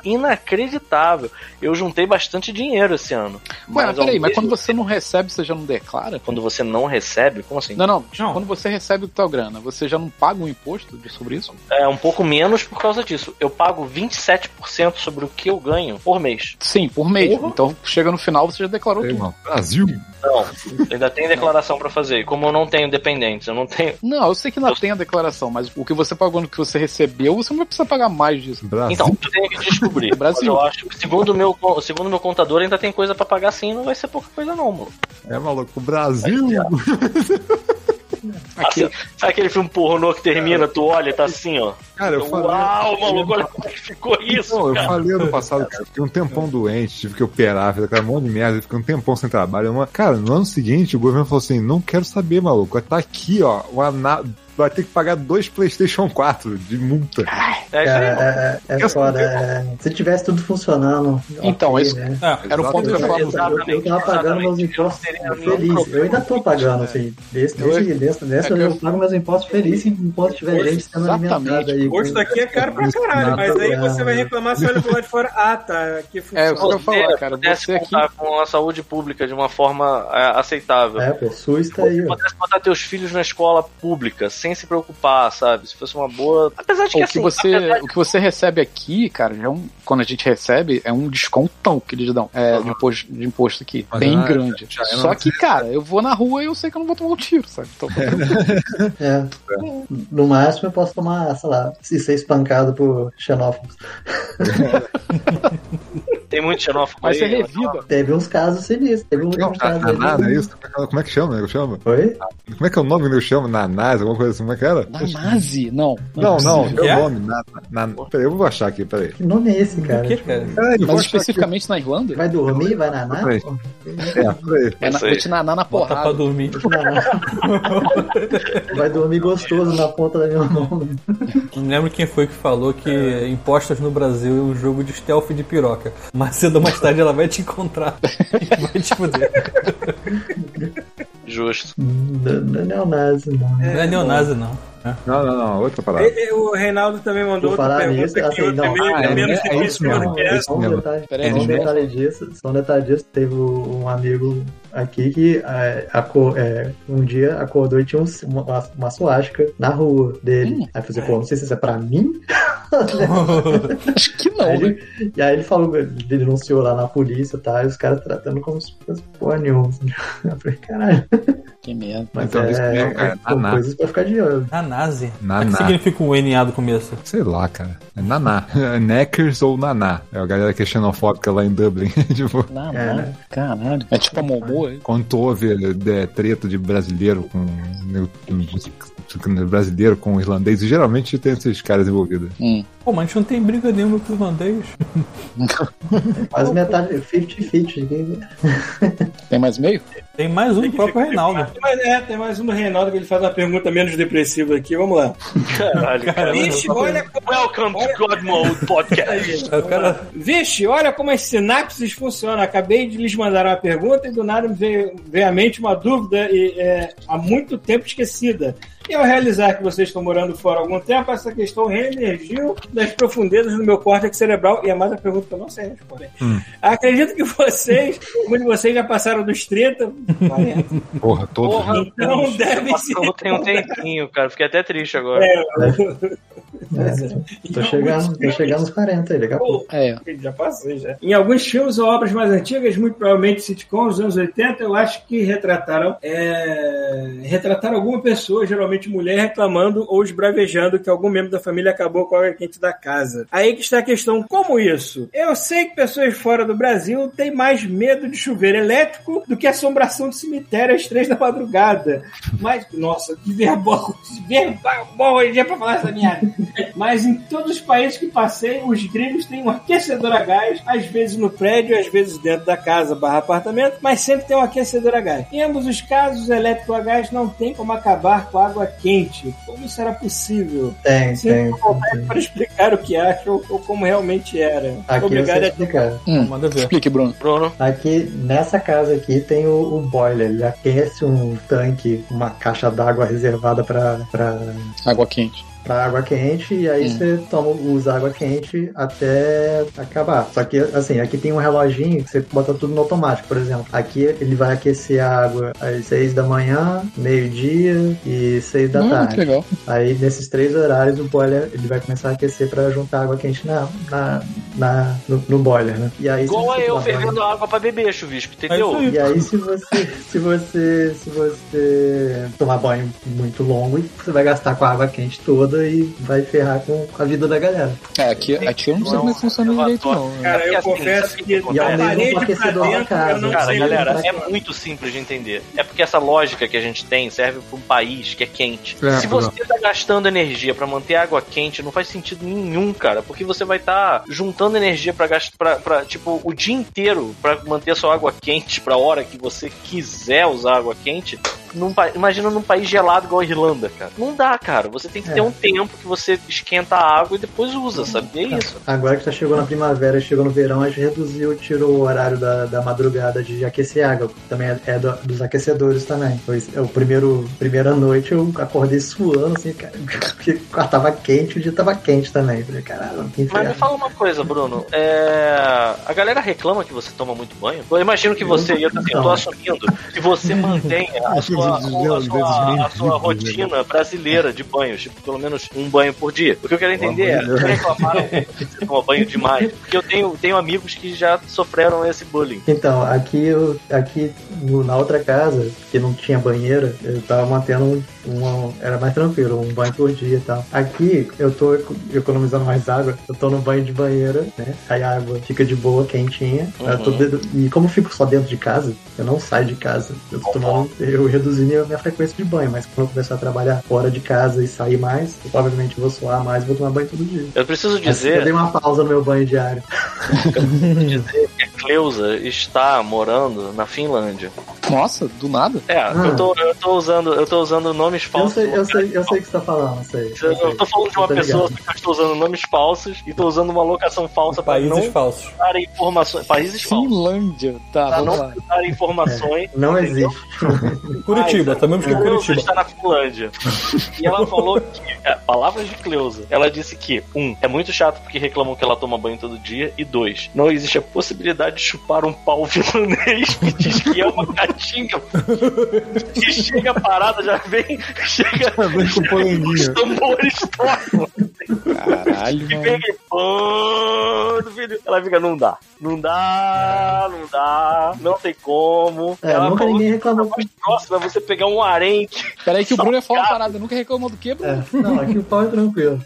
inacreditável. Eu juntei bastante dinheiro esse ano.
Ué, mas
ao
peraí, mas
mesmo-
quando você não recebe, você já não declara?
quando você não recebe, como assim?
Não, não,
Não.
Quando você recebe o teu grana, você já não paga um imposto de- sobre isso?
É um pouco menos por causa disso. Eu pago 27% sobre o que eu ganho por
<laughs>
mês.
Sim, por mês. Então chega no final, você já declarou
Sei,
tudo.
irmão. Brasil!
Não, ainda tem declaração pra fazer. E Como eu não tenho dependentes, eu não tenho.
Não, eu sei que não tem a declaração, mas o que você pagou no que você recebeu, você não vai precisar pagar mais disso.
Brasil!
Então, tu tem que descobrir.
Brasil.
Mas eu acho que, segundo o meu, segundo o meu contador, ainda tem coisa pra pagar sim, não vai ser pouca coisa não, mano.
É maluco, Brasil!
Assim, sabe aquele filme pornô que termina, tu olha e tá assim, ó.
Cara, eu falei.
Uau, maluco, olha como é que ficou isso.
Não, eu
cara.
falei ano passado, cara, eu fiquei um tempão doente, tive que operar, fiz aquela mão de merda, eu fiquei um tempão sem trabalho. Eu, Cara, no ano seguinte, o governo falou assim: não quero saber, maluco. Tá aqui, ó, o ana... vai ter que pagar dois PlayStation 4 de multa.
É isso aí, mano.
Cara, é, é, é foda. é. Se tivesse tudo funcionando.
Então,
ok,
isso-
né?
Era o ponto que eu ia falar.
Eu, eu, eu tava pagando meus impostos feliz. Eu ainda tô
né?
pagando, assim. Desse, desse, desse, dessa,
É que eu-
eu pago meus impostos feliz se o imposto tiver gente sendo
Exatamente.
alimentada aí.
O gosto daqui é caro pra caralho, mas aí você vai reclamar, você olha pro lado de fora, ah tá, aqui
É, isso que
funciona.
eu ia falar, cara.
pudesse
Você aqui.
contar com a saúde pública de uma forma é, aceitável.
É, pô, SUS tá aí, ó.
Pudesse botar teus filhos na escola pública sem se preocupar, sabe? Se fosse uma boa. Apesar de que
O que,
assim.
você,
apesar de-
o que você recebe aqui, cara, já é um, quando a gente recebe, é um descontão que eles dão é, de, imposto, de imposto aqui.
Mas
bem
já-
grande.
já é
Só
uma-
que, cara, eu vou na rua e eu sei que eu não vou tomar um tiro, sabe? Então,
É. No máximo eu posso tomar, sei lá, e ser espancado por xenófobos.
Tem muito xenófobo
mas você
aí,
revida.
Teve uns casos sinistros. Teve um
Não,
último
tá,
caso
naná, não é
aí.
isso? Como é que chama? né? Eu chamo?
Oi?
Como é que é o nome que eu chamo? Nanás, alguma coisa assim, como é que era?
Na Nazi? Não.
Não, não, meu
possível.
É?
nome. Na, na- peraí, eu vou achar aqui, peraí.
Que nome é esse, cara?
O que, cara?
Peraí, eu vou
Mas
achar
especificamente na Irlanda?
Vai dormir? Vai
Tá
nanar?
Peraí.
Pô,
aqui. É, peraí.
É na,
Isso aí.
vou te nanar na
Bota pra
porrada.
dormir.
nanar. Vai dormir gostoso na ponta da minha mão.
Não lembro quem foi que falou que
É.
impostas no Brasil é um jogo de stealth de piroca. Mas cedo ou mais tarde ela vai te
<laughs>
encontrar e vai te fuder.
Justo.
Não não é neonazi, não.
Não é neonazi,
<laughs>
não.
Não, não, não, outra parada.
E- e O Reinaldo também mandou
Vou
outra
falar
pergunta
nisso,
aqui,
assim,
outra
não,
meio
ah, é,
menos
é
que
isso mesmo,
que é.
é isso
Só um
mesmo.
detalhe,
Peraí,
só um
gente.
detalhe disso, só um detalhe disso, teve um amigo aqui que é, aco- é, um dia acordou e tinha um- uma, uma suástica na rua dele. Aí eu falei, pô, não sei se isso é pra mim.
Acho que
Aí
não, né?
ele, e aí ele falou, ele denunciou lá na polícia, tá? E os caras tratando como se fosse porra nenhuma. <laughs> assim. Eu falei, caralho,
Que merda.
mas
Então,
é,
isso mesmo, cara,
são
naná.
coisas pra ficar de olho.
Nanase?
Naná.
O que significa um NA do começo?
Sei lá, cara. É Naná. É Neckers ou Naná. É a galera que é xenofóbica lá em Dublin. <laughs> tipo,
né?
Nanar, caralho. É tipo a Momoa. hein?
quando tu ouve é, treta de brasileiro com. brasileiro com irlandês, e geralmente tem esses caras envolvidos.
Pô, mas a gente não tem briga nenhuma com os irlandês.
Quase metade, 50-50.
Tem mais meio?
Tem mais um do próprio Reinaldo.
Mas é, tem mais um do Reinaldo que ele faz uma pergunta menos depressiva aqui, vamos lá.
Caralho, cara.
Vixe, olha
Welcome to God Mode Podcast.
É, O cara
Vixe, olha como as sinapses funcionam. Acabei de lhes mandar uma pergunta e do nada me veio, veio à mente uma dúvida e, é, há muito tempo esquecida. E ao realizar que vocês estão morando fora há algum tempo, essa questão reemergiu das profundezas do meu córtex cerebral. E é mais uma pergunta que eu não sei responder. Acredito que vocês, alguns de vocês já passaram dos 30, 40.
Porra, todos. né?
então devem se.
Passou tem um tempinho, cara. Fiquei até triste agora.
É,
Tô chegando, tô chegando aos 40 aí, daqui a pouco.
É.
<laughs> Já passei, já. Em alguns filmes ou obras mais antigas, muito provavelmente sitcoms dos anos 80, eu acho que retrataram é, retrataram alguma pessoa, geralmente mulher, reclamando ou esbravejando que algum membro da família acabou com a água quente da casa. Aí que está a questão, como isso? Eu sei que pessoas fora do Brasil têm mais medo de chuveiro elétrico do que assombração de cemitério às três da madrugada. Mas, nossa, que <laughs> verbal, que verbal, bom hoje é pra falar essa merda. Mas em todos os países que passei, os gringos têm um aquecedor a gás, às vezes no prédio, às vezes dentro da casa barra apartamento, mas sempre tem um aquecedor a gás. Em ambos os casos, o elétrico a gás não tem como acabar com a água quente. Como isso era possível?
Tem, tem.
Sempre com vontade para explicar o que acham ou como realmente era.
Aqui
Obrigado. é
eu sei explicar.
manda ver.
Explique, Bruno.
Bruno,
Aqui, nessa casa aqui, tem o, o boiler. Ele aquece um tanque, uma caixa d'água reservada pra, pra,
Água quente.
pra água quente, e aí
Hum.
você toma, usa água quente até acabar. Só que, assim, aqui tem um reloginho que você bota tudo no automático, por exemplo. Aqui ele vai aquecer a água às seis da manhã, meio-dia e seis da
Hum,
tarde.
que legal.
Aí nesses três horários o boiler ele vai começar a aquecer para juntar água quente na, na, na, no, no boiler, né? E aí, se
Igual
você
eu
tiver uma-
fervendo água pra beber, chuvisco, entendeu?
É isso
E aí se você, se você, se você tomar banho muito longo, você vai gastar com a água quente toda e vai ferrar com a vida da galera.
É, aqui, aqui eu não sei como é que funciona direito, não. né?
Cara, eu
Assim,
confesso
sabe o
que
que
da
E ao mesmo
parede pra
aquecedor na
dentro,
casa.
eu não
Cara,
sei.
galera, é muito simples de entender. É porque essa lógica que a gente tem serve para um país que é quente.
É,
Se você tá gastando energia para manter a água quente, não faz sentido nenhum, cara, porque você vai estar juntando energia para gastar para tipo o dia inteiro para manter a sua água quente para hora que você quiser usar água quente. Num pa- Imagina num país gelado igual a Irlanda, cara. Não dá, cara. Você tem que
É.
ter um tempo que você esquenta a água e depois usa, sabe? E é isso.
Agora que já chegou na primavera, chegou no verão, a gente reduziu, tirou o horário da, da madrugada de aquecer água. Também é, é do- dos aquecedores também. Foi é o primeiro, primeira noite eu acordei suando, assim, <laughs> cara, porque tava quente, o dia tava quente também. Falei, caralho, que
Mas
inferno.
me fala uma coisa, Bruno. É, A galera reclama que você toma muito banho? Eu imagino que você, e eu também tô
Não.
assumindo, que
<laughs>
você mantenha a sua, a sua, a sua- a
né?
sua rotina brasileira de banhos, tipo, pelo menos um banho por dia. O que eu quero entender é,
Pelo amor de
vocês reclamaram que você toma banho demais? Porque eu tenho, tenho amigos que já sofreram esse bullying.
Então, aqui, eu- aqui no- na outra casa, que não tinha banheira, eu tava mantendo um, um- Era mais tranquilo, um banho por dia e tal. Aqui, eu tô eco- economizando mais água, eu tô no banho de banheira, né? Aí a água fica de boa, quentinha. Eu tô dentro- e como eu fico só dentro de casa, eu não saio de casa. Eu, tô tomando, eu reduzi minha, minha frequência de banho, mas quando eu começar a trabalhar fora de casa e sair mais, eu provavelmente vou suar mais e vou tomar banho todo dia.
Eu preciso
Assim,
Eu dei
dizer
uma pausa no meu banho diário.
que a Cleusa está morando na Finlândia.
Nossa, do nada?
É, eu, tô, eu, tô usando, eu tô usando nomes
Ah. Eu
falsos.
sei, eu sei, eu sei o que você tá falando, eu sei.
Eu eu tô falando de uma
Tá
pessoa
ligado.
que eu estou usando nomes falsos e tô usando uma locação falsa para
Países
não
falsos.
dar informações. Países falsos.
Finlândia, tá,
Para
vamos
não
lá.
É.
dar informações.
Não
entendeu?
existe.
Curitiba, tá também busquei
Cleusa
Curitiba.
está na Finlândia. E ela falou que, é, palavras de Cleusa, ela disse que, um, é muito chato porque reclamam que ela toma banho todo dia, e dois, não existe a possibilidade de chupar um pau <laughs> finlandês que diz que é uma catinga. E chega parada, já vem, chega
Vem com
os
paninho.
tambores tocam.
<laughs> Caralho,
Que
mano.
pega e pô, do filho. Ela fica, não dá. Não dá, não dá, não tem como.
É,
ela
nunca
falou
ninguém
que a
reclamou.
mais próxima é você pegar um arente.
Peraí que o Bruno é fora uma parada, nunca reclamou do quê, Bruno?
É, não, aqui o pau é tranquilo.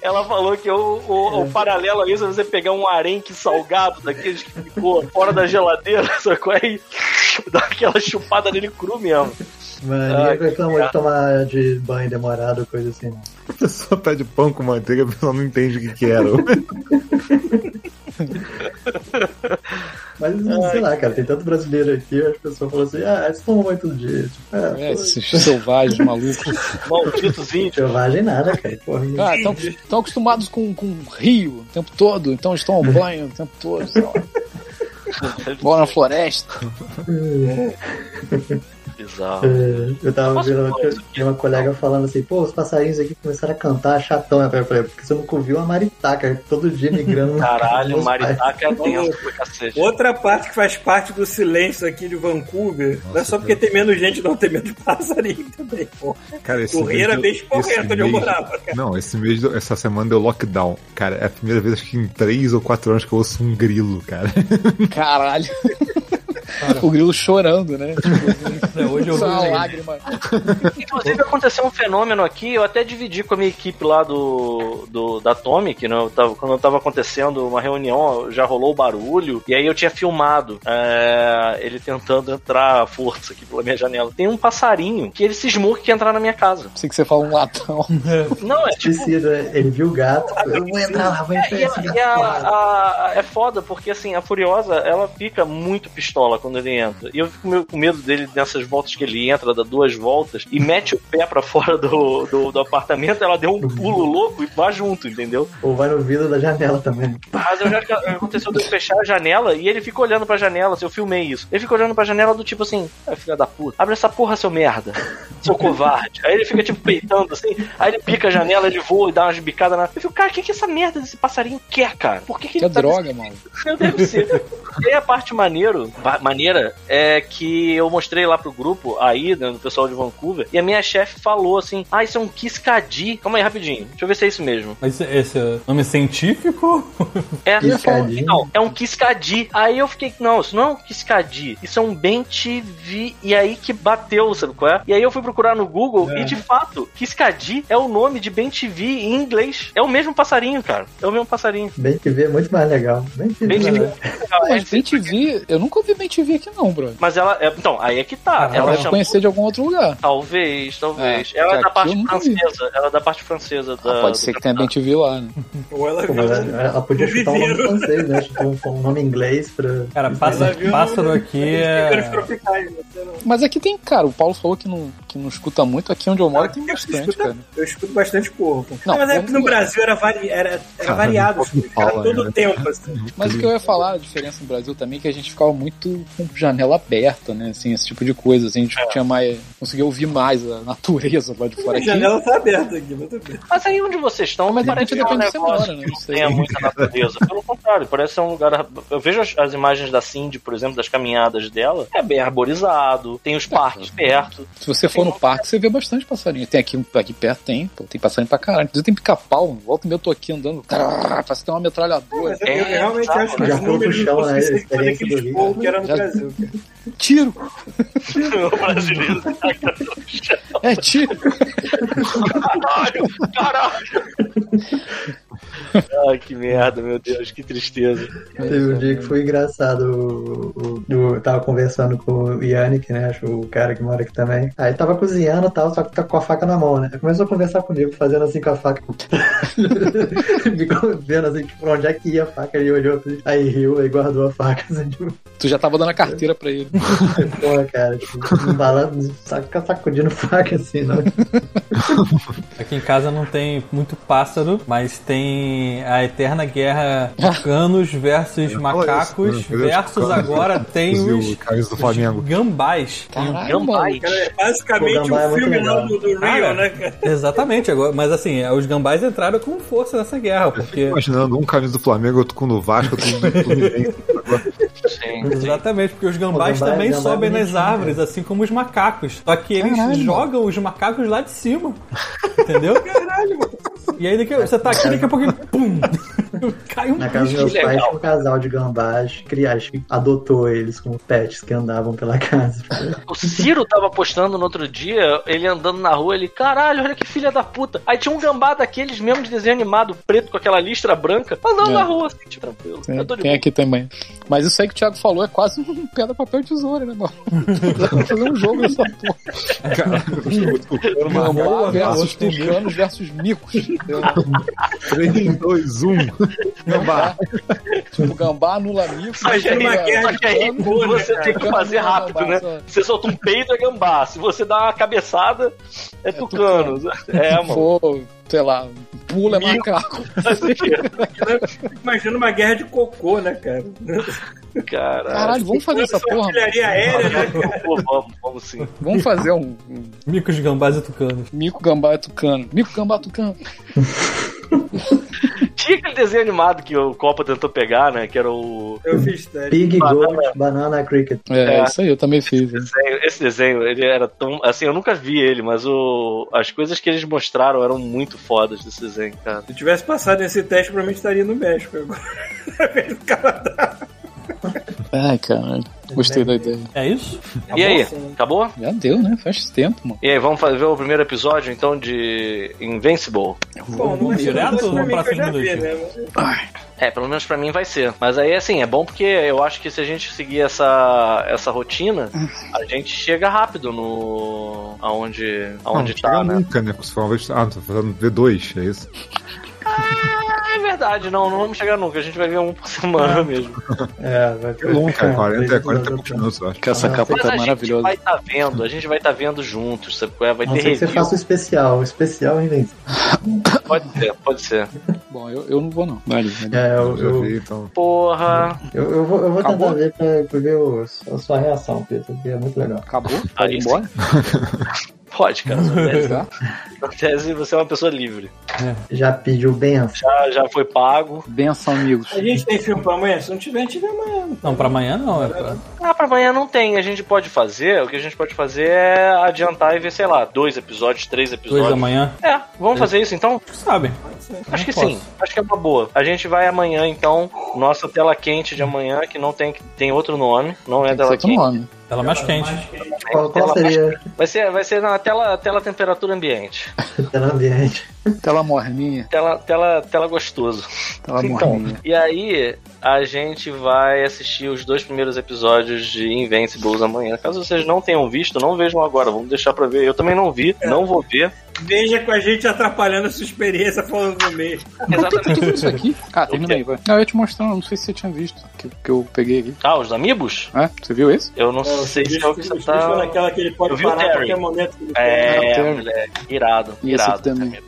Ela falou que o, o, o paralelo a isso é você pegar um arenque salgado daqueles que ficou fora da geladeira, <laughs> sacou? Aí dá aquela chupada nele cru mesmo.
Mas
Ah,
ninguém reclamou
cara.
de tomar de banho demorado, coisa assim. não.
A <laughs> pessoa pede pão com manteiga, a pessoa não entende o que que era.
<laughs> Mas assim, sei lá, cara, tem tanto brasileiro aqui, as pessoas falam assim, ah, você toma banho todo dia. Tipo, ah,
É, esses selvagens, <laughs> malucos.
Malditos índios.
selvagem nada, cara. <laughs> Porra,
Ah, estão acostumados com, com rio o tempo todo, então eles tomam banho o tempo todo. <laughs> sei lá. Moram na floresta.
Bizarro.
é, eu tava
Posso
ouvindo
falar
eu
isso
tinha uma colega falando assim, pô, os passarinhos aqui começaram a cantar chatão. Eu falei, porque você nunca ouviu uma maritaca todo dia migrando.
<laughs>
<laughs>
Caralho,
Meus pais.
maritaca é tenso pra cacete.
Outra parte que faz parte do silêncio aqui de Vancouver, não é só porque tem menos gente, não tem menos <laughs> passarinho também. Pô.
Cara, esse
Correr era bem
mês deu-
escorreta
esse
onde eu
mês-
morava, cara.
Não, esse mês, deu- essa semana deu lockdown. Cara, é a primeira vez, acho que em 3 ou 4 anos que eu ouço um grilo, cara.
Caralho. O grilo chorando, né?
hoje eu
Só uma
vi.
lágrima.
Inclusive aconteceu um fenômeno aqui, eu até dividi com a minha equipe lá do, do da Atomic, né? Eu tava- quando eu tava acontecendo uma reunião, já rolou o barulho, e aí eu tinha filmado é, ele tentando entrar à força aqui pela minha janela. Tem um passarinho que ele cismou que quer entrar na minha casa.
Sei que você fala um latão.
Não, é tipo.
Suicida, né? ele viu o gato, falou, eu vou entrar lá, vou entrar
é, E,
esse
a-
gato.
e a-
porrada."
a- é foda porque assim, a Furiosa ela fica muito pistola quando ele entra. E eu fico meio com medo dele nessas voltas que ele entra, dá duas voltas e mete o pé pra fora do, do, do apartamento. Ela deu um pulo louco e vai junto, entendeu?
Ou vai no vidro da janela também.
Mas eu já aconteceu de eu fechar a janela e ele fica olhando pra janela. Assim, eu filmei isso. Ele fica olhando pra janela do tipo assim: ah, filha da puta, abre essa porra, seu merda.
seu covarde. Aí ele fica tipo peitando assim, aí ele pica a janela, ele voa e dá umas bicadas na. Eu fico, cara, o que, que essa merda desse passarinho quer, cara? Por que, que
Que
ele
é
tá
droga, mano.
Não deve ser. E aí a parte maneiro, ba- maneira é que eu mostrei lá pro grupo, aí, né, do pessoal de Vancouver, e a minha chefe falou assim: Ah, isso é um Kiskadi. Calma aí, rapidinho. Deixa eu ver se é isso mesmo.
Mas esse é nome científico?
É,
Kiskadi?
Não, é um Kiskadi. Aí eu fiquei, não, isso não é um Kiskadi. Isso é um Bentivi. E aí que bateu, sabe qual é? E aí eu fui procurar no Google e de fato, Kiskadi é o nome de Bentivi em inglês. É o mesmo passarinho, cara. É o mesmo passarinho.
Bem que vê é muito mais legal. Bem que vê.
Bem
né?
Mas Bem TV, eu nunca ouvi Bem TV aqui não, bro.
Mas ela. é- Então, aí é que tá.
Ela
ela
deve
chamou
conhecer de algum outro lugar.
Talvez, talvez.
É,
ela é
que
da
aqui eu
parte
nunca vi.
francesa. Ela é da parte francesa da.
Ah, pode ser
do
que tenha Bem TV lá, né?
Ou ela
Pô,
viu.
ela, ela podia chutar um nome
Viveiro.
francês, né? Chutar um, um nome inglês pra.
Cara, pássaro,
viu no-
pássaro aqui
Primeiros
é.
tropicais, né? Sei lá.
Mas aqui tem, cara, o Paulo falou que não, que não escuta muito, aqui onde eu moro tem
Aqui eu
bastante,
escuto-
cara.
Eu escuto bastante corvo.
Não,
mas é
corvo
que no
não é.
Brasil era, vari... era, era variado,
Corvo
tipo, era
fala,
todo
né?
tempo, assim.
Mas o que eu ia falar, a diferença no Brasil também é que a gente ficava muito com janela aberta, né? Assim, esse tipo de coisa. Assim, a gente tinha mais. conseguia ouvir mais a natureza lá de
A
fora aqui.
janela tá aberta aqui, mas tudo bem.
Mas aí onde vocês estão,
Mas
parece
depende
que é um
de onde você
negócio
mora, né?
que não
Isso aí.
tenha muita natureza. Pelo contrário, parece ser um lugar. Eu vejo as, as imagens da Cindy, por exemplo, das caminhadas dela. É bem arborizado, tem os
É.
parques perto. <laughs>
Se você for no parque, você vê bastante passarinho. Tem aqui, um- aqui perto, tem, pô, tem passarinho pra caralho. Inclusive tem pica-pau, volta e meio eu tô aqui andando. tará, Parece que tem uma metralhadora.
Mas é eu, eu realmente
tá,
acho que
já
os
pulou pro
números
chão,
não
né?
conseguem fazer
Experiência do
aqueles
Rio.
corvos que era no
Já-
Brasil. cara.
É,
Tiro!
o brasileiro.
É tiro!
Caralho, caralho. Ai, que merda, meu Deus, que tristeza.
Teve um dia
né?
que foi engraçado. o- o- o- eu tava conversando com o Yannick, né? Acho o cara que mora aqui também. Aí tava cozinhando e tal, só que tá com a faca na mão, né? Aí Começou a conversar comigo, fazendo assim com a faca. <laughs> Ficou vendo assim, tipo, pra onde é que ia a faca. Ele olhou, assim, aí riu, aí guardou a faca. Assim, tipo,
Tu já tava dando a carteira pra ele.
porra, cara. Tipo, não vai lá, só fica sacudindo faca assim, não.
Aqui em casa não tem muito pássaro, mas tem a eterna guerra canos versus
Eu ia falar
macacos,
isso, né? Eu ia
versus
falar. <laughs>
agora tem
Inclusive,
os
o Caio do Flamengo.
gambás.
um
Caralho, mano.
Jamais.
Cara, é basicamente
Pô, Gambá é
um
muito
filme lá
legal.
do, do Rio,
Cara,
né, cara?
Exatamente, agora, mas assim, os gambás entraram com força nessa guerra, porque.
Imaginando um camisa do Flamengo, outro com o do Vasco, outro com o do Fluminense.
Sim.
Exatamente, porque os gambás
O gambá-
também
gambá é
sobem nas
bonitinho,
árvores, assim como os macacos. Só que eles
Caralho,
jogam os macacos lá de
<laughs>
cima. Entendeu? Caralho, mano. E aí daqui, você tá aqui, daqui a pouco. Pum! <laughs> Cai um
Na casa dos meus
legal.
pais tinha um casal de gambás, criais, que adotou eles como pets que andavam pela casa.
O Ciro tava postando no outro dia, ele andando na rua, ele, caralho, olha que filha da puta. Aí tinha um gambá daqueles mesmo de desenho animado, preto com aquela listra branca, andando
É.
na rua, assim, tipo, tranquilo.
Tem,
Eu tô de
tem
boa.
aqui também. Mas isso aí que o Thiago falou é quase um pedra, papel e tesoura, né, mano? Vamos fazer um jogo nessa porra.
Cara, eu gostei muito do couro, mano.
Gambá
boa,
versus
boa.
tucanos versus micos.
3, 2, 1. Gambá.
Tipo, gambá anula micos.
Só que aí-
uma guerra
é só que aí
tucano,
você
cara, é
tem que fazer
gambá,
rápido, né?
só-
Você solta um peito é gambá. Se você dá uma cabeçada, é tucano. É, mano.
for, sei lá, pula é
Mico.
macaco.
Faz o quê?
Imagina uma guerra de cocô, né, cara?
Caralho.
Caralho, vamos fazer essa
é
porra. mano.
Artilharia aérea, né?
Pô, vamos, vamos sim.
Vamos fazer um, um
Micos, gambás e tucanos.
mico gambá e tucano. Mico gambá tucano.
Tinha aquele desenho animado que o Copa tentou pegar, né? Que era o.
Eu fiz tá? teste.
Pig
Banana.
Goat Banana Cricket.
É,
É.
isso aí, eu também fiz. né?
desenho- Esse desenho, ele era tão. Assim, eu nunca vi ele, mas o... as coisas que eles mostraram eram muito fodas desse desenho, cara.
Se eu tivesse passado esse teste, provavelmente estaria no México agora. Do Canadá.
Ai, caralho. Gostei da ideia.
É isso?
e aí?
sim.
Acabou?
Já deu, né? Faz tempo, mano.
E aí, vamos fazer o primeiro episódio, então, de Invincible?
Bom, não é
direto
direto
ou
pra mim
pra
que eu já
segunda
vi,
notícia?
né? Mas-
É, pelo menos pra mim vai ser. Mas aí, assim, é bom porque eu acho que se a gente seguir essa, essa rotina, a gente chega rápido no. aonde, aonde
não,
tá,
chega
né?
nunca, né? Porque se for uma vez. Ah, tô fazendo V2, é isso?
Ah, é verdade, não, não vamos chegar nunca. A gente vai ver um por semana mesmo.
É, vai
É longo, cara. 40, 40
Dois
e poucos
episódios.
minutos, eu acho.
Que essa
Ah,
capa
sei.
Mas
tá
a gente
maravilhosa.
vai tá vendo, a gente vai tá vendo juntos, sabe qual é? Vai
A não
ter
ser que você
review.
faça o especial. O especial ainda.
Pode ser, pode ser.
Bom, eu, eu não vou, não. Vale, vale.
É, eu,
Eu já
eu,
vi, então.
Porra.
eu, eu vou, eu vou tentar
Acabou?
ver pra, pra ver o- a sua reação, Pedro, porque é muito legal.
Acabou?
Aí
Pode ir embora?
pode, cara. Na tese, na tese, você é uma pessoa livre.
Já pediu benção.
Já, né? já foi pago.
Benção, amigos.
A gente tem filme pra amanhã? Se não tiver, a gente vê amanhã.
Não, pra amanhã não, é pra.
Ah, pra amanhã não tem. A gente pode fazer, o que a gente pode fazer é adiantar e ver, sei lá, dois episódios, três
Dois
episódios.
da manhã.
É, vamos fazer isso então?
Sabe?
Acho que
posso.
sim, acho que é uma boa. A gente vai amanhã, então, nossa tela quente de amanhã, que não tem, tem outro nome, não é
Tem que ser
tela
outro
quente.
nome.
Ela mais quente.
Qual, qual
Tela
seria
Vai ser, vai ser na tela, tela temperatura ambiente.
o tela ambiente? <laughs>
Tela morninha.
Tela, tela, tela gostoso.
Tela
Então,
morninha.
e aí a gente vai assistir os dois primeiros episódios de Invincibles amanhã. Caso vocês não tenham visto, não vejam agora. Vamos deixar pra ver. Eu também não vi, não vou ver.
Veja com a gente atrapalhando a sua experiência falando no meio.
Exatamente.
Tudo isso aqui? Ah, termina aí, vai. Não, eu ia te mostrar, não sei se você tinha visto, que, que eu peguei aqui.
Ah, os amigos?
É? Você viu esse?
Eu não sei se é o que você
Deixa eu ver
tá.
naquela que ele
Eu
pode
vi o
parar a
Terry.
qualquer momento. que ele quer.
É,
Terry.
moleque, irado,
E esse
irado.
aqui também.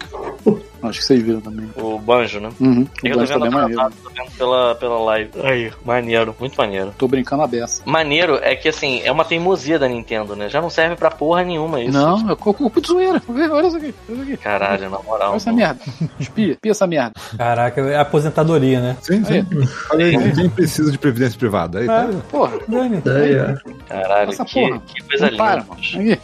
Acho que vocês viram também.
O banjo, né?
Uhum.
Eu
O
tô
Blas
vendo
também é maneiro.
atrasado, tô vendo pela, pela live. Aí, maneiro, muito maneiro.
Tô brincando a beça.
Maneiro é que, assim, é uma teimosia da Nintendo, né? Já não serve pra porra nenhuma isso.
Não, eu corpo de zoeira. Olha isso aqui. Olha isso aqui.
Caralho, na moral.
Olha essa é merda. Espia, espia essa merda.
Caraca, é aposentadoria, né?
Sim, sim. Olha aí, ninguém precisa de previdência privada. Aí, tá?
É.
Porra,
Dani,
Daí, ó.
Caralho,
Essa
que,
porra.
que coisa
não
linda.
para, mano. Aqui.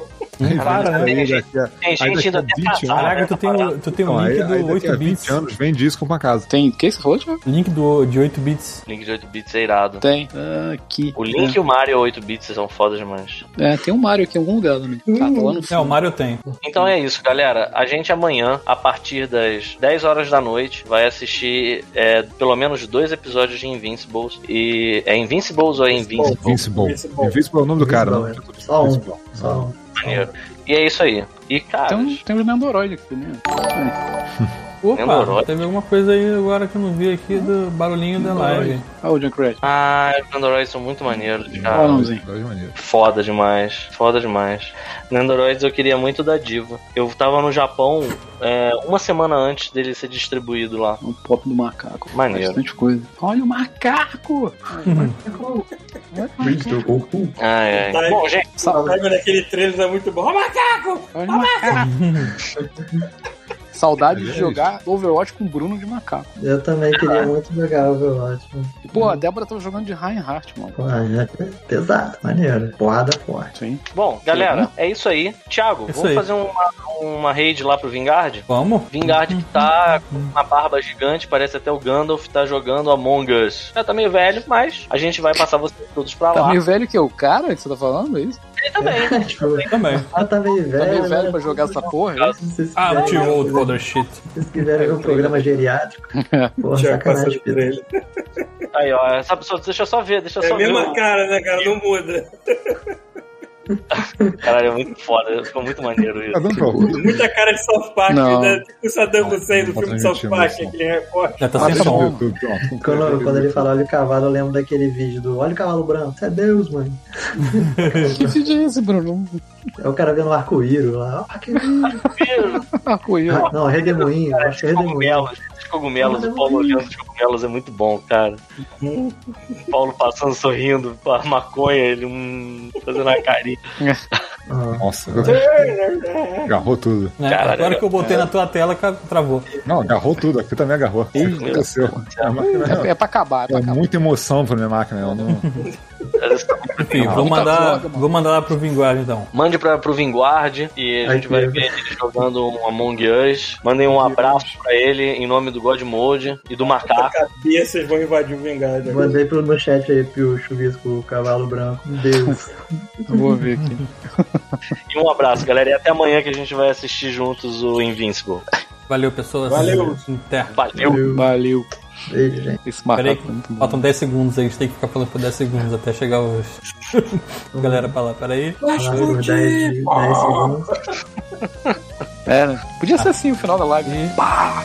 não para, né?
Tem
Aí
gente-
daqui a-
tem
aí
gente
daqui
ainda
a
até
20 anos.
atrasada.
Caraca, tu tem o, tu tem
Não,
um
aí,
link
aí
do
daqui a
8
20
bits.
anos vende isso com uma casa.
Tem. Que isso? É, Falou, Thiago?
Link do, de 8 bits.
Link de 8 bits é irado.
Tem. Ah, Aqui.
O Link e o Mario 8 bits são foda demais.
É, tem um Mario aqui em algum lugar também. Ah, tá lá no
É, o Mario tem.
Então é isso, galera. A gente amanhã, a partir das 10 horas da noite, vai assistir é, pelo menos dois episódios de Invincibles. E é Invincibles ou é Invincible?
Invincible.
Invincible.
Invincible é o nome do cara.
Invincible,
não?
é. Só um.
Invincible. Ah,
Só um.
Maneiro. E é isso aí. E cara,
Tem um, tem um Nendoroid aqui, né?
Opa,
Android.
teve alguma coisa aí agora que eu não vi aqui do barulhinho da live.
Olha o Junkrat.
ah, os Androids são muito maneiros,
Olha o
cara.
nomezinho.
Tá de maneiro.
Foda demais, foda demais. Nendoroids eu queria muito da Diva. Eu tava no Japão é, uma semana antes dele ser distribuído lá.
O pop do macaco.
Maneiro.
Bastante coisa. Olha o macaco!
Mr. Goku.
Ai, ai.
Tá,
Bom, gente,
Sa-
Sabe naquele trailer tá muito bom. Ô, macaco!
Olha o macaco! Saudade de jogar Overwatch com o Bruno de macaco.
Eu também queria muito jogar Overwatch.
Pô, a Débora tava jogando de Reinhardt, mano.
Pô, é pesado, maneiro. Porrada forte.
Sim.
bom, galera, é isso aí. Thiago,
Isso
vamos
aí.
fazer uma, uma raid lá pro Vingard?
Vamos?
Vingard que tá com uma barba gigante, parece até o Gandalf, tá jogando Among Us. Já tá meio velho, mas a gente vai passar vocês todos pra
Tá
lá.
meio velho que eu, cara, que você tá falando? É isso?
Ele também.
<laughs> tipo,
Também.
ela tá meio velho.
Tá meio velho
né?
pra jogar essa porra? é isso?
Se vocês
Ah,
quiserem-
I'm too old for the shit.
Se vocês quiserem ver um programa <laughs> geriátrico, porra,
Tiago passa de
sacanagem. Pedro.
trailer.
Aí, ó, sabe, só- deixa eu só ver, deixa eu
É
só
a
ver.
mesma
o-
cara, né, cara? Não muda.
Caralho, é muito foda, ficou muito maneiro
<laughs>
isso.
Tá dando pra ouvir?
Muita cara de South Park,
Não.
né? Tipo o Saddam Hussein do
Não,
filme de
não
South
tinha
Park,
noção.
aquele né? recorte.
Já tá
Ah,
sem
deixa eu
som.
ver.
YouTube, pronto.
Quando, quando ele fala olha o cavalo, eu lembro daquele vídeo do olha o cavalo branco, isso é Deus, mano.
Que vídeo é esse, Bruno?
É o cara vendo um arco-íris lá. Ah, que <laughs> lindo.
tá Arco-íris.
Ah, não, redemoinho, acho que é redemoinho.
Cogumelos, esses cogumelos, o Paulo olhando os cogumelos é muito bom, cara. O Paulo passando sorrindo, a maconha, ele hum, fazendo a carinha.
Ah,
Nossa, agarrou tudo.
Né?
Caralho,
Agora que eu botei na tua tela, ca- travou.
Não, agarrou tudo. Aqui também agarrou. O que aconteceu? A máquina-
É, é pra acabar, é pra
É
acabar.
muita emoção pra minha máquina. Eu não...
Enfim,
Não,
vou
muita
mandar,
droga, mano.
vou mandar lá pro Vinguard então.
Mande pra, pro Vinguard e a
Ai,
gente vai
meu.
ver ele jogando um Among Us. Mandem um abraço pra ele em nome do God Mode e do Macaco.
Cabeças vão invadir o Vingard. agora.
Mandei pro, no chat aí pro chuvisco o cavalo branco. Deus. <laughs>
Vou ver aqui.
E um abraço, galera. E até amanhã que a gente vai assistir juntos o Invincible.
Valeu, pessoas.
Valeu.
Até.
Valeu!
Valeu.
Beijo, gente.
Esse
Peraí,
macaco
que
é muito bom.
faltam 10 segundos aí, a gente tem que ficar falando por 10 segundos até chegar os. <laughs> Galera pra lá, peraí.
Fala por 10, de- 10 segundos.
É, né? Podia ser assim o final da live. Pá!